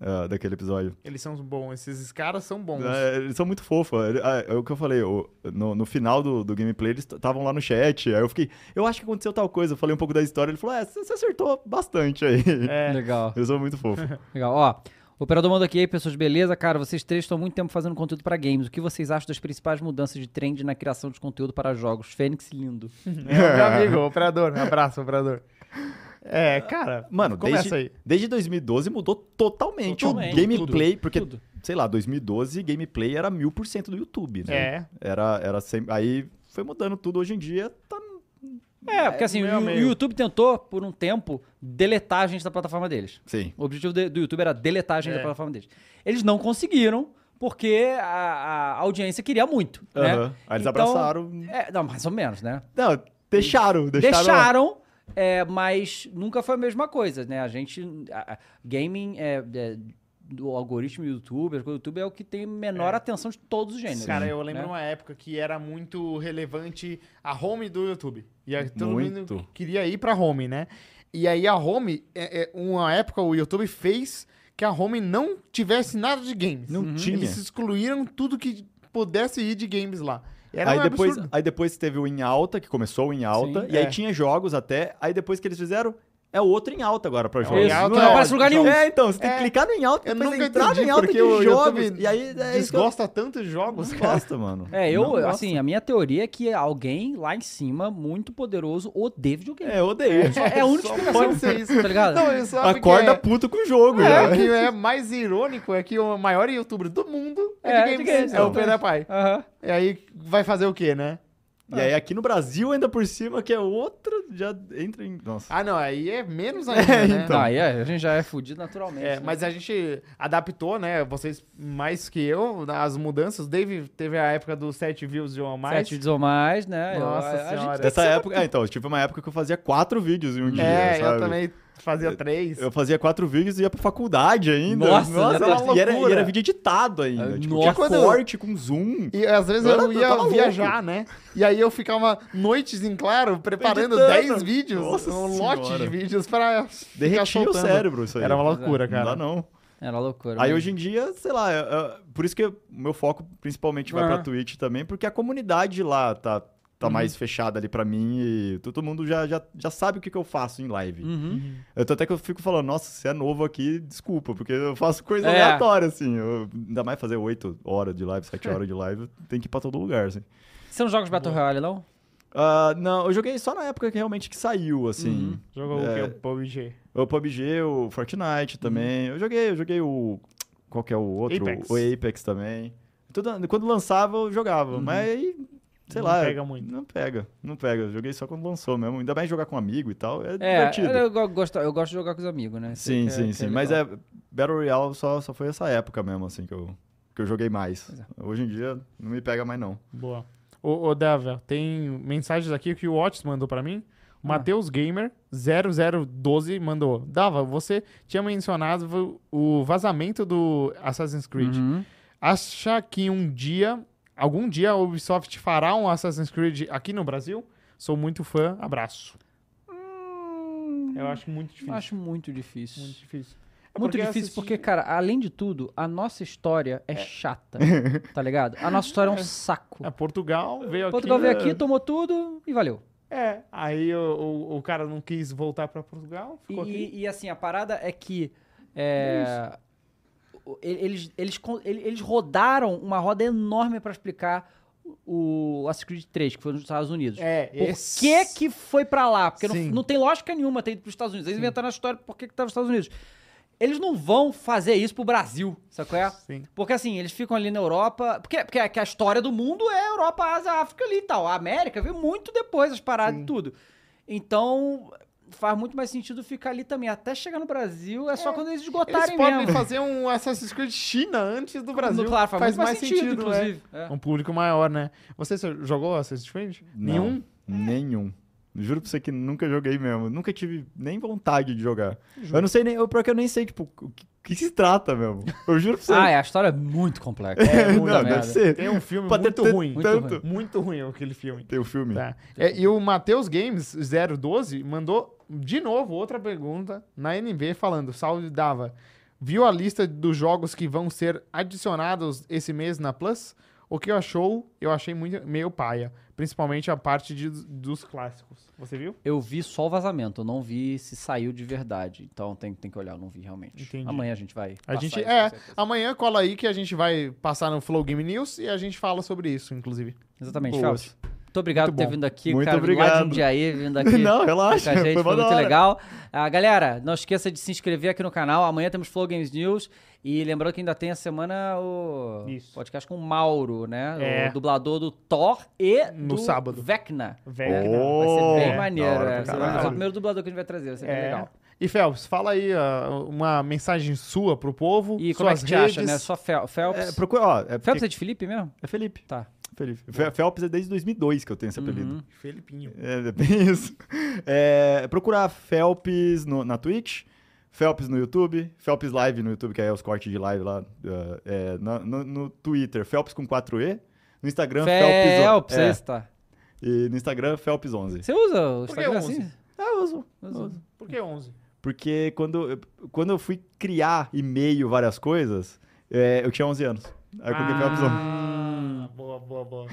S3: ah, daquele episódio.
S2: Eles são bons, esses caras são bons.
S3: É, eles são muito fofos. é, É, é o que eu falei, o- no, no final do, do gameplay eles t- estavam lá no chat, aí eu fiquei, eu acho que aconteceu tal coisa, eu falei um pouco da história, ele falou, é, você você acertou bastante aí.
S2: É.
S1: Legal.
S3: Eles são muito fofos.
S1: Legal. Ó, o operador mandou aqui, "E aí, pessoas, beleza? Cara, vocês três estão há muito tempo fazendo conteúdo pra games. O que vocês acham das principais mudanças de trend na criação de conteúdo para jogos? Fênix lindo.
S2: É, meu amigo, operador. Abraço, operador. É, cara,
S3: Mano,
S2: começa
S3: desde,
S2: aí.
S3: desde 2012 mudou totalmente,
S1: Totalmente,
S3: o gameplay,
S1: tudo,
S3: porque,
S1: tudo.
S3: sei lá, 2012 gameplay era mil por cento do YouTube, né?
S2: É.
S3: Era, era sempre. Aí foi mudando tudo. Hoje em dia tá.
S1: É, porque assim,
S2: meio a
S1: o,
S2: meio.
S1: o YouTube tentou, por um tempo, deletar a gente da plataforma deles.
S3: Sim.
S1: O objetivo de- do YouTube era deletar a gente
S2: É.
S1: da plataforma deles. Eles não conseguiram, porque a, a audiência queria muito. Né?
S3: Aí eles
S1: Então,
S3: abraçaram.
S1: É, não, mais ou menos, né?
S3: Não, deixaram, deixaram.
S1: Deixaram, é, mas nunca foi a mesma coisa, né? A gente. a- a- gaming é. é, do algoritmo do YouTube, as coisas do YouTube é o que tem menor atenção de todos os gêneros.
S2: Cara, eu lembro
S1: né?
S2: uma época que era muito relevante a home do YouTube. E aí todo mundo
S3: Muito.
S2: queria ir pra home, né? E aí a home, é, é, uma época o YouTube fez que a home não tivesse nada de games.
S3: Não tinha.
S2: Eles excluíram tudo que pudesse ir de games lá. Era
S3: aí,
S2: um
S3: depois,
S2: absurdo.
S3: aí depois teve o em alta, que começou o em alta.
S1: Sim,
S3: e
S2: é.
S3: aí tinha jogos até. Aí depois que eles fizeram. É o outro em alta agora pra jogos.
S2: em
S1: Isso,
S2: alta,
S1: não
S2: é
S1: aparece um em lugar nenhum.
S3: É, então, você tem
S2: É.
S3: que clicar no em alta,
S2: Eu
S3: depois
S2: nunca
S3: entrar
S2: entendi
S3: no em alta
S2: porque
S3: de
S2: o
S3: jogos.
S2: YouTube
S3: E aí é isso que eu-
S2: Desgosta tanto de jogos,
S3: não
S2: cara.
S3: gosto, mano.
S1: É, eu,
S3: Não gosto.
S1: assim, a minha teoria é que alguém lá em cima, muito poderoso, odeia videogame.
S3: É, eu odeio.
S1: É, a única
S2: Só
S1: explicação.
S2: pode ser isso.
S1: Tá ligado?
S2: Não, isso sabe que
S3: Acorda
S2: é-
S3: puto com o jogo,
S2: É, o
S3: já.
S2: que é mais irônico é que o maior youtuber do mundo é,
S1: É,
S2: de
S1: de
S2: games.
S1: games,
S2: é o
S1: então.
S2: PewDiePie.
S1: Aham.
S2: E aí vai fazer o quê, né?
S3: E aí aqui no Brasil, ainda por cima, que é outra, já entra em... Nossa.
S2: Ah, não, aí é menos ainda,
S3: É,
S2: né?
S3: então.
S1: Não, aí é, a gente já é fudido naturalmente.
S2: É,
S1: né?
S2: mas a gente adaptou, né? Vocês mais que eu, as mudanças. O Dave teve a época dos 7 views de uma a mais.
S1: Sete ou mais, né? Eu-
S2: Nossa
S1: a- a gente-
S2: senhora.
S3: Dessa época... É, então, eu tive uma época que eu fazia quatro vídeos em um dia,
S2: é,
S3: sabe?
S2: eu também fazia três.
S3: Eu fazia quatro vídeos e ia pra faculdade ainda.
S1: Nossa, era uma
S3: e, era, e
S2: loucura.
S3: era vídeo editado ainda. Tipo,
S1: Nossa.
S3: tinha corte com zoom.
S2: E às vezes eu,
S3: Eu era- eu
S2: ia
S3: tava
S2: viajar, né? E aí eu ficava noites em claro preparando
S3: Editando.
S2: 10 vídeos,
S3: Nossa
S2: um lote de
S3: senhora.
S2: vídeos pra ficar
S3: Derretia o
S2: soltando.
S3: cérebro isso aí.
S2: Era uma loucura, cara.
S3: Não dá não.
S1: Era loucura.
S3: é.
S1: né?
S3: Aí
S1: mas-
S3: hoje em dia, sei lá, é- é- por isso que o meu foco principalmente vai
S2: Ah.
S1: Aham.
S3: pra Twitch também, porque a comunidade lá tá, tá
S2: Uhum.
S3: mais fechada ali pra mim e todo mundo já, já, já sabe o que, que eu faço em live.
S1: Uhum.
S3: Eu tô até que eu fico falando, nossa, você é novo aqui, desculpa, porque eu faço coisa
S1: É.
S3: aleatória, assim. Eu- ainda mais fazer 8 horas de live, 7 horas de live, tem que ir pra todo lugar, assim.
S1: Você não joga os Battle Royale, não?
S3: Ah, não, eu joguei só na época que realmente que saiu, assim.
S2: Jogou
S3: É.
S2: o quê? O PUBG.
S3: O PUBG, o
S2: Uhum.
S3: Fortnite também. Eu joguei, eu joguei o. Qual que é o outro?
S2: Apex.
S3: O Apex também. Tudo- quando lançava, eu jogava. Mas aí, sei
S2: Uhum. Não
S3: lá.
S2: pega muito.
S3: Não pega, não pega. Eu joguei só quando lançou mesmo. Ainda mais jogar com um amigo e tal. É,
S1: É,
S3: divertido.
S1: eu, go- gosto, eu gosto de jogar com os amigos, né? Sei
S3: Sim,
S1: que é-
S3: sim,
S1: que
S3: sim.
S1: é
S3: Mas
S1: legal.
S3: é. Battle Royale só, só
S1: é.
S3: foi essa época mesmo, assim, que eu, que eu joguei mais. Hoje em dia, não me pega mais, não.
S2: Boa. Ô, ô Devel, tem mensagens aqui que o Otis mandou pra mim.
S1: Ah.
S2: O Matheus Gamer 0012 mandou. Dava, você tinha mencionado o vazamento do Assassin's Creed.
S1: Uhum.
S2: Acha que um dia, algum dia, a Ubisoft fará um Assassin's Creed aqui no Brasil? Sou muito fã, abraço. Eu acho muito difícil.
S1: Hum. Acho muito difícil.
S2: Muito difícil. É
S1: Muito
S2: porque
S1: difícil
S2: assisti-
S1: porque, cara, além de tudo, a nossa história é, chata, tá ligado? A nossa história é um saco.
S2: É, Portugal veio
S1: Portugal
S2: aqui.
S1: veio aqui, tomou tudo e valeu.
S2: É, aí o, o- o cara não quis voltar pra Portugal,
S1: E,
S2: ficou aqui.
S1: e- e, assim, a parada é que. é, o- e- eles, eles, con- ele- eles rodaram uma roda enorme pra explicar o Assassin's Creed 3, que foi nos Estados Unidos.
S2: É,
S1: Por que que foi pra lá? Porque não,
S2: Sim.
S1: não tem lógica nenhuma ter ido pros Estados Unidos. Eles inventaram a história por que que tava nos Estados Unidos. Eles não vão fazer isso pro Brasil, sacou? É?
S2: Sim.
S1: Porque assim, eles ficam ali na Europa. Porque, porque é que a história do mundo é Europa, Ásia, África ali e tal. A América veio muito depois as paradas e tudo. Então, faz muito mais sentido ficar ali também. Até chegar no Brasil é só quando eles
S2: Eles
S1: esgotarem
S2: podem
S1: mesmo.
S2: fazer um Assassin's Creed China antes do Brasil.
S1: Claro, faz, muito mais sentido,
S2: né?
S1: inclusive. É.
S2: Um público maior, né? Você se- jogou Assassin's Creed?
S3: Não,
S2: Nenhum?
S1: É.
S3: Nenhum. Juro pra você que nunca joguei mesmo. Nunca tive nem vontade de jogar. Eu não sei nem. Eu, pior que eu nem sei, tipo, o que, que se trata mesmo. Eu juro pra você.
S1: Ah, é, a história é muito complexa. É,
S3: não,
S1: muita
S3: deve
S1: merda.
S3: ser.
S2: Tem um filme
S3: Pra ter
S2: muito
S3: tan-
S2: ruim.
S1: Muito
S3: tanto.
S1: ruim.
S2: Muito ruim aquele filme.
S3: Tem o filme.
S2: Tá. É, e o Matheus Games 012 mandou de novo outra pergunta na NB falando: Salve Dava, viu a lista dos jogos que vão ser adicionados esse mês na Plus? O que eu achou? Eu achei muito meio paia, principalmente a parte de- dos clássicos. Você viu?
S1: Eu vi só o vazamento, eu não vi se saiu de verdade. Então tem, tem que olhar, eu não vi realmente.
S2: Entendi.
S1: Amanhã a gente vai.
S2: A
S1: passar
S2: gente
S1: isso,
S2: é
S1: com certeza.
S2: amanhã cola aí que a gente vai passar no Flow Game News e a gente fala sobre isso, inclusive.
S1: Exatamente,
S3: Boas.
S1: Felps. Muito obrigado
S2: Muito
S1: por ter
S2: bom.
S1: vindo aqui,
S3: Muito
S1: cara. vindo Lá de
S3: obrigado.
S1: um dia aí, vindo aqui. Tá
S3: Não,
S1: com
S3: relaxa.
S1: a gente,
S3: Foi,
S1: foi,
S3: mó da
S1: muito
S3: hora.
S1: legal. Ah, galera, não esqueça de se inscrever aqui no canal. Amanhã temos Flow Games News. E lembrando que ainda tem a semana o
S2: Isso.
S1: podcast com o Mauro, né?
S2: É.
S1: O dublador do Thor e
S2: No
S1: do
S2: sábado.
S1: Vecna.
S2: Velho.
S1: Vai ser bem
S3: Oh,
S1: maneiro.
S3: da hora
S1: é.
S3: pra
S1: Você vai
S3: É. caralho.
S1: ser o primeiro dublador que a gente vai trazer. Vai ser bem
S2: É.
S1: legal.
S2: E Phelps, fala aí ah, uma mensagem sua pro povo.
S1: E
S2: suas
S1: como é que te
S2: redes.
S1: acha, né? Só Fel-
S3: É,
S1: Phelps.
S3: procura, ó, é,
S1: Phelps
S3: porque-
S1: é de Felipe mesmo?
S3: é Felipe.
S1: Tá.
S3: Felipe. Fe- Phelps é desde 2002 que eu tenho esse apelido.
S2: Felipinho.
S3: É, é bem isso. É, procurar Felps no- na Twitch, Felps no YouTube, Felps Live no YouTube, que é os cortes de live lá. uh, é, na- no, no Twitter, Felps com 4E. No Instagram,
S1: Phelps,
S3: Felps.
S1: é.
S3: É,
S1: esse, tá.
S3: e no Instagram, Felps11.
S1: Você usa o
S2: Por que
S1: Instagram
S2: 11?
S1: assim?
S3: Ah, eu uso.
S1: Usa.
S2: Por que 11?
S3: Porque quando, eu- quando eu fui criar e-mail, várias coisas, é, eu tinha 11 anos. Aí eu coloquei Felps11.
S2: Ah, boa, boa, boa.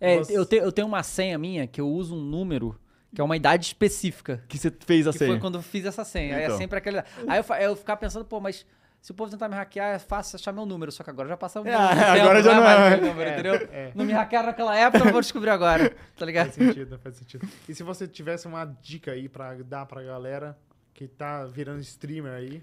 S1: É,
S2: Você-
S1: eu, te- eu tenho uma senha minha que eu uso um número que é uma idade específica.
S3: Que você fez assim. a
S1: Que
S3: senha.
S1: foi quando eu fiz essa senha. Aí É
S3: Então.
S1: sempre aquele. Aí eu, fa- eu ficava pensando, pô, mas se o povo tentar me hackear, é fácil achar meu número. Só que agora já passou. um
S3: É, agora já não é.
S1: mais meu número, entendeu? Não me hackearam naquela época, eu vou descobrir agora. Tá
S2: Faz
S1: ligado?
S2: sentido, faz sentido. E se você tivesse uma dica aí pra dar pra galera que tá virando streamer aí?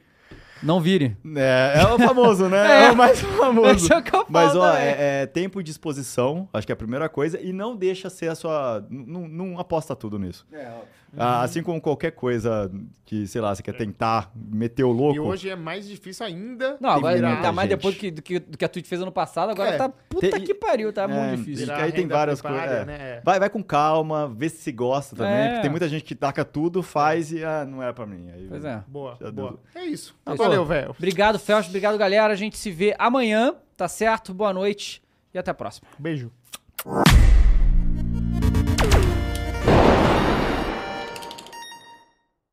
S1: Não vire.
S3: É, é o famoso, né? É, o mais famoso.
S1: Esse é o que eu
S3: Mas,
S1: falo
S3: ó,
S1: também.
S3: é, é tempo de exposição, acho que é a primeira coisa, e não deixa ser a sua. n- n- Não aposta tudo nisso.
S2: É,
S3: Ah, assim como qualquer coisa que, sei lá, você quer tentar meter o louco.
S2: E hoje é mais difícil ainda.
S1: Não, agora
S3: virar,
S1: ainda mais
S3: gente.
S1: depois do que, do, que, do que a Twitch fez ano passado, agora
S2: É,
S1: tá puta
S3: tem-
S1: que pariu, tá
S3: é,
S1: muito difícil.
S3: que aí tem
S2: renda
S3: várias
S2: primária,
S3: coisas, é.
S2: Né?
S3: Vai, vai com calma, vê se se gosta também,
S1: É.
S3: porque tem muita gente que taca tudo,
S2: É.
S3: faz e ah, não era pra mim. Aí,
S1: Pois é.
S2: Boa,
S3: Já
S2: boa.
S3: deu.
S2: É isso.
S1: Tá
S2: Valeu,
S1: bom.
S2: velho.
S1: Obrigado, Felch. Obrigado, galera. A gente se vê amanhã, tá certo? Boa noite e até a próxima.
S2: Beijo.